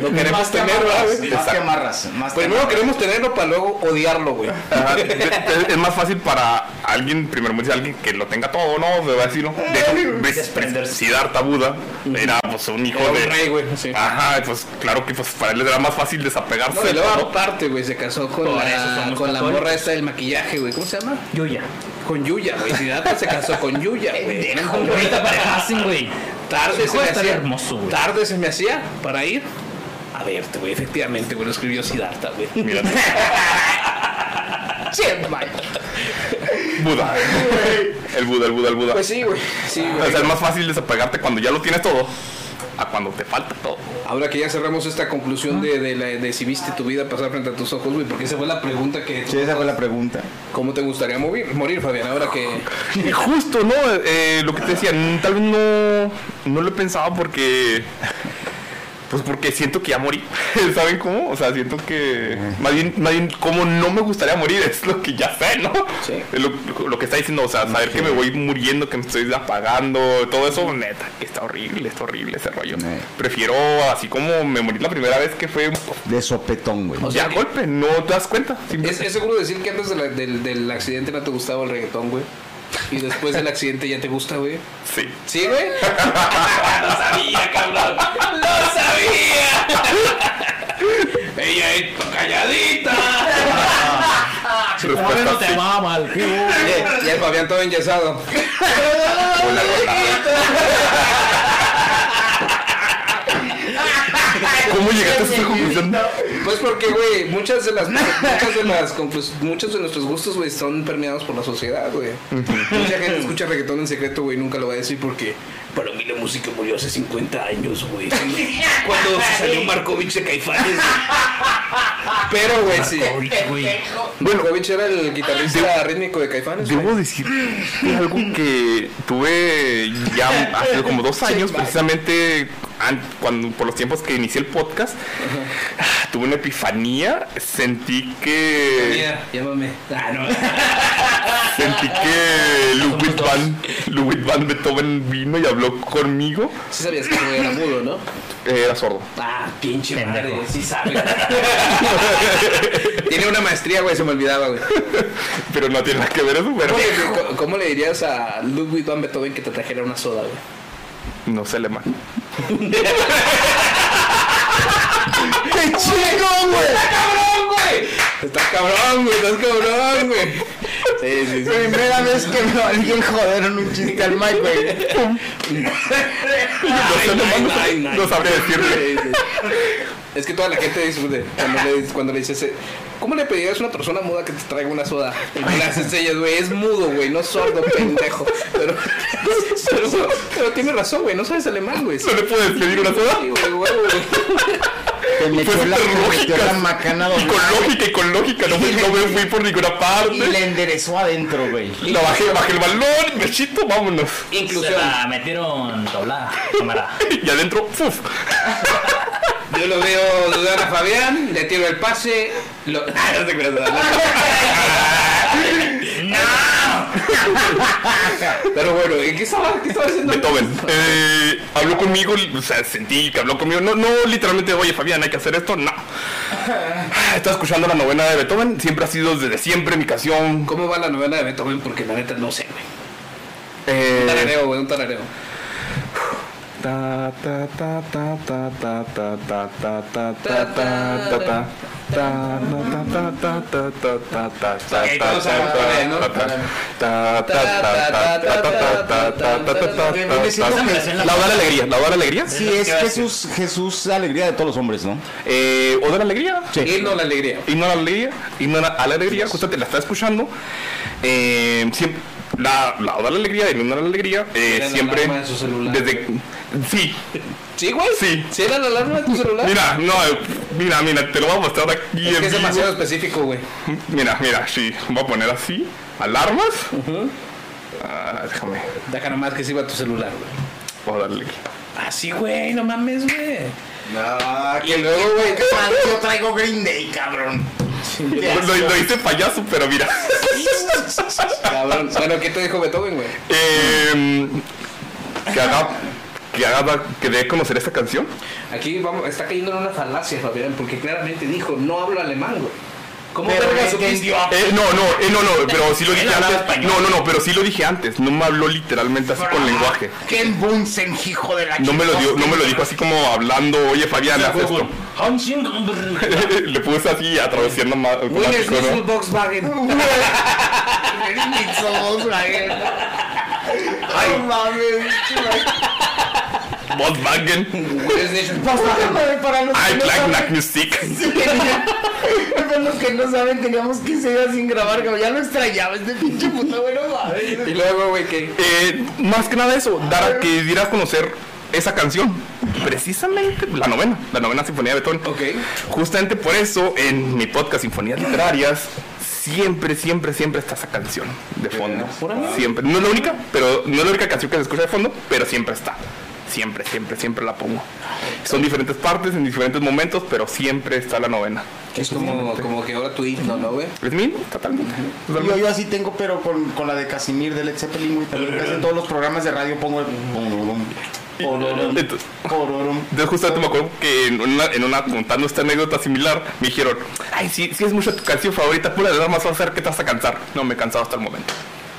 S3: Lo queremos tener, güey.
S1: Más que
S2: Exacto.
S1: amarras. Más que
S3: Primero
S1: amarras.
S3: queremos tenerlo para luego odiarlo, güey.
S4: Ah,
S2: Ajá, de- de- Es más fácil para alguien, primero dice alguien que lo tenga todo, ¿no? Me va a decir, ¿no? De- ves-
S4: Desprenderse.
S2: Siddhartha Buda era pues un hijo
S3: Era un
S2: de...
S3: rey, güey, sí.
S2: Ajá, pues claro que pues para él era más fácil desapegarse.
S3: No, y luego
S2: ¿no?
S3: aparte, güey, se casó con
S4: Por eso
S3: la,
S4: somos
S3: con la
S4: católicos.
S3: morra esta del maquillaje, güey. ¿Cómo se llama?
S4: Yo ya.
S3: Con Yuya, güey. Siddhartha se casó con Yuya, güey.
S4: Ahorita pareja hacen, güey.
S3: Tarde se
S4: Hijo,
S3: me
S4: estaría
S3: hacía.
S4: hermoso, güey.
S3: Tarde se me hacía para ir a verte, güey. Efectivamente, güey, lo escribió Siddhartha, güey.
S2: Mira,
S3: Sí, vaya.
S2: Buda. El Buda, el Buda, el Buda.
S3: Pues sí, güey. Sí,
S2: O sea,
S3: güey.
S2: es más fácil desapegarte cuando ya lo tienes todo a cuando te falta todo.
S3: Ahora que ya cerramos esta conclusión de, de, la- de si viste tu vida pasar frente a tus ojos, güey, porque esa fue la pregunta que...
S1: Sí, esa fue la pregunta.
S3: ¿Cómo te gustaría morir, morir Fabián? Ahora que...
S2: Y justo, ¿no? Eh, lo que te decía, mm, tal vez no, no lo he pensado porque Pues porque siento que ya morí. ¿Saben cómo? O sea, siento que. Más bien, más bien, como no me gustaría morir, es lo que ya sé, ¿no?
S9: Sí.
S2: Es lo, lo que está diciendo, o sea, saber que me voy muriendo, que me estoy apagando, todo eso, neta, que está horrible, está horrible ese rollo.
S1: Eh.
S2: Prefiero, así como me morí la primera vez que fue.
S1: De sopetón, güey.
S2: ya
S9: eh,
S2: golpe, no te das cuenta. Simple-
S3: ¿Es, es seguro decir que antes de la- del, del accidente no te gustaba el reggaetón, güey. Y después del accidente ya te gusta, güey.
S2: Sí.
S3: ¿Sí, güey?
S9: ¡Lo sabía, cabrón! ¡Lo sabía! ¡Ella es calladita!
S2: Respuesta sí.
S3: Y el Fabián todo enyesado.
S2: Hola, hola. ¿Cómo llegaste a esta conclusión?
S3: Pues porque, güey, muchas de las muchas de las conclus- muchos de nuestros gustos, güey, son permeados por la sociedad, güey. Mucha gente escucha reggaetón en secreto, güey, nunca lo va a decir porque
S9: Para mí la música murió hace 50 años, güey. Cuando salió Markovich de Caifanes.
S3: Pero, güey, sí. Bueno, Jovich era el guitarrista rítmico de Caifanes. güey.
S2: Debo decir que algo que tuve ya hace como dos años, precisamente an- cuando por los tiempos que inicié el podcast, tuve una epifanía. Sentí que
S3: Mira, llámame. Ah, no.
S2: sentí que Ludwig van Ludwig van Beethoven vino y habló conmigo. Eh,
S3: Sí sabías que güey, era mudo, ¿no?
S2: Era sordo.
S3: Ah, pinche madre, sí sabe. Tiene una maestría, güey, se me olvidaba, güey.
S2: Pero no tiene nada que ver eso, pero
S3: Oye, ¿cómo- ¿Cómo le dirías a Ludwig van Beethoven que te trajera una soda, güey?
S2: no sé alemán.
S3: ¡Qué chido, güey! ¡Está cabrón, güey! ¡Estás cabrón, güey! ¡Estás cabrón, güey! Sí, sí, sí.
S1: Primera vez que me alguien joderon un chiste al Mike, güey.
S2: No sé alemán, no sab- no sabría decirle.
S3: Sí, sí. Es que toda la gente disfrute cuando le, cuando le dices, eh, ¿cómo le pedirías a una persona muda que te traiga una soda? Y me la haces ella, güey, es mudo, güey, no sordo, pendejo. Pero, pero, pero tiene razón, güey, no sabes alemán, güey.
S2: No le puedes pedir una soda.
S3: Sí, güey, güey, güey.
S1: Te metió la,
S2: súper
S1: te metió la
S2: lógica.
S1: macana
S2: Y con
S1: doblada
S2: lógica y con lógica, no, me- no me fui por ninguna
S1: y
S2: parte.
S1: le enderezó adentro, güey.
S2: La bajé, bajé el balón, mechito, vámonos.
S4: Se
S3: Inclusión.
S4: la metieron doblada, cámara.
S2: Y adentro, ¡fuf!
S3: Yo lo veo dudar a Fabián, le tiro el pase. Lo... Ah, no te creas, no, no. Pero bueno, ¿y qué estaba, qué estaba haciendo?
S2: Beethoven. Eh, habló conmigo, o sea, sentí que habló conmigo. No, no, literalmente, oye, Fabián, hay que hacer esto. No. Estaba escuchando la novena de Beethoven. Siempre ha sido desde siempre mi canción.
S3: ¿Cómo va la novela de Beethoven? Porque la neta no sé, güey. Un
S2: Eh,
S3: tarareo, güey, un tarareo.
S2: ta, ta, ta, ta, ta, ta, ta, ta, ta, ta, ta, ta, ta, ta. Ta, ta, ta, ta, ta, ta, ta, ta, ta,
S3: Ok, vamos a
S2: ta,
S3: la novena, ¿no?
S2: ta, ta, ta, ta, ta, ta, ta, ta, ta, ta, ta, ta,
S1: Yo me siento
S2: ta, ta.
S1: que-
S2: La Oda de la Alegría, la Oda de la Alegría.
S1: Sí, es Jesús, Jesús, la alegría de todos los hombres, ¿no?
S2: Eh, Oda de la Alegría.
S3: Himno a la alegría.
S2: Himno a la alegría, himno a la- a la alegría, justo te la está escuchando. Eh, siempre, la, la oda a la alegría, el himno a la alegría, eh,
S3: Era la
S2: siempre.
S3: alarma de su celular,
S2: desde, sí,
S3: ¿Sí, güey?
S2: Sí.
S3: ¿Sí era la alarma de tu celular?
S2: mira, no, eh, mira, mira, te lo voy a mostrar
S3: es
S2: aquí en
S3: que es
S2: vivo.
S3: demasiado específico, güey.
S2: Mira, mira, sí, voy a poner así, alarmas. Ah, déjame,
S3: Deja nomás que sirva tu celular, güey.
S2: voy a darle aquí.
S3: Ah, sí, güey, no mames, güey.
S1: y luego, güey, yo traigo Green Day, cabrón.
S2: Lo, lo hice payaso, pero mira.
S3: Cabrón. Bueno, ¿qué te dijo Beethoven, güey?
S2: Eh, que haga, que haga, que dé a conocer esta canción.
S3: Aquí vamos, está cayendo en una falacia, Fabián, porque claramente dijo, no hablo alemán, güey. ¿Cómo
S1: Pero
S3: verga supiste?
S1: entendió.
S2: Eh, no, no, eh, no, no, pero sí lo dije
S4: Él hablaba
S2: antes.
S4: español.
S2: No, no, no, pero sí lo dije antes. No me habló literalmente así con lenguaje.
S1: Ken Bunsen, hijo de la
S2: No me lo dio, no me lo dijo así como hablando, oye Fabián, haz esto. Le puse así a traduciendo más.
S3: Winners,
S2: automático, ¿no?
S3: Diesel, Volkswagen.
S1: Ay, mames.
S2: Volkswagen,
S3: Winners, Diesel.
S1: Para los
S2: I
S1: que no
S2: like
S1: saben-
S2: Mac Music.
S1: Para los que no saben, teníamos 15 días sin grabar, cabrón. Ya lo extrañaba este pinche puto, bueno, mames.
S3: Y luego, güey, que
S2: Eh, más que nada eso, dar a que diera a conocer esa canción. Precisamente la novena, la novena sinfonía de Beethoven.
S3: Ok.
S2: Justamente por eso, en mi podcast Sinfonías Literarias, siempre, siempre, siempre está esa canción de fondo. Siempre. No es la única, pero no es la única canción que se escucha de fondo, pero siempre está. Siempre, siempre, siempre la pongo. Son diferentes partes en diferentes momentos, pero siempre está la novena.
S3: Es como, como que ahora tu himno, ¿no, güey?
S2: ¿Es mío? Totalmente.
S1: Yo, yo así tengo, pero con, con la de Casimir de Led Zeppelin, güey. También casi en todos los programas de radio pongo el. pororum, pororum,
S2: Entonces-
S1: pororum.
S2: Entonces justamente me acuerdo que en una, en una- contando esta anécdota similar, me dijeron, ay, si, si es mucho tu canción favorita, pura nada más vas a hacer que te vas a cansar. No me he cansado hasta el momento.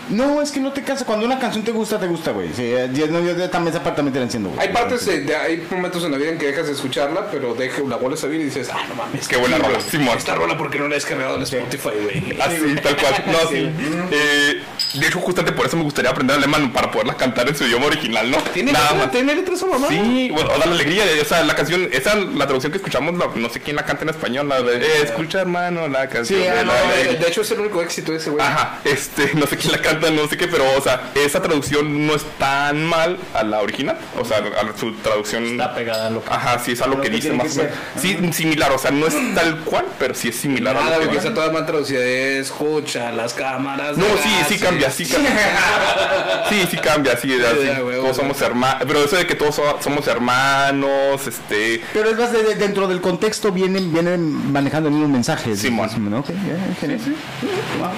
S1: No, es que no te cansa. Cuando una canción te gusta, te gusta, güey. Sí, eh, yo, no, yo de- también esa parte también te la enciendo, güey.
S3: Hay partes, eh, de- hay momentos en la vida en que dejas de escucharla, pero deja, la vuelves a oír y dices, ah, no mames.
S2: Qué buena rola, Simón.
S9: Esta rola porque no la he descargado en Spotify, güey.
S2: Así, Ah, tal cual. No, sí. Eh, de hecho, justamente por eso me gustaría aprender alemán, para poderlas cantar en su idioma original, ¿no?
S3: ¿Tiene
S2: Nada
S3: letra?
S2: más.
S3: ¿Tiene letra esa mamá?
S2: Sí, bueno, o da la alegría, de- o sea, la canción, esa, la traducción que escuchamos, la- no sé quién la canta en español, la de, eh, escucha hermano, la canción
S3: Sí,
S2: de
S3: ah,
S2: la
S3: no, de,
S2: alegría".
S3: de hecho es el único éxito de ese güey.
S2: Ajá, este, no sé quién la canta, no sé qué, pero, o sea, esa traducción no es tan mal a la original, o sea, a la- su traducción...
S4: Está pegada lo
S2: Ajá, sí, es a lo que, dice
S1: tiene
S2: más
S1: que
S2: o menos. Sí, similar, o sea, no es tal cual, pero sí es similar a
S3: Nada,
S2: lo
S3: güey, que
S2: que va.
S3: está toda mal traducida. Es
S9: Escucha las cámaras.
S2: No,
S9: de
S2: sí,
S9: gas,
S2: sí cambia, sí cambia. Sí, sí cambia, sí, así,
S3: ya, güey,
S2: todos
S3: güey.
S2: somos hermanos, pero eso de que todos so- somos hermanos, este,
S1: Pero es más de- de- dentro del contexto vienen, vienen manejando el mismo mensaje.
S2: Simón.
S1: ¿no? Ok, ya, genial.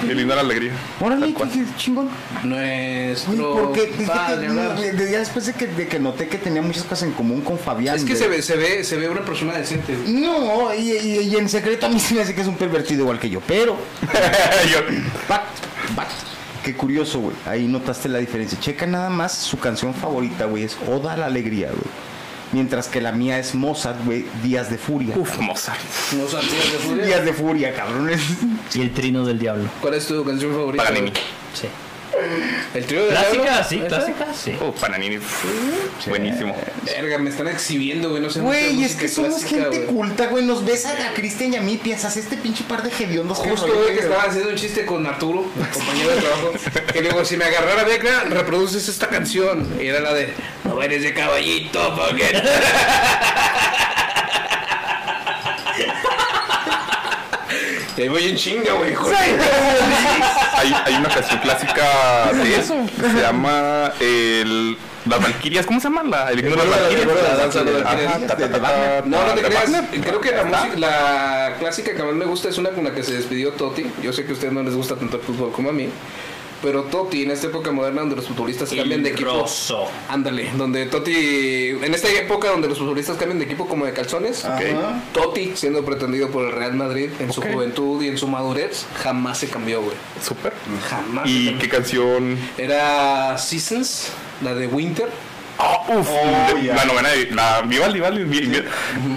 S2: qué linda la alegría.
S1: Órale,
S2: Tal cual.
S1: qué- qué chingón. Oye,
S3: nuestro
S1: porque es que
S3: padre,
S1: te-
S3: ¿verdad?
S1: de- de- ya después de que, de que noté que tenía muchas cosas en común con Fabián.
S3: Es que
S1: de-
S3: se ve, se ve, se ve una persona decente, güey.
S1: No, y, y- y en secreto a mí se me hace que es un pervertido igual que yo, pero...
S2: Yo-
S1: Bat, bat. Qué curioso, güey. Ahí notaste la diferencia. Checa nada más su canción favorita, güey. Es Oda a la Alegría, güey. Mientras que la mía es Mozart, güey. Días de Furia.
S2: Uf, Mozart.
S3: No sabías de furia.
S1: Días de Furia, cabrones.
S4: Y el trino del diablo.
S3: ¿Cuál es tu canción favorita?
S2: Paganini.
S3: güey?
S4: Sí.
S3: El trío de
S4: Clásica,
S3: Diablo?
S4: sí,
S3: ¿Esa?
S4: clásica, sí.
S2: Uf, Pananini. Buenísimo.
S3: Verga, me están exhibiendo, güey. No sé mucho de
S1: Güey, es
S3: música
S1: que somos
S3: clásica,
S1: gente
S3: güey.
S1: culta, güey. Nos ves a, a Cristian y a mí, piensas, este pinche par de hediondos que
S3: Justo,
S1: rollo,
S3: güey, que
S1: güey.
S3: estaba haciendo un chiste con Arturo, mi compañero de trabajo, que le digo, si me agarrara Vecna, reproduces esta canción. Y era la de,
S9: No eres de caballito, porque.
S3: y ahí voy en chinga, güey, joder.
S2: Hay, hay una canción clásica de eso que se llama el, Las Valquirias, ¿cómo se llama? La, el himno de las Valquirias.
S3: la danza de las Valquirias.
S2: Ajá, ta, ta, ta, ta,
S3: No, no te
S2: ta,
S3: creas.
S2: Wagner.
S3: Creo que la,
S2: Ajá.
S3: música, la clásica que más me gusta es una con la que se despidió Totti. Yo sé que a ustedes no les gusta tanto el fútbol como a mí. Pero Totti, en esta época moderna donde los futbolistas cambian de equipo.
S4: Rosso.
S3: Ándale, donde Totti, en esta época donde los futbolistas cambian de equipo como de calzones,
S1: Ajá.
S3: Totti, siendo pretendido por el Real Madrid en su
S2: Ok.
S3: juventud y en su madurez, jamás se cambió, güey.
S2: Súper.
S3: Jamás. se
S2: ¿Y
S3: cambió.
S2: qué canción?
S3: Era Seasons, la de Winter.
S2: Ah, uf,
S1: Oh,
S2: de-
S1: ya.
S2: La novena de la Vivaldi, Vivaldi, Vi- Vi-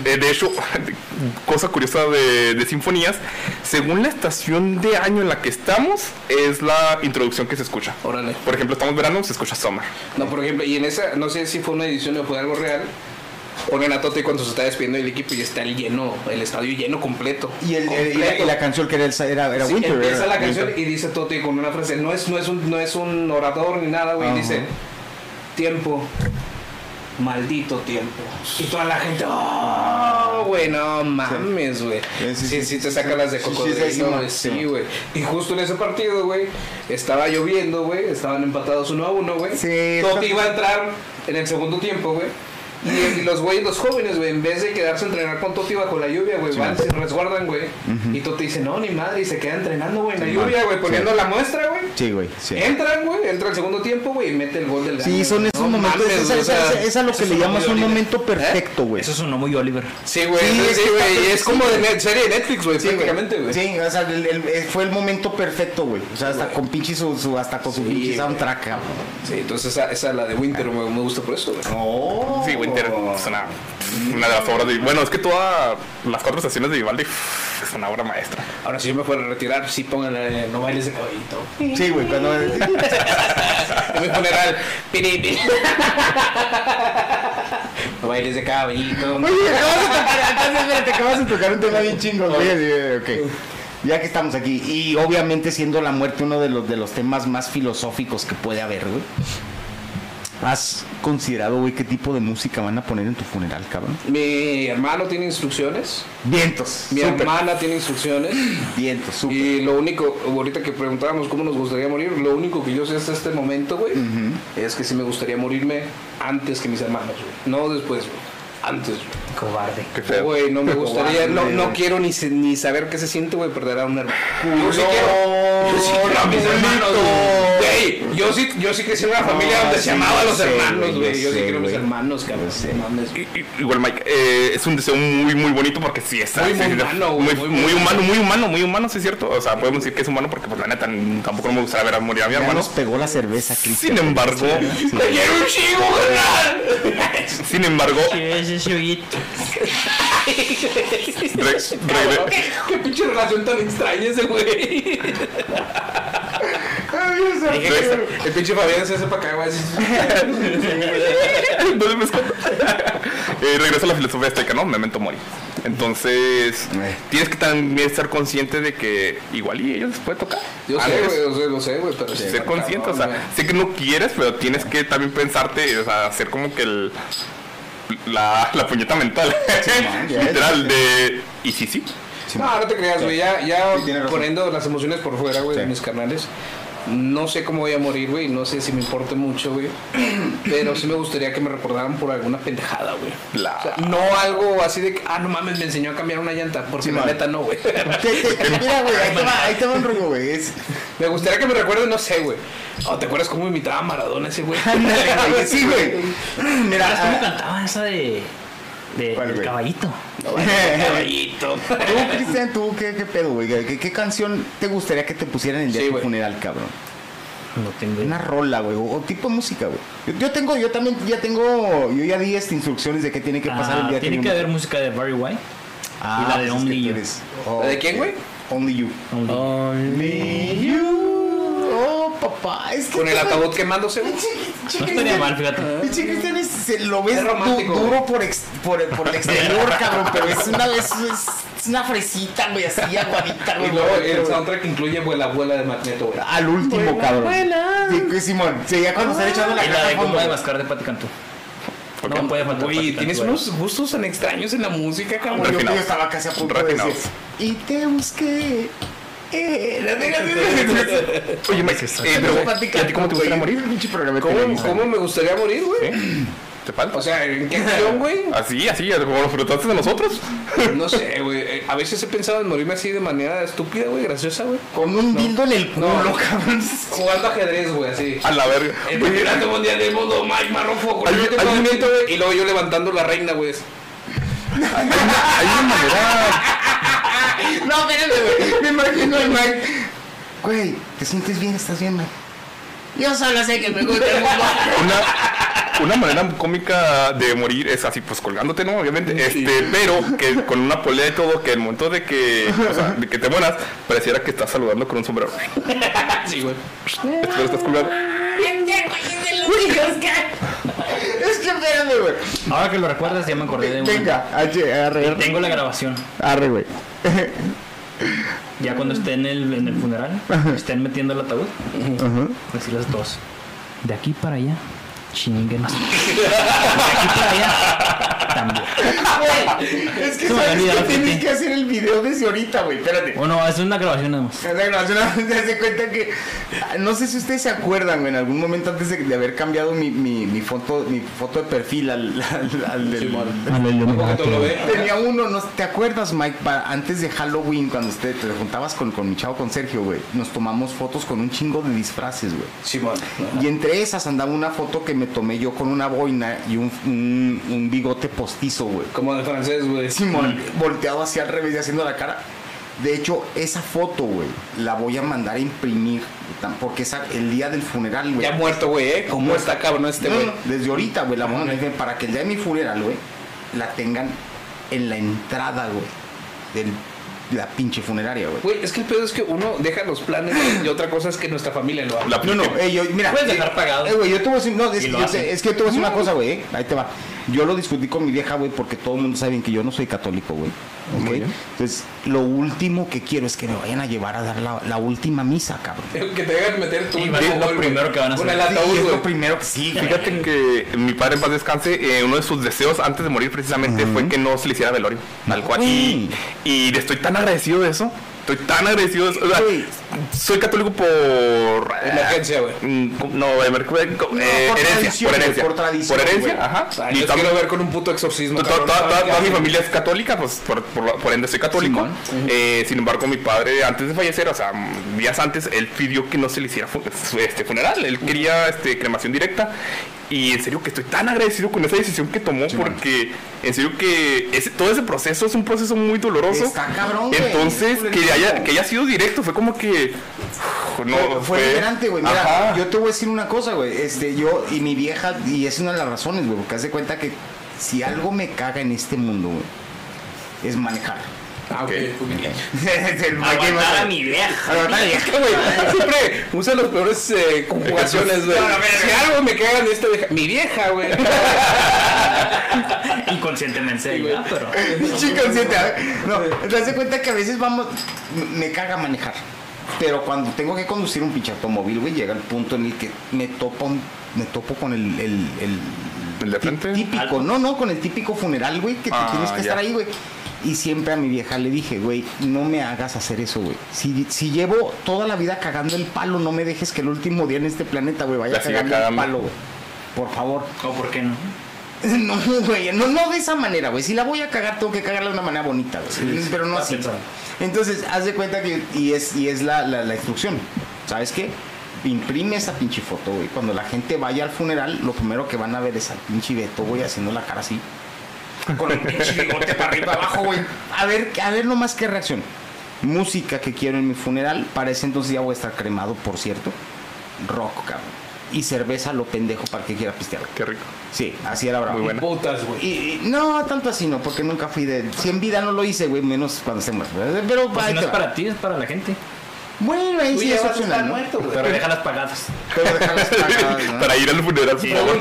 S2: Eh, de hecho, cosa curiosa de, de sinfonías, según la estación de año en la que estamos, es la introducción que se escucha.
S3: Órale.
S2: Por ejemplo, estamos verano, se escucha Summer.
S3: No, por ejemplo, y en esa, no sé si fue una edición o fue algo real. Ponen a Totti cuando se está despidiendo del equipo y está el lleno, el estadio lleno completo.
S1: Y, el- el- y la, y la canción que era, el sa- era, era
S3: Sí,
S1: Winter.
S3: empieza
S1: era
S3: la canción
S1: Winter.
S3: y dice Totti con una frase, no es, no es, un, no es un orador ni nada, güey,
S1: Ajá.
S3: dice, tiempo, maldito tiempo. Y toda la gente, oh, güey, no mames, güey. Sí,
S1: Sí, sí,
S3: sí,
S1: sí,
S3: te
S1: sí,
S3: saca
S1: sí.
S3: las de
S1: Sí, sí,
S3: cocodrilo,
S1: sí, sí,
S3: güey,
S1: sí.
S3: sí, güey. Y justo en ese partido, güey, estaba lloviendo, güey, estaban empatados uno a uno, güey.
S1: Sí,
S3: Totti
S1: está-
S3: iba a entrar en el segundo tiempo, güey. Y, y los güeyes, los jóvenes, güey, en vez de quedarse a entrenar con Toti bajo la lluvia, güey, van, se resguardan, güey. Y Toti dice, no, ni madre, y se queda entrenando, güey, en la lluvia, güey, poniendo la muestra, güey.
S1: Sí, güey. Sí.
S3: Entran, güey, entra el segundo tiempo, güey, y mete el gol del
S1: Sí, son esos momentos. esa, esa- esa- esa es lo que le llamas un momento
S3: ¿Eh?
S1: perfecto, güey.
S4: Eso sonó muy Oliver.
S3: Sí, güey,
S1: Sí,
S3: es,
S1: es que
S3: güey,
S1: está-
S3: es como de net- serie de Netflix, güey,
S1: Sí, güey.
S3: prácticamente, güey.
S1: Sí, o sea, el- el- el- fue el momento perfecto, güey. O sea, hasta con pinche su, su- hasta con su
S3: Sí,
S1: pinche
S3: güey.
S1: soundtrack, cabrón.
S3: Sí, entonces esa, esa la de Winter me, me gusta por eso, güey. Mm.
S1: Oh.
S2: Sí, Winter es una, una de las obras de Bueno, es que todas las cuatro estaciones de Vivaldi es una obra maestra.
S3: Ahora, si yo me fuera a retirar, sí pongan la de No bailes de caballito.
S1: Sí, güey, cuando
S3: En mi funeral, piri, piri. No bailes de caballito.
S1: Oye, acabas de tocar, acabas- espérate, acabas de tocar un tema bien chingo, güey. Así, eh, ok. Ya que estamos aquí, y obviamente siendo la muerte uno de los, de los temas más filosóficos que puede haber, güey. ¿Has considerado, güey, qué tipo de música van a poner en tu funeral, cabrón?
S3: Mi hermano tiene instrucciones,
S1: Vientos.
S3: mi
S1: súper.
S3: hermana tiene instrucciones
S1: Vientos, súper.
S3: y lo único, ahorita que preguntábamos cómo nos gustaría morir, lo único que yo sé hasta este momento, güey, es que sí me gustaría morirme antes que mis hermanos, güey, no después, güey. antes.
S10: Cobarde.
S2: Qué feo.
S3: Güey, no me
S2: Qué
S3: gustaría,
S2: cobarde,
S3: no, no
S2: güey.
S3: quiero ni, se- ni saber qué se siente, güey, perder a un hermano.
S2: Yo sí quiero.
S3: Yo sí quiero a mis
S2: Culito.
S3: hermanos, güey. Güey, yo sí, yo sí crecí en una familia donde se amaba a los hermanos, güey. Yo sí quiero a mis hermanos, cabrón. no mames.
S2: I- i- Igual, Mike, eh, es un deseo muy, muy bonito porque sí es
S3: Muy
S2: sí, sí,
S3: humano,
S2: muy,
S3: güey, muy
S2: muy
S3: humano.
S2: humano, muy humano, muy humano, sí es cierto. O sea, podemos decir que es humano porque, pues, la neta, n- tampoco no me gustaría ver a morir a mi
S1: Ya
S2: hermano.
S1: nos pegó la cerveza, Cristian.
S2: Sin embargo,
S9: ¡Te quiero un chingo, carnal!
S2: sin embargo, re- regre-
S3: Qué pinche relación tan extraña ese, güey.
S2: regre-
S3: El pinche Fabián se hace para acá, güey. así.
S2: No se me esconda. Eh, regreso a la filosofía estoica, ¿no? Memento mori. Entonces,
S1: Eh.
S2: tienes que también estar consciente de que igual y ellos les puede tocar.
S3: Yo
S2: A
S3: sé,
S2: veces.
S3: güey, yo sé, lo sé, güey, pero
S2: ser consciente, o
S3: güey.
S2: sea, sé que no quieres, pero tienes que también pensarte, o sea, hacer como que el la, la puñeta mental.
S1: ya es.
S2: Literal, de. Y sí, sí.
S3: No, no te creas, güey. Ya, ya
S1: Sí, tiene razón.
S3: poniendo las emociones por fuera, güey, de mis carnales. No sé cómo voy a morir, güey. No sé si me importa mucho, güey. Pero sí me gustaría que me recordaran por alguna pendejada, güey.
S2: La-
S3: O sea, no algo así de que, ah, no mames, me enseñó a cambiar una llanta. Porque la
S1: man.
S3: neta no, güey.
S1: Te- te- te- Mira, güey, ahí te va- ahí te va un rollo, güey. Es-
S3: me gustaría que me recuerden, no sé, güey. Oh, ¿te acuerdas cómo imitaba a Maradona ese, güey?
S1: Ándale, güey, Sí, güey.
S10: ¿Sabes cómo
S1: Mira, ah,
S10: cantaba esa de. de
S1: ¿Cuál,
S10: del
S1: güey?
S10: caballito?
S9: Caballito.
S1: tú, Cristian, tú, ¿qué, qué pedo, güey? ¿Qué, qué canción te gustaría que te pusieran el día
S3: Sí,
S1: de tu
S3: güey.
S1: funeral, cabrón?
S10: No tengo.
S1: Una rola, güey, o, o tipo de música, güey. Yo, yo tengo, yo también, ya tengo, yo ya di este, instrucciones de qué tiene que pasar el
S10: Ah,
S1: día
S10: tiene
S1: mi-
S10: que haber música de Barry White.
S1: Ah,
S10: y la de
S1: pues es
S10: Only
S1: que tú
S10: You.
S1: eres- oh,
S3: ¿La de quién, güey?
S1: Only You.
S10: Only.
S1: Only You. Oh, papá, es que...
S3: Con el
S1: todo-
S3: ataúd quemándose, güey.
S10: No estaría mal, fíjate.
S1: Pinche Cristian es- se lo ves
S3: Es romántico,
S1: du- duro
S3: güey.
S1: por, ex- por, por el exterior, cabrón, pero es una vez es, es una fresita, güey, así aguadita,
S3: Y
S1: güey.
S3: luego
S1: pero-
S3: el soundtrack incluye, güey, la abuela de Magneto, güey.
S1: al último, cabrón. Sí, que Simón, sí, ya cuando están echando la
S10: Y la
S1: caja
S10: de
S1: a fondo,
S10: Goma de
S1: güey.
S10: Mascar de Paticantú. No puede faltar.
S3: Güey,
S10: Paticantú,
S3: tienes
S10: güey.
S3: unos gustos tan extraños en la música, cabrón.
S1: Yo- Yo
S2: Refinado.
S1: estaba casi a punto de
S2: Refinado.
S1: decir. Y te busqué. Eh, la de
S2: Oye, Mike, eh, pero, ¿y a ti cómo te gustaría morir?
S1: Pinche programa de
S3: ¿Cómo,
S1: Televisa.
S3: ¿Cómo me gustaría morir,
S2: ¿Eh?
S3: güey?
S2: ¿Te falta?
S3: ¿Eh? O sea, ¿en qué acción, güey?
S2: así, así, como lo frutaste de nosotros.
S3: No sé, güey. Eh, A veces he pensado en morirme así de manera estúpida, güey, graciosa, güey.
S1: Con un dildo en el culo,
S3: No.
S1: cabrón.
S3: Jugando ajedrez, güey, así.
S2: A la verga.
S3: El campeonato mundial del mundo, Mike Marrofo, con
S2: Hay-
S3: el
S2: hay un-
S3: movimiento, güey. Y luego yo levantando la reina, güey.
S2: Hay una manera.
S1: No, espérate, güey. Me imagino al Mike. Güey, ¿te sientes bien? ¿Estás bien, Mike? Yo solo sé que me gusta el mundo.
S2: Una, una manera cómica de morir es así, pues colgándote, ¿no? Obviamente. Este, pero que con una polea y todo, que el momento de que, o sea, de que te mueras, pareciera que estás saludando con un sombrero.
S3: Sí, güey.
S2: Pero estás colgando.
S1: Es que espérame, güey.
S10: Ahora que lo recuerdas, ya me acordé de una.
S1: Venga, H, arre, arre.
S10: Tengo la grabación.
S1: Arre, güey.
S10: Ya cuando esté en el, en el funeral, estén metiendo el ataúd. Así las dos. De aquí para allá, chinguen. De aquí para allá, también.
S1: Es que
S10: Se me
S1: sabes
S10: olvidó
S1: que
S10: la
S1: tienes
S10: gente.
S1: que hacer el video desde ahorita, güey. Espérate.
S10: Bueno, es una grabación nada más.
S1: Esa grabación se hace cuenta que ah, no sé si ustedes se acuerdan güey, en algún momento antes de, de haber cambiado mi, mi, mi foto mi foto de perfil al, al, al del-
S3: Porque todo lo ve.
S1: tenía uno no te acuerdas Mike Pa- antes de Halloween cuando usted te juntabas con, con mi chavo con Sergio güey nos tomamos fotos con un chingo de disfraces güey
S3: Simón.
S1: y entre esas andaba una foto que me tomé yo con una boina y un, un, un bigote postizo güey
S3: Como de francés, güey.
S1: Simón, volteado hacia al revés y haciendo la cara. De hecho, esa foto, güey, la voy a mandar a imprimir. tan- Porque es el día del funeral, güey.
S3: Ya muerto, güey, ¿eh? ¿Cómo está cabrón este,
S1: No,
S3: güey?
S1: no, desde ahorita, güey, la voy a mandar a imprimir para que el día de mi funeral, güey, la tengan en la entrada, güey, del- de la pinche funeraria, güey.
S3: Güey, es que el pedo es que uno deja los planes güey, y otra cosa es que nuestra familia lo haga.
S2: La
S1: No, no, eh, yo, mira.
S10: Puedes dejar pagado.
S1: Eh, güey, yo te voy a decir, no, es,
S10: Y
S1: que
S10: lo
S1: yo
S10: hacen.
S1: te- es que yo te voy a decir una cosa, güey, eh, ahí te va. Yo lo discutí con mi vieja, güey, porque todo el mundo sabe que yo no soy católico, güey. ¿ok? Entonces, lo último que quiero es que me vayan a llevar a dar la, la última misa, cabrón.
S3: Que te dejan meter tú.
S10: Y va a ser lo primero que van a hacer.
S3: Una
S1: Sí,
S3: lata,
S1: es
S3: güey.
S1: lo primero que sí, güey.
S2: eh, Fíjate que mi padre en paz descanse, eh, uno de sus deseos antes de morir precisamente fue que no se le hiciera velorio, tal cual. Y, y le estoy tan agradecido de eso. Estoy tan agradecido de eso. O sea,
S1: Güey.
S2: soy católico por.
S3: Emergencia, güey.
S2: Mm, No, emer- co- eh,
S1: por
S2: herencia,
S1: tradición,
S2: por herencia.
S1: por tradición,
S2: Por herencia,
S1: güey.
S2: ajá.
S3: Ay,
S2: Y
S3: yo
S2: también-
S3: quiero ver con un puto exorcismo.
S2: to- to-
S3: cabrón.
S2: toda, toda- toda mi familia es católica, pues por, por- por ende soy católico. Eh, sin embargo, mi padre, antes de fallecer, o sea, mm, días antes, él pidió que no se le hiciera fu- su- este funeral. Él quería este, cremación directa. Y en serio que estoy tan agradecido con esa decisión que tomó, porque en serio que ese- todo ese proceso es un proceso muy doloroso.
S1: Está cabrón, güey.
S2: Entonces,
S1: Culerísimo.
S2: que haya, que haya sido directo fue como que. uf, No,
S1: Fue- fue liberante, güey. Mira,
S2: Ajá.
S1: yo te voy a decir una cosa, güey. Este, yo y mi vieja, y es una de las razones, güey, porque haz de cuenta que si algo me caga en este mundo, güey, es manejar.
S3: Ah, ok.
S1: Es
S10: Eh. Aguantar a
S1: el manejar.
S10: mi vieja.
S1: Aguantar a mi vieja, güey.
S3: Siempre usa las peores eh, conjugaciones, güey.
S10: No, no, espera,
S3: Si algo me cagan de esta vieja. Mi vieja, güey.
S10: Inconscientemente, ¿verdad? Pero.
S1: Pinche inconsciente, a ver. No, te das de cuenta que a veces vamos. Me caga manejar. Pero cuando tengo que conducir un pinche automóvil, güey, llega el punto en el que me topo, un- me topo con el, el- el-
S2: ¿El de frente?
S1: típico, no, no, con el típico funeral, güey, que
S2: Ah,
S1: te tienes que
S2: ya.
S1: estar ahí, güey. Y siempre a mi vieja le dije, güey, no me hagas hacer eso, güey. Si, si llevo toda la vida cagando el palo, no me dejes que el último día en este planeta, güey, vaya
S2: La siga
S1: cagando el
S2: cagando.
S1: palo, güey. Por favor.
S10: ¿O por qué no?
S1: No, güey, no, no de esa manera, güey. Si la voy a cagar, tengo que cagarla de una manera bonita, güey. pero no
S10: está
S1: así.
S10: pensado.
S1: Entonces, haz de cuenta que, y es, y es la, la- la instrucción, ¿sabes qué? Imprime esa pinche foto, güey. Cuando la gente vaya al funeral, lo primero que van a ver es al pinche Beto, güey, haciendo la cara así. Con el pinche bigote para arriba, abajo, güey. A ver, a ver nomás qué reacción. Música que quiero en mi funeral. Para ese entonces ya voy a estar cremado, por cierto. Rock, cabrón. Y cerveza lo pendejo para que quiera pistear.
S2: Qué rico.
S1: Sí, así era bravo.
S2: Muy buena.
S3: Putas, güey.
S1: Y, y- no, tanto así no, porque nunca fui de. Si en vida no lo hice, güey, menos cuando se muere. Pero
S10: Pues
S1: ahí
S10: si no
S1: te
S10: es
S1: va.
S10: para ti, es para la gente.
S1: Bueno, ahí sí es opcional, ¿no?
S10: Pero déjalas pagadas.
S1: Pero dejarlas
S3: Ah,
S1: pagadas, ¿no?
S2: Para ir al funeral, por favor.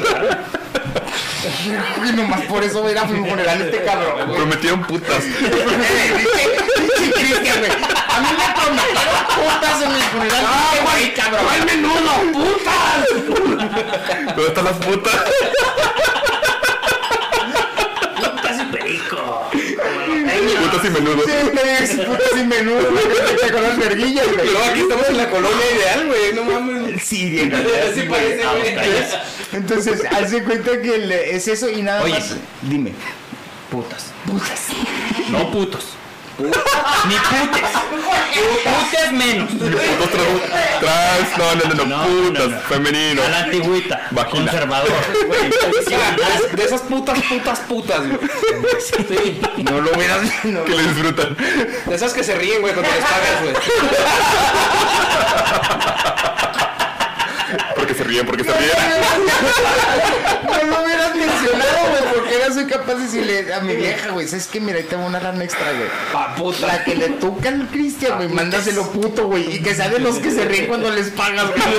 S1: Y nomás por eso voy a ir a un funeral este cabrón. güey.
S2: Prometieron putas.
S1: Eh, dice- dice Cristian, güey. A mí me prometieron putas en mi funeral. Dije, güey, cabrón!
S2: ¡Al menudo, putas! ¿Dónde están las putas?
S10: Casi perico.
S2: Putas y menudo.
S1: Sí, güey, putas y menudo, güey, que te coló el verguillo, güey.
S3: Pero aquí estamos en la colonia ideal, güey. No mames.
S1: Sí, bien.
S3: Así parece, güey.
S1: Entonces, hace cuenta que el- es eso y nada
S10: Oye.
S1: más. Dime.
S10: Putas.
S1: Putas.
S10: No putos. Ni putes. Putes menos.
S2: Putos trans. trans. No, no, no, no.
S10: No, no,
S2: putas.
S10: no.
S2: Femenino.
S10: A la antigüita.
S2: Vagina.
S10: Conservador.
S3: De esas putas, putas, putas, güey. Sí.
S1: No lo hubieras. no.
S2: Que le disfrutan.
S3: De esas que se ríen, güey, cuando les pagas, güey.
S2: Porque se ríen, porque se ríen.
S1: No lo hubieras mencionado, güey, porque no soy capaz de decirle a mi vieja, güey, es que mira, ahí tengo una lana extra, güey.
S3: Pa puta.
S1: La que le toca al Cristian, güey, mándaselo puto, güey, y que sea de los que se ríen cuando les pagas, güey.
S2: No, no, no.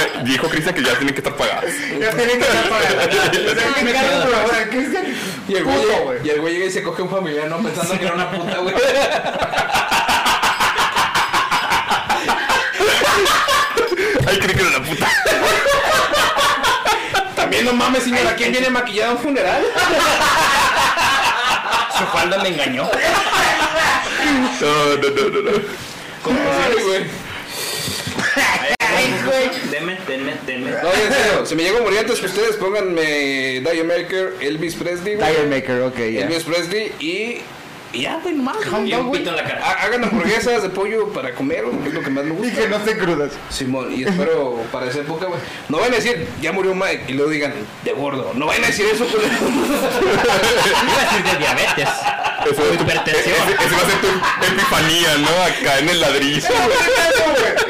S2: eh, Dijo Cristian que ya tienen que estar pagadas.
S1: Ya tienen que estar pagadas. O sea, que Carlos, pero, o sea, Cristian,
S3: Y el güey,
S1: puto, güey. eh,
S3: y el güey llega y se coge un familiar, no pensando que era una puta, güey.
S2: Ay, creí que era la puta.
S3: También no mames, señora, ¿quién viene maquillado a un funeral?
S10: Su falda me engañó.
S2: No, no, no, no. no.
S3: Ay, güey.
S1: Ay, güey.
S10: Deme, denme, denme.
S3: No, en serio, si me llego a morir antes que ustedes, pónganme Dio Maker, Elvis Presley, güey.
S1: Tire Maker, ok, ya.
S3: Elvis Presley y. y ya, güey, nomás.
S10: Y un pito en la cara.
S3: Ha- Hagan hamburguesas de pollo para comer, güey, que es lo que más me
S1: Y
S3: gusta.
S1: que no se crudas.
S3: Simón, y espero para esa época, güey. No van a decir, ya murió Mike, y luego digan, de gordo. No van a decir eso, pues, culero.
S10: Iba a decir de diabetes.
S2: Eso
S10: O
S2: es tu-
S10: hipertensión.
S2: Ese, ese va a ser tu epifanía, ¿no? Acá en el ladrillo.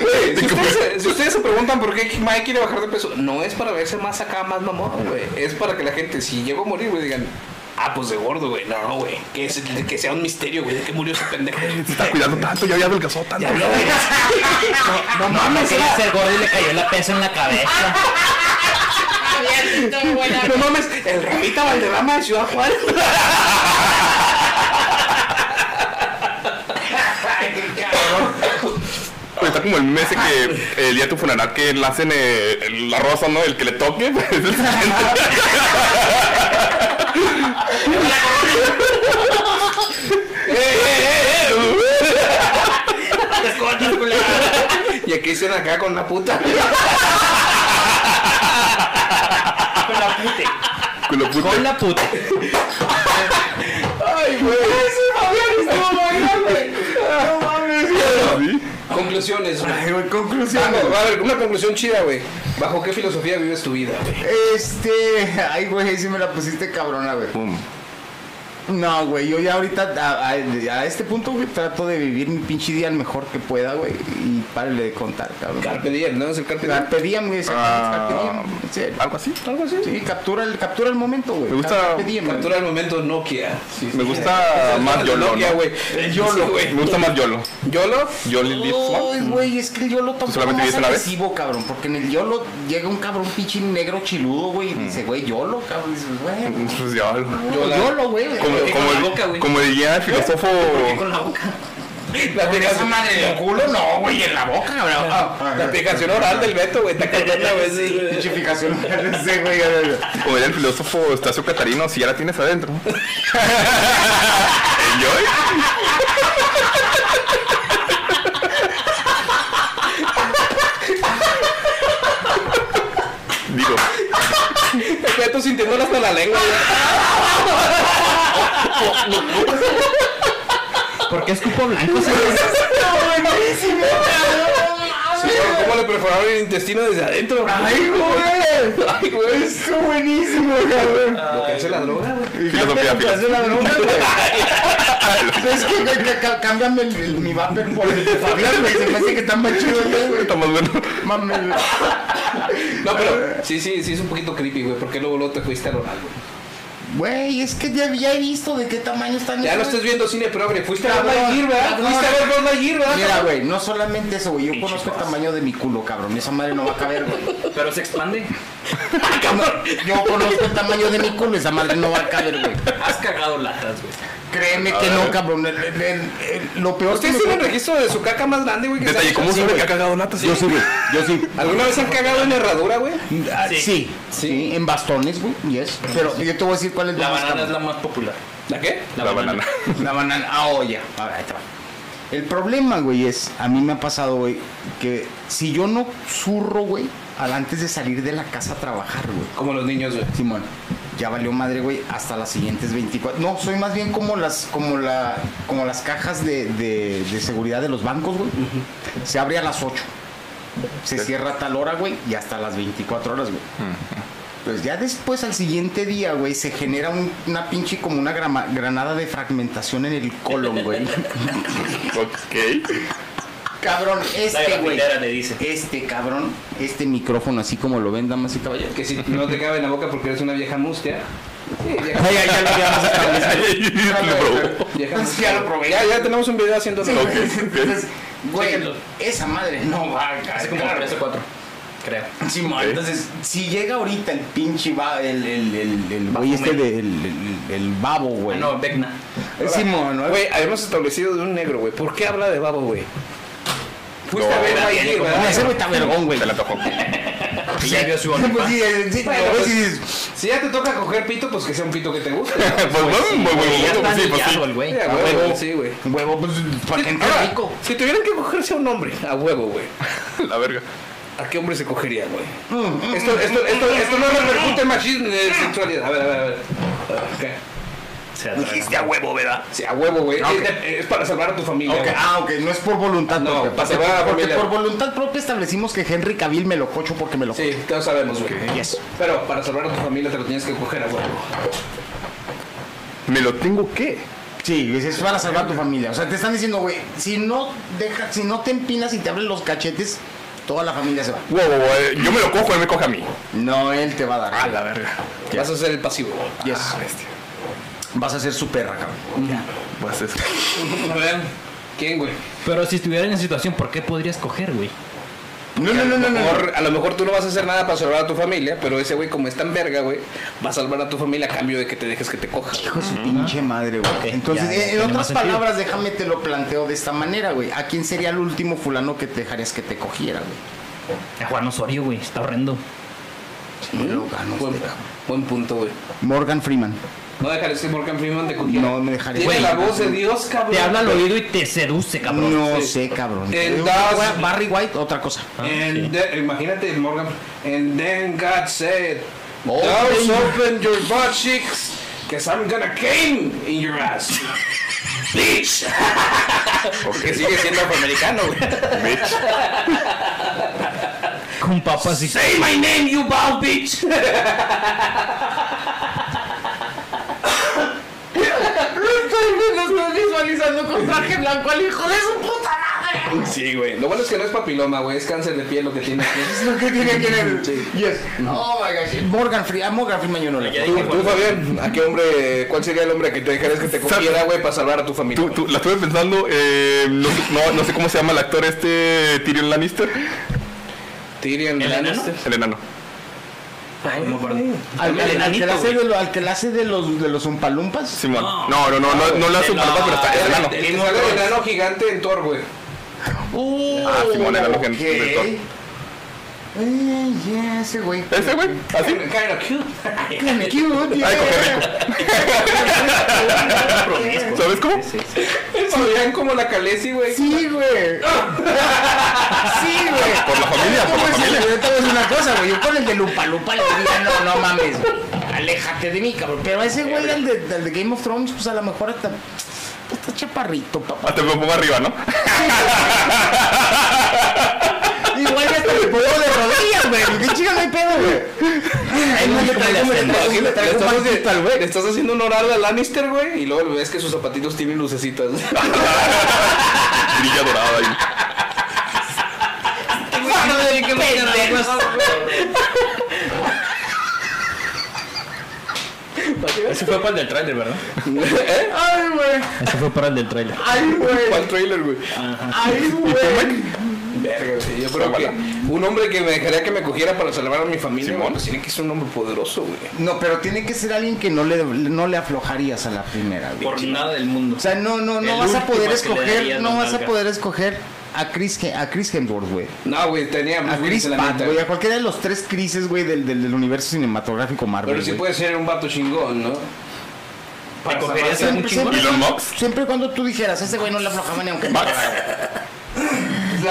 S3: Güey, si, ustedes, se- si ustedes se preguntan por qué Mike quiere bajar de peso, no es para verse más acá, más mamón, güey. Es para que la gente, si llegó a morir, güey, digan, ah, pues de gordo, güey. No, güey. Que, es- que sea un misterio, güey, de que murió ese pendejo.
S2: Se está cuidando tanto, ya había adelgazado tanto.
S10: Ya, ya, ya. No, no mames, quería ser gordo y le cayó la pesa en la cabeza.
S3: No mames, el Ramita Valderrama de Ciudad Juárez.
S2: Pues está como el mes
S10: Ah.
S2: que el día de tu funeral que le hacen eh, el- la rosa, ¿no? El que le toque. pues, es el siguiente.
S10: Te
S3: que dicen acá con la puta.
S10: Con la pute.
S2: Culo puto.
S10: Con la pute.
S3: Ay, güey. Ese Fabián estuvo mal, güey. No mames,
S2: ¿Sí?
S3: Conclusiones, güey.
S1: Ay, güey, conclusión.
S3: Bajo- a ver, una conclusión chida, güey. ¿Bajo qué filosofía vives tu vida, güey?
S1: Este, ay, güey, si me la pusiste cabrona, güey. No, güey, yo ya ahorita a, a- a este punto, güey, trato de vivir mi pinche día el mejor que pueda, güey. Y párale de contar, cabrón.
S3: Carpe diem, ¿no? Es el carpe diem.
S1: Carpe diem, güey, exactamente,
S2: Ah,
S1: carpe diem, en serio.
S2: algo así. Algo así.
S1: Sí, captura el, captura el momento, güey.
S2: Me gusta-
S1: Carpe diem, güey.
S3: Captura el momento Nokia. Sí, sí.
S2: Me
S10: Eh,
S2: gusta
S3: Es
S2: más
S3: el
S2: YOLO.
S3: Nokia,
S2: ¿no?
S3: güey.
S2: El YOLO, güey. Me gusta más YOLO.
S3: ¿Yolo?
S2: YOLO Lips, ¿no?
S1: Ay, güey, es que el YOLO tampoco
S2: solamente
S1: es
S2: vives una vez?
S1: agresivo, cabrón. Porque en el YOLO llega un cabrón pinche negro chiludo, güey, y
S2: Mm.
S1: dice, güey, YOLO, cabrón. Dices, güey,
S2: Pues ya, algo.
S1: YOLO, güey.
S2: Como,
S10: Porque
S2: como
S10: con la
S2: el-
S10: boca, güey.
S2: como diría el filósofo.
S10: Con la boca.
S3: La aplicación,
S1: madre del culo, no, güey, en la boca, cabrón.
S2: Ah,
S3: la aplicación oral del Beto, güey. Está cabrona, güey. sí.
S1: Pinchificación, ese, güey. a ver.
S2: Como diría el filósofo Estacio Catarino, si ya la tienes adentro. Enjoy. Digo,
S3: El Beto sintiéndolo hasta la lengua, güey.
S10: ¿Por qué escupo blanco? señor?
S3: Sí, güey, ¿Cómo le perforaron el intestino desde adentro?
S1: Ay, güey. Ay, güey, esto buenísimo, cabrón.
S3: Lo que hace la droga, güey.
S2: filosofía,
S1: Te hace
S2: filosofía.
S1: la broma, güey. Es que, güey, ca- ca- cámbiame el, el- mi vapor por el de Fabián, güey. Se me hace que está más chido, güey.
S2: Está más bueno.
S1: Mame, güey.
S3: No, pero sí, sí, sí es un poquito creepy, güey. Porque luego luego te fuiste al oral, güey.
S1: Güey, es que ya, ya he visto de qué tamaño están.
S3: Ya no
S1: estos-
S3: estás viendo cine progre. Fuiste a ver
S1: Cabrón,
S3: Lightyear, ¿verdad?
S1: cabrón.
S3: Fuiste a ver Buzz Lightyear, ¿verdad?
S1: Mira, güey, no solamente eso, güey. Yo conozco el tamaño de mi culo, cabrón. Esa madre no va a caber, güey.
S10: Pero se expande.
S3: Ah,
S1: Yo conozco el tamaño de mi culo. Esa madre no va a caber, güey.
S10: Has cagado latas, güey.
S1: Créeme que no, cabrón. El- el- el- el- lo peor que
S3: Ustedes
S1: me-
S3: tienen registro de su caca más grande, güey. que se
S2: Detalle,
S3: ha
S2: ¿cómo
S3: hecho?
S2: sabe que ha cagado latas? Yo sí,
S1: Yo sí.
S3: ¿Alguna vez han cagado en herradura, güey?
S1: Ah, sí. sí. en bastones, güey. Yes. Pero yo te voy a decir cuál es
S10: La
S1: lo más
S10: banana es
S1: cabrón.
S10: la más popular.
S3: ¿La qué?
S2: La, banana.
S1: La banana. Ah, oh, ya. A ver, ahí te va. El problema, güey, es, a mí me ha pasado, güey, que si yo no zurro, güey, al antes de salir de la casa a trabajar, güey.
S3: Como los niños, güey.
S1: Simón, ya valió madre, güey, hasta las siguientes 24. No, soy más bien como las, como la, como las cajas de, de- de seguridad de los bancos, güey. Se abre a las 8. Se cierra a tal hora, güey, y hasta las 24 horas, güey. Pues ya después, al siguiente día, güey, se genera un- una pinche como una grama- granada de fragmentación en el colon, güey.
S2: Ok.
S1: cabrón,
S10: La
S1: este, güey.
S10: grafitera le dice.
S1: Este cabrón, este micrófono, así como lo ven, damas y caballeros.
S3: Que si no te cabe en la boca porque eres una vieja mustia. Sí, vieja
S1: Ay, ay, ya lo habíamos establecido.
S2: Le probó.
S3: Vieja
S1: Pues
S3: mustia.
S1: ya lo probé.
S3: Ya, ya tenemos un video haciendo
S1: Sí,
S3: droga.
S1: Entonces, güey,
S10: Chéquenlo.
S1: esa madre no va a
S10: Hace
S1: caer.
S10: como tres o cuatro. Creo.
S1: Sí, ma,
S2: Ok.
S1: Entonces, si llega ahorita el pinche va, el, el, el, el güey este
S10: Baphomet.
S1: de, el, el, el babo,
S10: Ah,
S1: güey.
S10: no, Vecna.
S1: Sí, mo, no,
S3: Güey, habíamos establecido de un negro, güey. ¿Por qué habla de babo, güey? Fuiste
S2: No,
S3: a ver
S2: no,
S3: Lightyear,
S10: no,
S3: ¿verdad?
S1: Ese güey está vergón, güey.
S2: Se la tocó.
S10: Y ya vio su
S1: Pues
S10: OnlyFans.
S1: sí, eh, sí,
S3: Bueno,
S1: no,
S3: pues-
S1: sí, dices,
S3: Si ya te toca coger pito, pues que sea un pito que te guste.
S2: Pues bueno, muy, muy
S10: Y ya
S2: bonito.
S10: está
S2: pues Sí, pues sí.
S10: anillado el güey.
S3: Sí, a huevo, sí, güey.
S1: Huevo, pues, para que entre
S3: Ahora,
S1: rico.
S3: Si tuvieran que cogerse a un hombre, a huevo, güey.
S2: La verga.
S3: ¿A qué hombre se cogería, güey?
S1: Mm,
S3: Esto, esto, esto, esto no repercute en machismo en eh, sexualidad. A ver, a ver, a ver. Ok.
S10: Se atrae.
S9: Dijiste a huevo, ¿verdad?
S3: Sí, a huevo, güey.
S1: Ah, ok.
S3: Es, de- es para salvar a tu familia.
S1: Ok,
S3: güey.
S1: Ah, ok, no es por
S10: Ah,
S1: voluntad
S3: No,
S1: propia.
S3: para
S1: porque-
S3: salvar a la
S1: porque
S3: familia.
S1: por voluntad propia establecimos que Henry Cavill me lo cocho porque me lo cocho.
S3: Sí, todos sabemos, güey.
S1: Yes.
S3: Pero para salvar a tu familia te lo tienes que coger a huevo.
S2: ¿Me lo tengo qué?
S1: Sí, es para salvar a tu familia. O sea, te están diciendo, güey, si no deja, si no te empinas y te abren los cachetes, toda la familia se va.
S2: Wow, wow, wow, eh, Yo me lo cojo, él me coge a mí.
S1: No, él te va a dar.
S2: A la verga.
S3: Vas a ser el pasivo.
S1: Yes.
S2: Ah, bestia.
S1: Vas a ser su perra, cabrón.
S2: Pues es-
S3: A ver. ¿Quién, güey?
S10: Pero si estuviera en esa situación, ¿por qué podrías coger, güey?
S1: No, no, no,
S3: A
S1: no,
S3: lo
S1: no.
S3: mejor- A lo mejor tú no vas a hacer nada para salvar a tu familia, pero ese güey, como es tan verga, güey, va a salvar a tu familia a cambio de que te dejes que te coja.
S1: Hijo de su pinche madre, güey.
S10: Ok,
S1: Entonces,
S10: ya, ya,
S1: en- en
S10: tiene más
S1: otras
S10: sentido.
S1: palabras, déjame te lo planteo de esta manera, güey. ¿A quién sería el último fulano que te dejarías que te cogiera, güey?
S10: A Juan Osorio, güey. Está horrendo.
S1: No lo gano,
S3: Buen,
S1: este, cabrón.
S3: buen punto, güey.
S1: Morgan Freeman.
S3: No dejaré ese Morgan Freeman de cogiera.
S1: No me dejaré.
S3: Tiene
S1: Güey,
S3: la voz de Dios, cabrón.
S10: Te habla al oído y te seduce, cabrón.
S1: No
S3: Sí.
S1: sé, cabrón.
S3: En Das-
S1: Barry White, otra cosa.
S11: Ah,
S3: And the- imagínate el Morgan. And then God said,
S1: Oh,
S3: Thou open your butt cheeks, cause I'm gonna cane in your ass. Bitch. Porque sigue siendo afroamericano, güey.
S10: Con papas y...
S9: Say my name, you bow bitch.
S10: Lo estoy visualizando con traje blanco al hijo de su puta
S3: Sí, güey. Lo bueno es que no es papiloma, güey. Es cáncer de piel lo que tiene.
S1: Es lo que tiene que ver. Yes. Oh my gosh. Morgan Freeman, Morgan Freeman yo no le
S3: Tú, tú, Fabián, ¿a qué hombre, cuál sería el hombre que te dejarías que te cogiera, güey, para salvar a tu familia?
S2: Tú- tú- la estuve pensando, eh, no, sé- no- no sé cómo se llama el actor este, Tyrion Lannister,
S3: Tyrion
S10: ¿El enano?
S3: Lannister.
S2: el enano.
S1: Al, al- al que
S10: enanito,
S1: la hace
S10: güey.
S1: de lo- al que la hace de los de los umpalumpas.
S2: Simón. No, no, no, no, no le hace un palabra, pero está el
S3: El,
S2: enano.
S3: el, que sale el enano gigante en Thor, güey.
S2: Ah, Simón, el enano gente de Thor.
S1: Okay. Eh, yeah, ese güey.
S2: Ese güey,
S1: ¿Ah,
S2: así.
S3: Kind of cute.
S1: Kinda cute, yeah.
S2: Ay, coge rico. ¿Sabes cómo?
S3: Fabián como la Khaleesi, güey.
S1: Sí, güey. Sí, güey.
S2: Ah, Por la familia, por
S1: ¿Cómo
S2: la
S1: es?
S2: familia.
S1: Yo te voy a decir una cosa, güey. Yo con el de Lupa Lupa le diría, no, no mames, güey. Aléjate de mí, cabrón. Pero ese güey, el de, del de Game of Thrones, pues a lo mejor hasta. Está chaparrito, papá.
S2: Hasta me pongo arriba, ¿no?
S1: Igual ya hasta me pongo de rodillas, güey. ¿Qué chica no hay pedo, güey? Ahí no le traigo, me
S3: No, sí, le
S1: le traigo
S3: estás
S1: un
S3: haciendo-
S1: banquito al güey.
S3: le estás haciendo un oral a Lannister, güey, y luego ves que sus zapatitos tienen lucecitas.
S2: Brilla dorada ahí.
S10: Ese fue para el del trailer, ¿verdad?
S3: ¿Eh?
S1: Ay, güey.
S10: Ese fue para el del trailer.
S1: Ay, güey.
S3: ¿Cuál trailer, güey?
S1: Ay, güey.
S3: Verga, güey. Yo creo que un hombre que me dejaría que me cogiera para salvar a mi familia, güey, pues tiene que ser un hombre poderoso, güey.
S1: No, pero tiene que ser alguien que no le, no le aflojarías a la primera, güey.
S10: Por nada del mundo.
S1: O sea, no, no, no
S10: El
S1: vas a
S10: último
S1: poder
S10: que le
S1: escoger,
S10: darías
S1: no
S10: la
S1: vas a
S10: nalga.
S1: poder escoger a Chris, He- a Chris Hemsworth, güey.
S3: No, güey, tenía
S1: A
S3: más
S1: Chris
S3: en la
S1: Pratt,
S3: neta,
S1: güey. A cualquiera de los tres Crises, güey, del, del, del universo cinematográfico Marvel,
S3: Pero sí
S1: güey.
S3: puede ser un vato chingón, ¿no?
S10: ¿Te cogerías a un chingón?
S1: Siempre, siempre,
S2: Elon
S1: cuando-
S2: Musk.
S1: siempre cuando tú dijeras, ese güey no le aflojaba ni aunque...
S2: Max.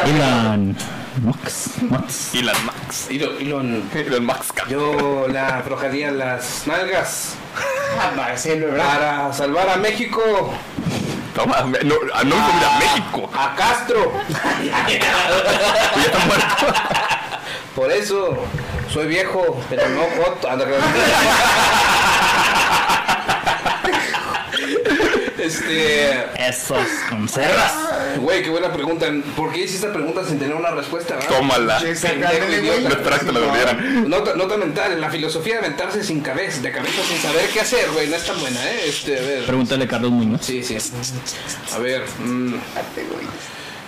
S10: Elon. Max. Max.
S2: Y las Max.
S3: Y lo- y lo-
S2: Y las Max. ca-
S3: yo la aflojaría las nalgas
S1: Ah, Marcelo, ¿verdad?
S3: para salvar a México,
S2: Toma, me- no, ah, no me comida México.
S3: a Castro.
S2: Ya está muerto.
S3: Por eso soy viejo, pero no joto. Anda, que- Este,
S10: Esos conservas.
S3: güey, qué buena pregunta. ¿Por qué hice esta pregunta sin tener una respuesta? Ah, verdad?
S2: Tómala.
S1: Sí,
S2: No
S1: sácale, güey.
S2: esperas que te lo devolvieran.
S3: Nota, nota mental, la filosofía de aventarse sin cabeza, de cabeza sin saber qué hacer, güey, no es tan buena, ¿eh? Este, a ver.
S10: Pregúntale a Carlos Muñoz.
S3: Sí, sí. A ver, mm,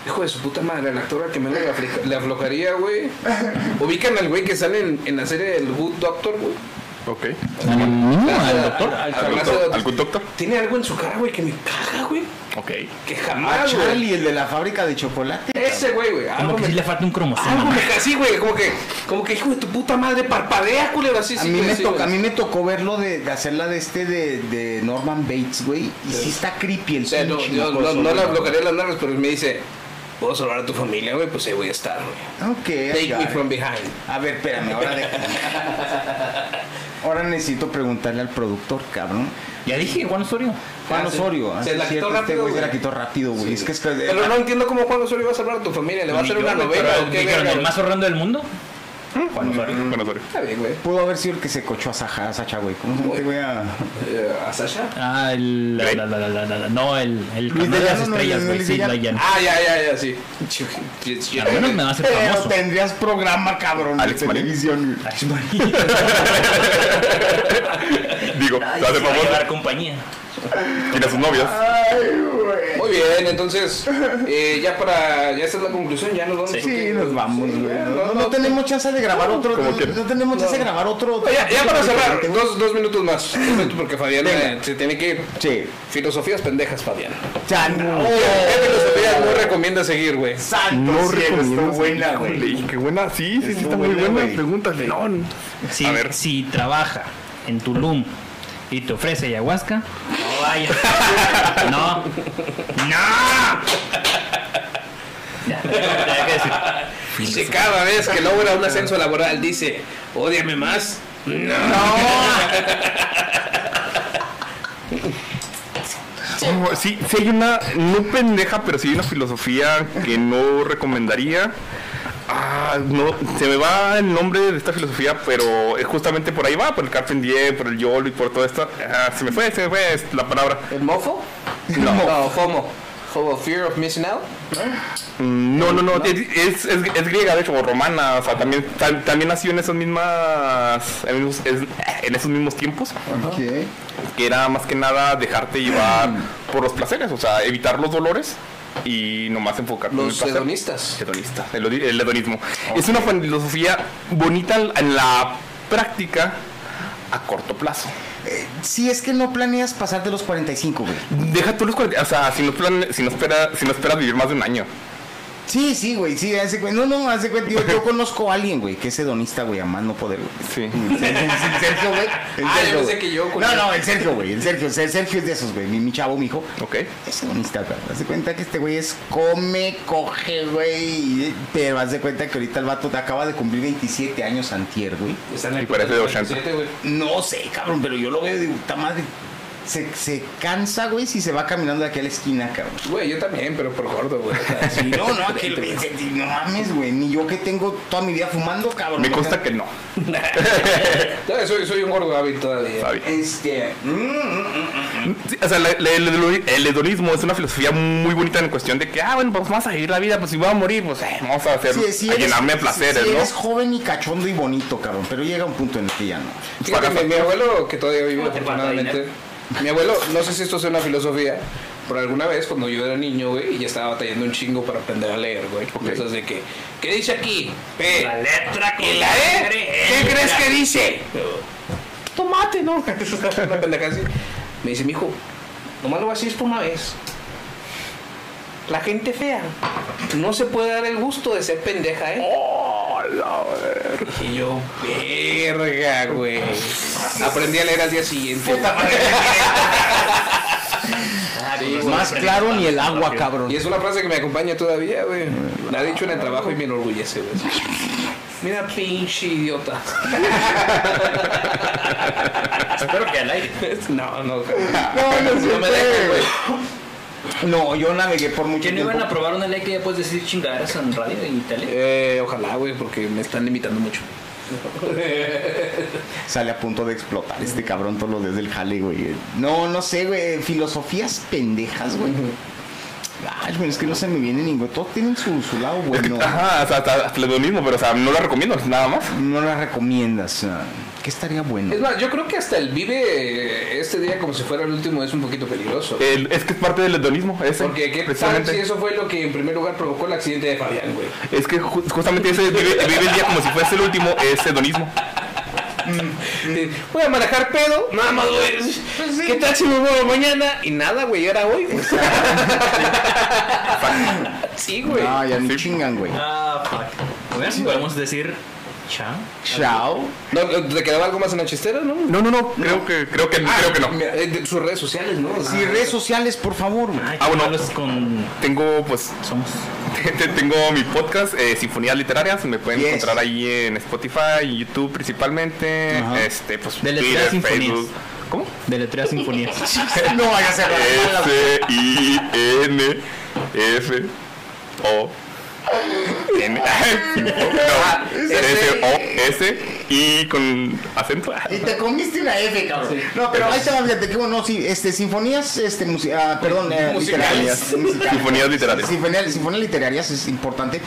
S3: hijo de su puta madre, la actora que menos le, aflija- le aflojaría, güey. Ubican al güey que sale en, en la serie El Good Doctor, güey.
S2: Ok.
S10: al doctor.
S3: Al- al-
S2: ¿Algún doctor? ¿Algún doctor?
S3: Tiene algo en su cara, güey, que me caga, güey.
S2: Ok.
S3: Que
S1: Ah,
S3: jamás, güey.
S1: Charlie, el de la fábrica de chocolate.
S3: Ese, güey, güey.
S10: Como
S3: Algo
S10: que
S3: me
S10: sí le falta un cromosoma.
S3: Algo me caga, sí, güey. Como que, como que, hijo de tu puta madre, parpadea, culero. Así,
S1: A
S3: sí,
S1: mí,
S3: güey,
S1: me
S3: sí,
S1: toca, a
S3: güey.
S1: mí me tocó verlo de, de hacerla de este de, de Norman Bates, güey. Y sí está creepy el
S3: O sea, no,
S1: pinche
S3: yo no,
S1: mocoso,
S3: no le
S1: güey.
S3: aflojaría las nalgas, pero me dice, puedo salvar a tu familia, güey, pues ahí voy a estar, güey.
S1: Ok, I
S3: Take
S1: got
S3: me
S1: it.
S3: from behind.
S1: A ver, espérame, ahora déjame. Ahora necesito preguntarle al productor, cabrón.
S10: Ya dije, Juan Osorio.
S1: Juan
S3: Ah, sí.
S1: Osorio.
S3: Se la
S1: ah, sí,
S3: quitó
S1: cierto, este
S3: rápido,
S1: güey se
S3: güey.
S1: la quitó rápido, güey. Es que es que.
S3: Pero no entiendo cómo Juan Osorio va a salvar a tu familia. ¿Le va a hacer una novela o qué,
S10: Dijeron,
S3: verga? ¿Mm?
S10: el más horrendo del mundo. Juan Osorio.
S2: Bueno, sorry.
S3: Está bien, güey.
S1: Pudo haber sido el que se cochó a Sacha, a Sacha güey. ¿Cómo se llama este güey? A-
S3: Eh, ¿A Sasha?
S10: Ah, el. la- la- la- la- la- la- la- no, el. El
S1: Luis
S10: canal de las
S1: Villano, no,
S10: estrellas,
S1: Luis
S10: güey. Sí,
S1: Villano.
S10: la llana.
S3: Ah, ya, ya, ya, sí.
S10: Al menos me va a hacer
S1: Pero
S10: famoso.
S1: tendrías programa, cabrón.
S2: Alex
S1: de
S2: Marín.
S1: televisión. güey.
S10: Ay, María.
S2: Digo, te
S10: Ay, se
S2: hace
S10: va a
S2: famoso.
S10: llevar compañía.
S2: Tiene a sus novias.
S3: Muy bien, entonces, eh, ya para. Ya esta es la conclusión, ya nos vamos. ¿o
S1: Sí,
S3: qué?
S1: nos vamos,
S3: Sí,
S1: güey.
S3: ya,
S1: No, no tenemos chance de grabar otro.
S2: como
S1: No,
S2: que-
S1: no tenemos chance de grabar otro.
S3: Ya, ya para cerrar, dos, dos minutos más. Dos minutos Porque Fabián eh,
S1: Venga.
S3: se tiene que ir.
S1: Sí.
S3: Filosofías pendejas, Fabián.
S1: Ya no.
S3: ¿Qué filosofías no recomienda seguir, güey?
S1: No recomiendo. buena,
S2: Híjole,
S1: güey.
S2: y qué buena, sí, sí, sí, está
S1: muy
S2: muy
S1: buena,
S2: buena.
S1: güey.
S2: Pregúntale. No, no.
S10: Si,
S2: A ver.
S10: si trabaja en Tulum y te ofrece ayahuasca, no vayas. No. ¡No! Ya, ya que decir.
S3: Dice, cada vez que logra un ascenso laboral, dice, ódiame más.
S2: Oh, sí, sí hay una, no pendeja, pero sí hay una filosofía que no recomendaría. Ah, no, se me va el nombre de esta filosofía, pero es justamente por ahí va, por el Carpe Diem, por el YOLO y por todo esto. Ah, se me fue, se me fue es la palabra.
S3: ¿El mofo?
S2: No.
S3: No, FOMO. Homo, fear of missing out.
S2: Mm, No, no, no, es, es, es griega, de hecho, o romana, o sea, también, tam- también nació en esos mismas, en, esos- es- en esos mismos tiempos.
S1: Ok.
S2: que era más que nada dejarte llevar
S1: Mm.
S2: por los placeres, o sea, evitar los dolores y nomás enfocarte en el
S3: Los
S2: placer.
S3: hedonistas.
S2: Hedonista, el, hedi- el hedonismo. Es una filosofía bonita en- en la práctica a corto plazo.
S1: Si es que no planeas pasar de los 45, güey.
S2: Deja tú los cuarenta- o sea, si no, plan- si no espera- si no esperas vivir más de un año.
S1: Sí, sí, güey, sí, hace cuenta. No, no, hace cuenta. Yo, yo conozco a alguien, güey, que es hedonista, güey, a más no poder, güey.
S2: Sí.
S1: El Sergio, güey. El
S3: Ah,
S1: Sergio,
S3: yo pensé
S1: güey.
S3: que yo con
S1: No,
S3: él.
S1: no, el Sergio, güey. El Sergio, el Sergio es de esos, güey. Mi, mi chavo, mi hijo.
S2: Ok.
S1: Es hedonista, güey. Haz de cuenta que este güey es come, coge, güey. y- Pero haz de cuenta que ahorita el vato te acaba de cumplir 27 años antier, güey.
S2: Y parece de 80.
S1: No sé, cabrón, pero yo lo veo y digo, puta madre. Se, se cansa, güey, si se va caminando de aquí a la esquina, cabrón.
S3: Güey, yo también, pero por gordo, güey. O sea, sí.
S1: No, no, que no mames, güey. Ni yo que tengo toda mi vida fumando, cabrón.
S2: Me consta que no.
S3: Todavía Soy, soy un gordo hábil todavía.
S2: Está bien.
S1: Este. mm, mm, mm.
S2: Sí, o sea, la- la- el, hedo- el hedonismo es una filosofía muy bonita en cuestión de que, ah, bueno, pues vamos a seguir la vida, pues si voy a morir, pues eh, vamos a hacer,
S1: Sí, sí
S2: a
S1: eres-
S2: llenarme de
S1: sí,
S2: placeres,
S1: sí
S2: ¿no?
S1: eres joven y cachondo y bonito, cabrón. Pero llega un punto en el que ya no.
S3: Fíjate,
S2: Pagas
S3: mi, mi
S2: factura.
S3: abuelo, que todavía vive
S10: ¿Cómo te falta
S3: afortunadamente, mi abuelo, no sé si esto sea una filosofía, pero alguna vez cuando yo era niño, güey, y ya estaba batallando un chingo para aprender a leer, güey. Cosas de que, ¿qué dice aquí? P.
S10: La letra con
S3: ¿Y la E? ¿Qué crees que dice? Tomate, ¿no? una pendeja así. Me dice, mijo, nomás lo voy a decir esto una vez. La gente fea no se puede dar el gusto de ser pendeja, ¿eh? Y yo, verga, güey. Aprendí a leer al día siguiente.
S1: Más claro ni el agua, cabrón.
S3: Y es una frase que me acompaña todavía, güey. La ha dicho en el trabajo y me enorgullece, güey. Mira, pinche idiota.
S10: Espero que al aire.
S3: No, no,
S1: No, no se
S3: me
S1: puede.
S3: dejes, güey.
S1: No, yo navegué por mucho
S10: ¿Que no
S1: tiempo.
S10: iban a aprobar una ley que ya puedes decir chingaderas en radio y tele?
S3: Eh, ojalá, güey, porque me están limitando mucho.
S1: Sale a punto de explotar este cabrón todos los días del jale, güey. No, no sé, güey. Filosofías pendejas, güey. Ay, güey, es que no se me viene ningún. Todos tienen su, su lado
S2: Es que,
S1: bueno.
S2: ajá, o sea, hasta, hasta el hedonismo, pero o sea, no la recomiendo, nada más.
S1: No las recomiendas. ah. ¿Qué estaría bueno?
S3: Es más, yo creo que hasta el vive eh, este día como si fuera el último es un poquito peligroso.
S2: El- es que es parte del hedonismo, ese,
S3: Porque qué tal
S2: precisamente.
S3: si eso fue lo que en primer lugar provocó el accidente de Fabián, güey.
S2: Es que ju- justamente ese vive, vive el día como si fuese el último, es hedonismo.
S3: Eh, Voy a manejar pedo, nada más, güey. Pues ¿Qué tal si me muevo mañana? Y nada, güey, era hoy. güey. sí, güey.
S1: Ah, ya
S2: Sí.
S1: me chingan, güey.
S10: Ah, fuck. A ver si podemos decir. Chao.
S1: Chao.
S3: No, no, ¿Te quedaba algo más en la chistera, no?
S2: No, no, no, creo que, creo que, creo que no.
S3: Mira, eh, de Sus redes sociales, ¿no? Ah,
S1: Sí, redes sociales, por favor, güey.
S10: Ay,
S2: Ah, bueno.
S10: hablas con.
S2: Tengo, pues,
S10: Somos.
S2: Te- te- Tengo mi podcast, eh, Sinfonías Literarias, me pueden
S1: Yes.
S2: encontrar ahí en Spotify, en YouTube principalmente,
S1: Ajá.
S2: este, pues
S10: Deletrea sinfonías.
S2: ¿Cómo?
S10: Deletrea sinfonías.
S1: No vayas a
S2: S I N F O N S O S y con acento.
S1: Y te comiste una F, cabrón. No, pero ahí estaba, fíjate que bueno, sí, este, sinfonías, este, musi- ah, perdón, eh, literarias.
S2: Sinfonías literarias.
S1: Sinfonías, sinfonías literarias es importante.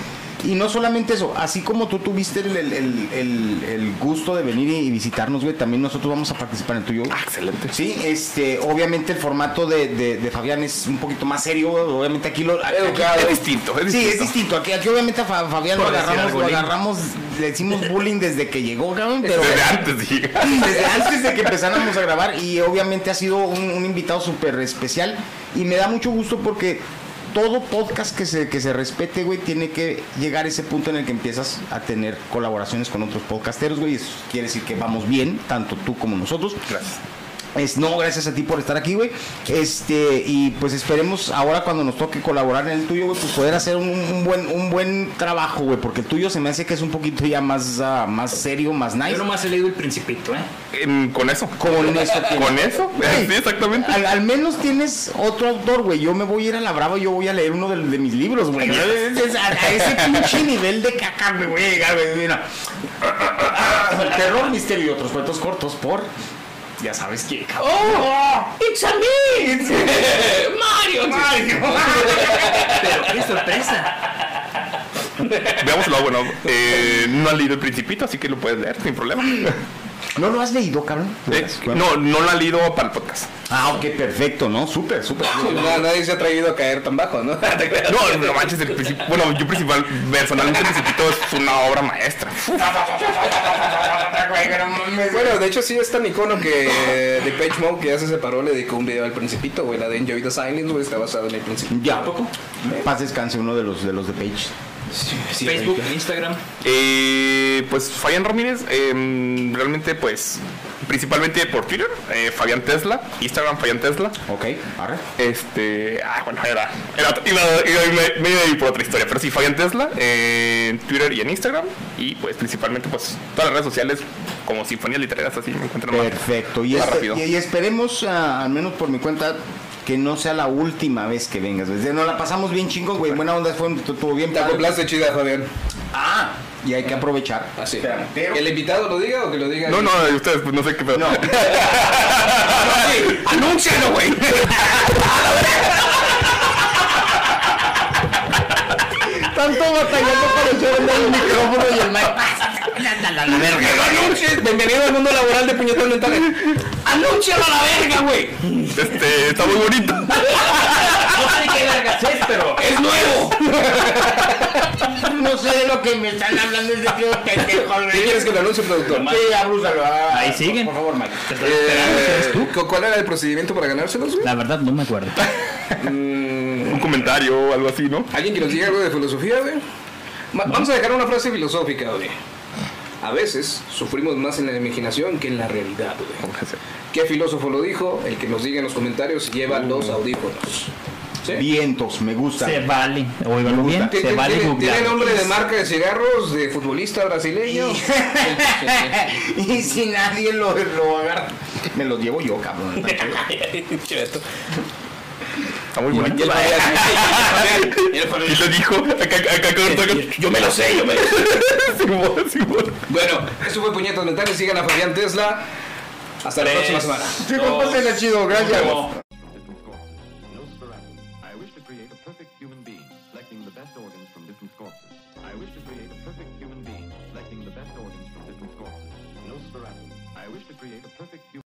S1: Y no solamente eso, así como tú tuviste el, el- el- el- el gusto de venir y y visitarnos, güey, también nosotros vamos a participar en el tuyo. güey.
S10: Ah,
S2: Excelente.
S1: Sí, este, obviamente el formato de, de- de Fabián es un poquito más serio, güey. obviamente aquí
S10: Ah,
S1: lo... aquí-
S2: Es distinto, es
S1: Sí,
S2: distinto.
S1: es distinto. Aquí, aquí obviamente a Fa- Fabián lo
S10: Por decir
S1: agarramos,
S10: algo
S1: lo
S10: lindo.
S1: agarramos, le decimos bullying desde que llegó, cabrón, pero
S2: Desde antes dije.
S1: desde antes de que empezáramos a grabar y obviamente ha sido un, un invitado súper especial y me da mucho gusto porque todo podcast que se, que se respete, güey, tiene que llegar a ese punto en el que empiezas a tener colaboraciones con otros podcasteros, güey. Eso quiere decir que vamos bien, tanto tú como nosotros.
S2: Gracias.
S1: Es, no, gracias a ti por estar aquí, güey. Este, y pues esperemos ahora cuando nos toque colaborar en el tuyo, güey, pues poder hacer un, un buen, un buen trabajo, güey, porque el tuyo se me hace que es un poquito ya más, ah, más serio, más nice.
S4: Yo nomás he leído El Principito, ¿eh?
S2: Em, con eso.
S1: Con eso tiene.
S2: ¿Con eso?
S1: Güey,
S2: Sí, exactamente.
S1: Al, al menos tienes otro autor, güey. Yo me voy a ir a la brava, yo voy a leer uno de, de mis libros, güey. Es- es- A, a ese pinche nivel de caca me voy a llegar, güey. Mira. Terror, misterio y otros cuentos cortos por. Ya sabes quién. cabrón.
S9: ¡It's a me! ¡Mario!
S4: Pero qué sorpresa.
S2: Veámoslo, bueno, eh, no has leído El Principito, así que lo puedes leer sin problema.
S1: ¿No lo has leído, cabrón?
S2: Eh, no, no lo has leído para el podcast.
S1: Ah, ok, perfecto, ¿no? Súper, súper.
S3: No, nadie se ha traído a caer tan bajo, ¿no?
S2: No,
S1: Este,
S2: no manches, el principito. Bueno, yo principal, personalmente, el principito es una obra maestra.
S3: Pues, Bueno, de hecho sí es tan icono que eh, Depeche Mode, que ya se separó, le dedicó un video al Principito, güey. La de Enjoy the Silence, güey, está basada en el Principito.
S1: Ya. Paz descanse uno de los de los de Page.
S4: Facebook, Instagram.
S2: Eh, pues Fabián Ramírez, eh, realmente, pues, principalmente por Twitter, eh, Fabián Tesla, Instagram Fabián Tesla.
S1: Ok, arre.
S2: Este, ah, bueno, era, era iba, iba- iba- me iba a ir por otra historia, pero sí, Fabián Tesla, eh, en Twitter y en Instagram, y pues principalmente, pues, todas las redes sociales, como Sinfonías Literarias, así me encuentran más.
S1: Perfecto. Y,
S2: más
S1: espe-
S2: rápido.
S1: y- este y esperemos, ah, al menos por mi cuenta, que no sea la última vez que vengas. güey. No la pasamos bien chingón, güey. Buena onda, fue, estuvo bien.
S3: Te
S1: padre.
S3: acoplaste chida, Fabián.
S1: Ah, y hay que aprovechar.
S2: Ah,
S3: Así.
S1: Espérame,
S3: ¿Que
S1: pero-
S3: el invitado lo diga o que lo diga?
S2: No,
S3: él?
S2: no, ustedes, pues, no sé qué pedo.
S1: No.
S2: sí, anúncialo, güey.
S1: Tanto batallando para echar a andar el micrófono y el mic. Anda la verga.
S3: Bienvenido al mundo laboral de puñetas mentales.
S9: ¡Anúncialo a la verga, güey!
S2: Este, está muy bonito.
S4: No sé qué vergas es, pero.
S9: ¡Es nuevo!
S1: No sé de lo que me están hablando este tío pendejo. güey.
S3: ¿Qué quieres que lo anuncie, productor?
S1: Sí, abrúzalo. ah,
S10: Ahí siguen.
S1: Por favor, Mike.
S10: Te estoy
S3: Eh,
S10: esperando, si eres tú.
S3: ¿Cu- ¿Cuál era el procedimiento para ganárselos, güey?
S10: La verdad no me acuerdo.
S2: Un comentario o algo así, ¿no?
S3: ¿Alguien que nos diga algo de filosofía, güey? Ma- Vamos a dejar una frase filosófica, güey. A veces sufrimos más en la imaginación que en la realidad, güey. ¿Qué filósofo lo dijo? El que nos diga en los comentarios lleva los audífonos. ¿Sí?
S1: Vientos, me gusta.
S10: Se vale. Óigalo bien.
S3: Tiene-
S10: Se vale
S3: tiene, tiene
S10: googlear.
S3: nombre de marca de cigarros de futbolista brasileño.
S1: y si nadie lo, lo agarra, me los llevo yo, cabrón.
S2: Está muy bonito. Y lo dijo, acá, acá, acá, acá.
S9: Yo me lo sé, yo me lo sé.
S2: Simón, Simón.
S3: bueno, esto fue Puñetas Mentales. Sigan a Fabián Tesla. Hasta la próxima semana.
S1: Chicos, pásenla chido, gracias.
S12: Different corpses. No sporadic. I wish to create a perfect human being, selecting the best organs from different corpses. I wish to create a perfect human being, selecting the best organs from different corpses. No sporadic. I wish to create a perfect human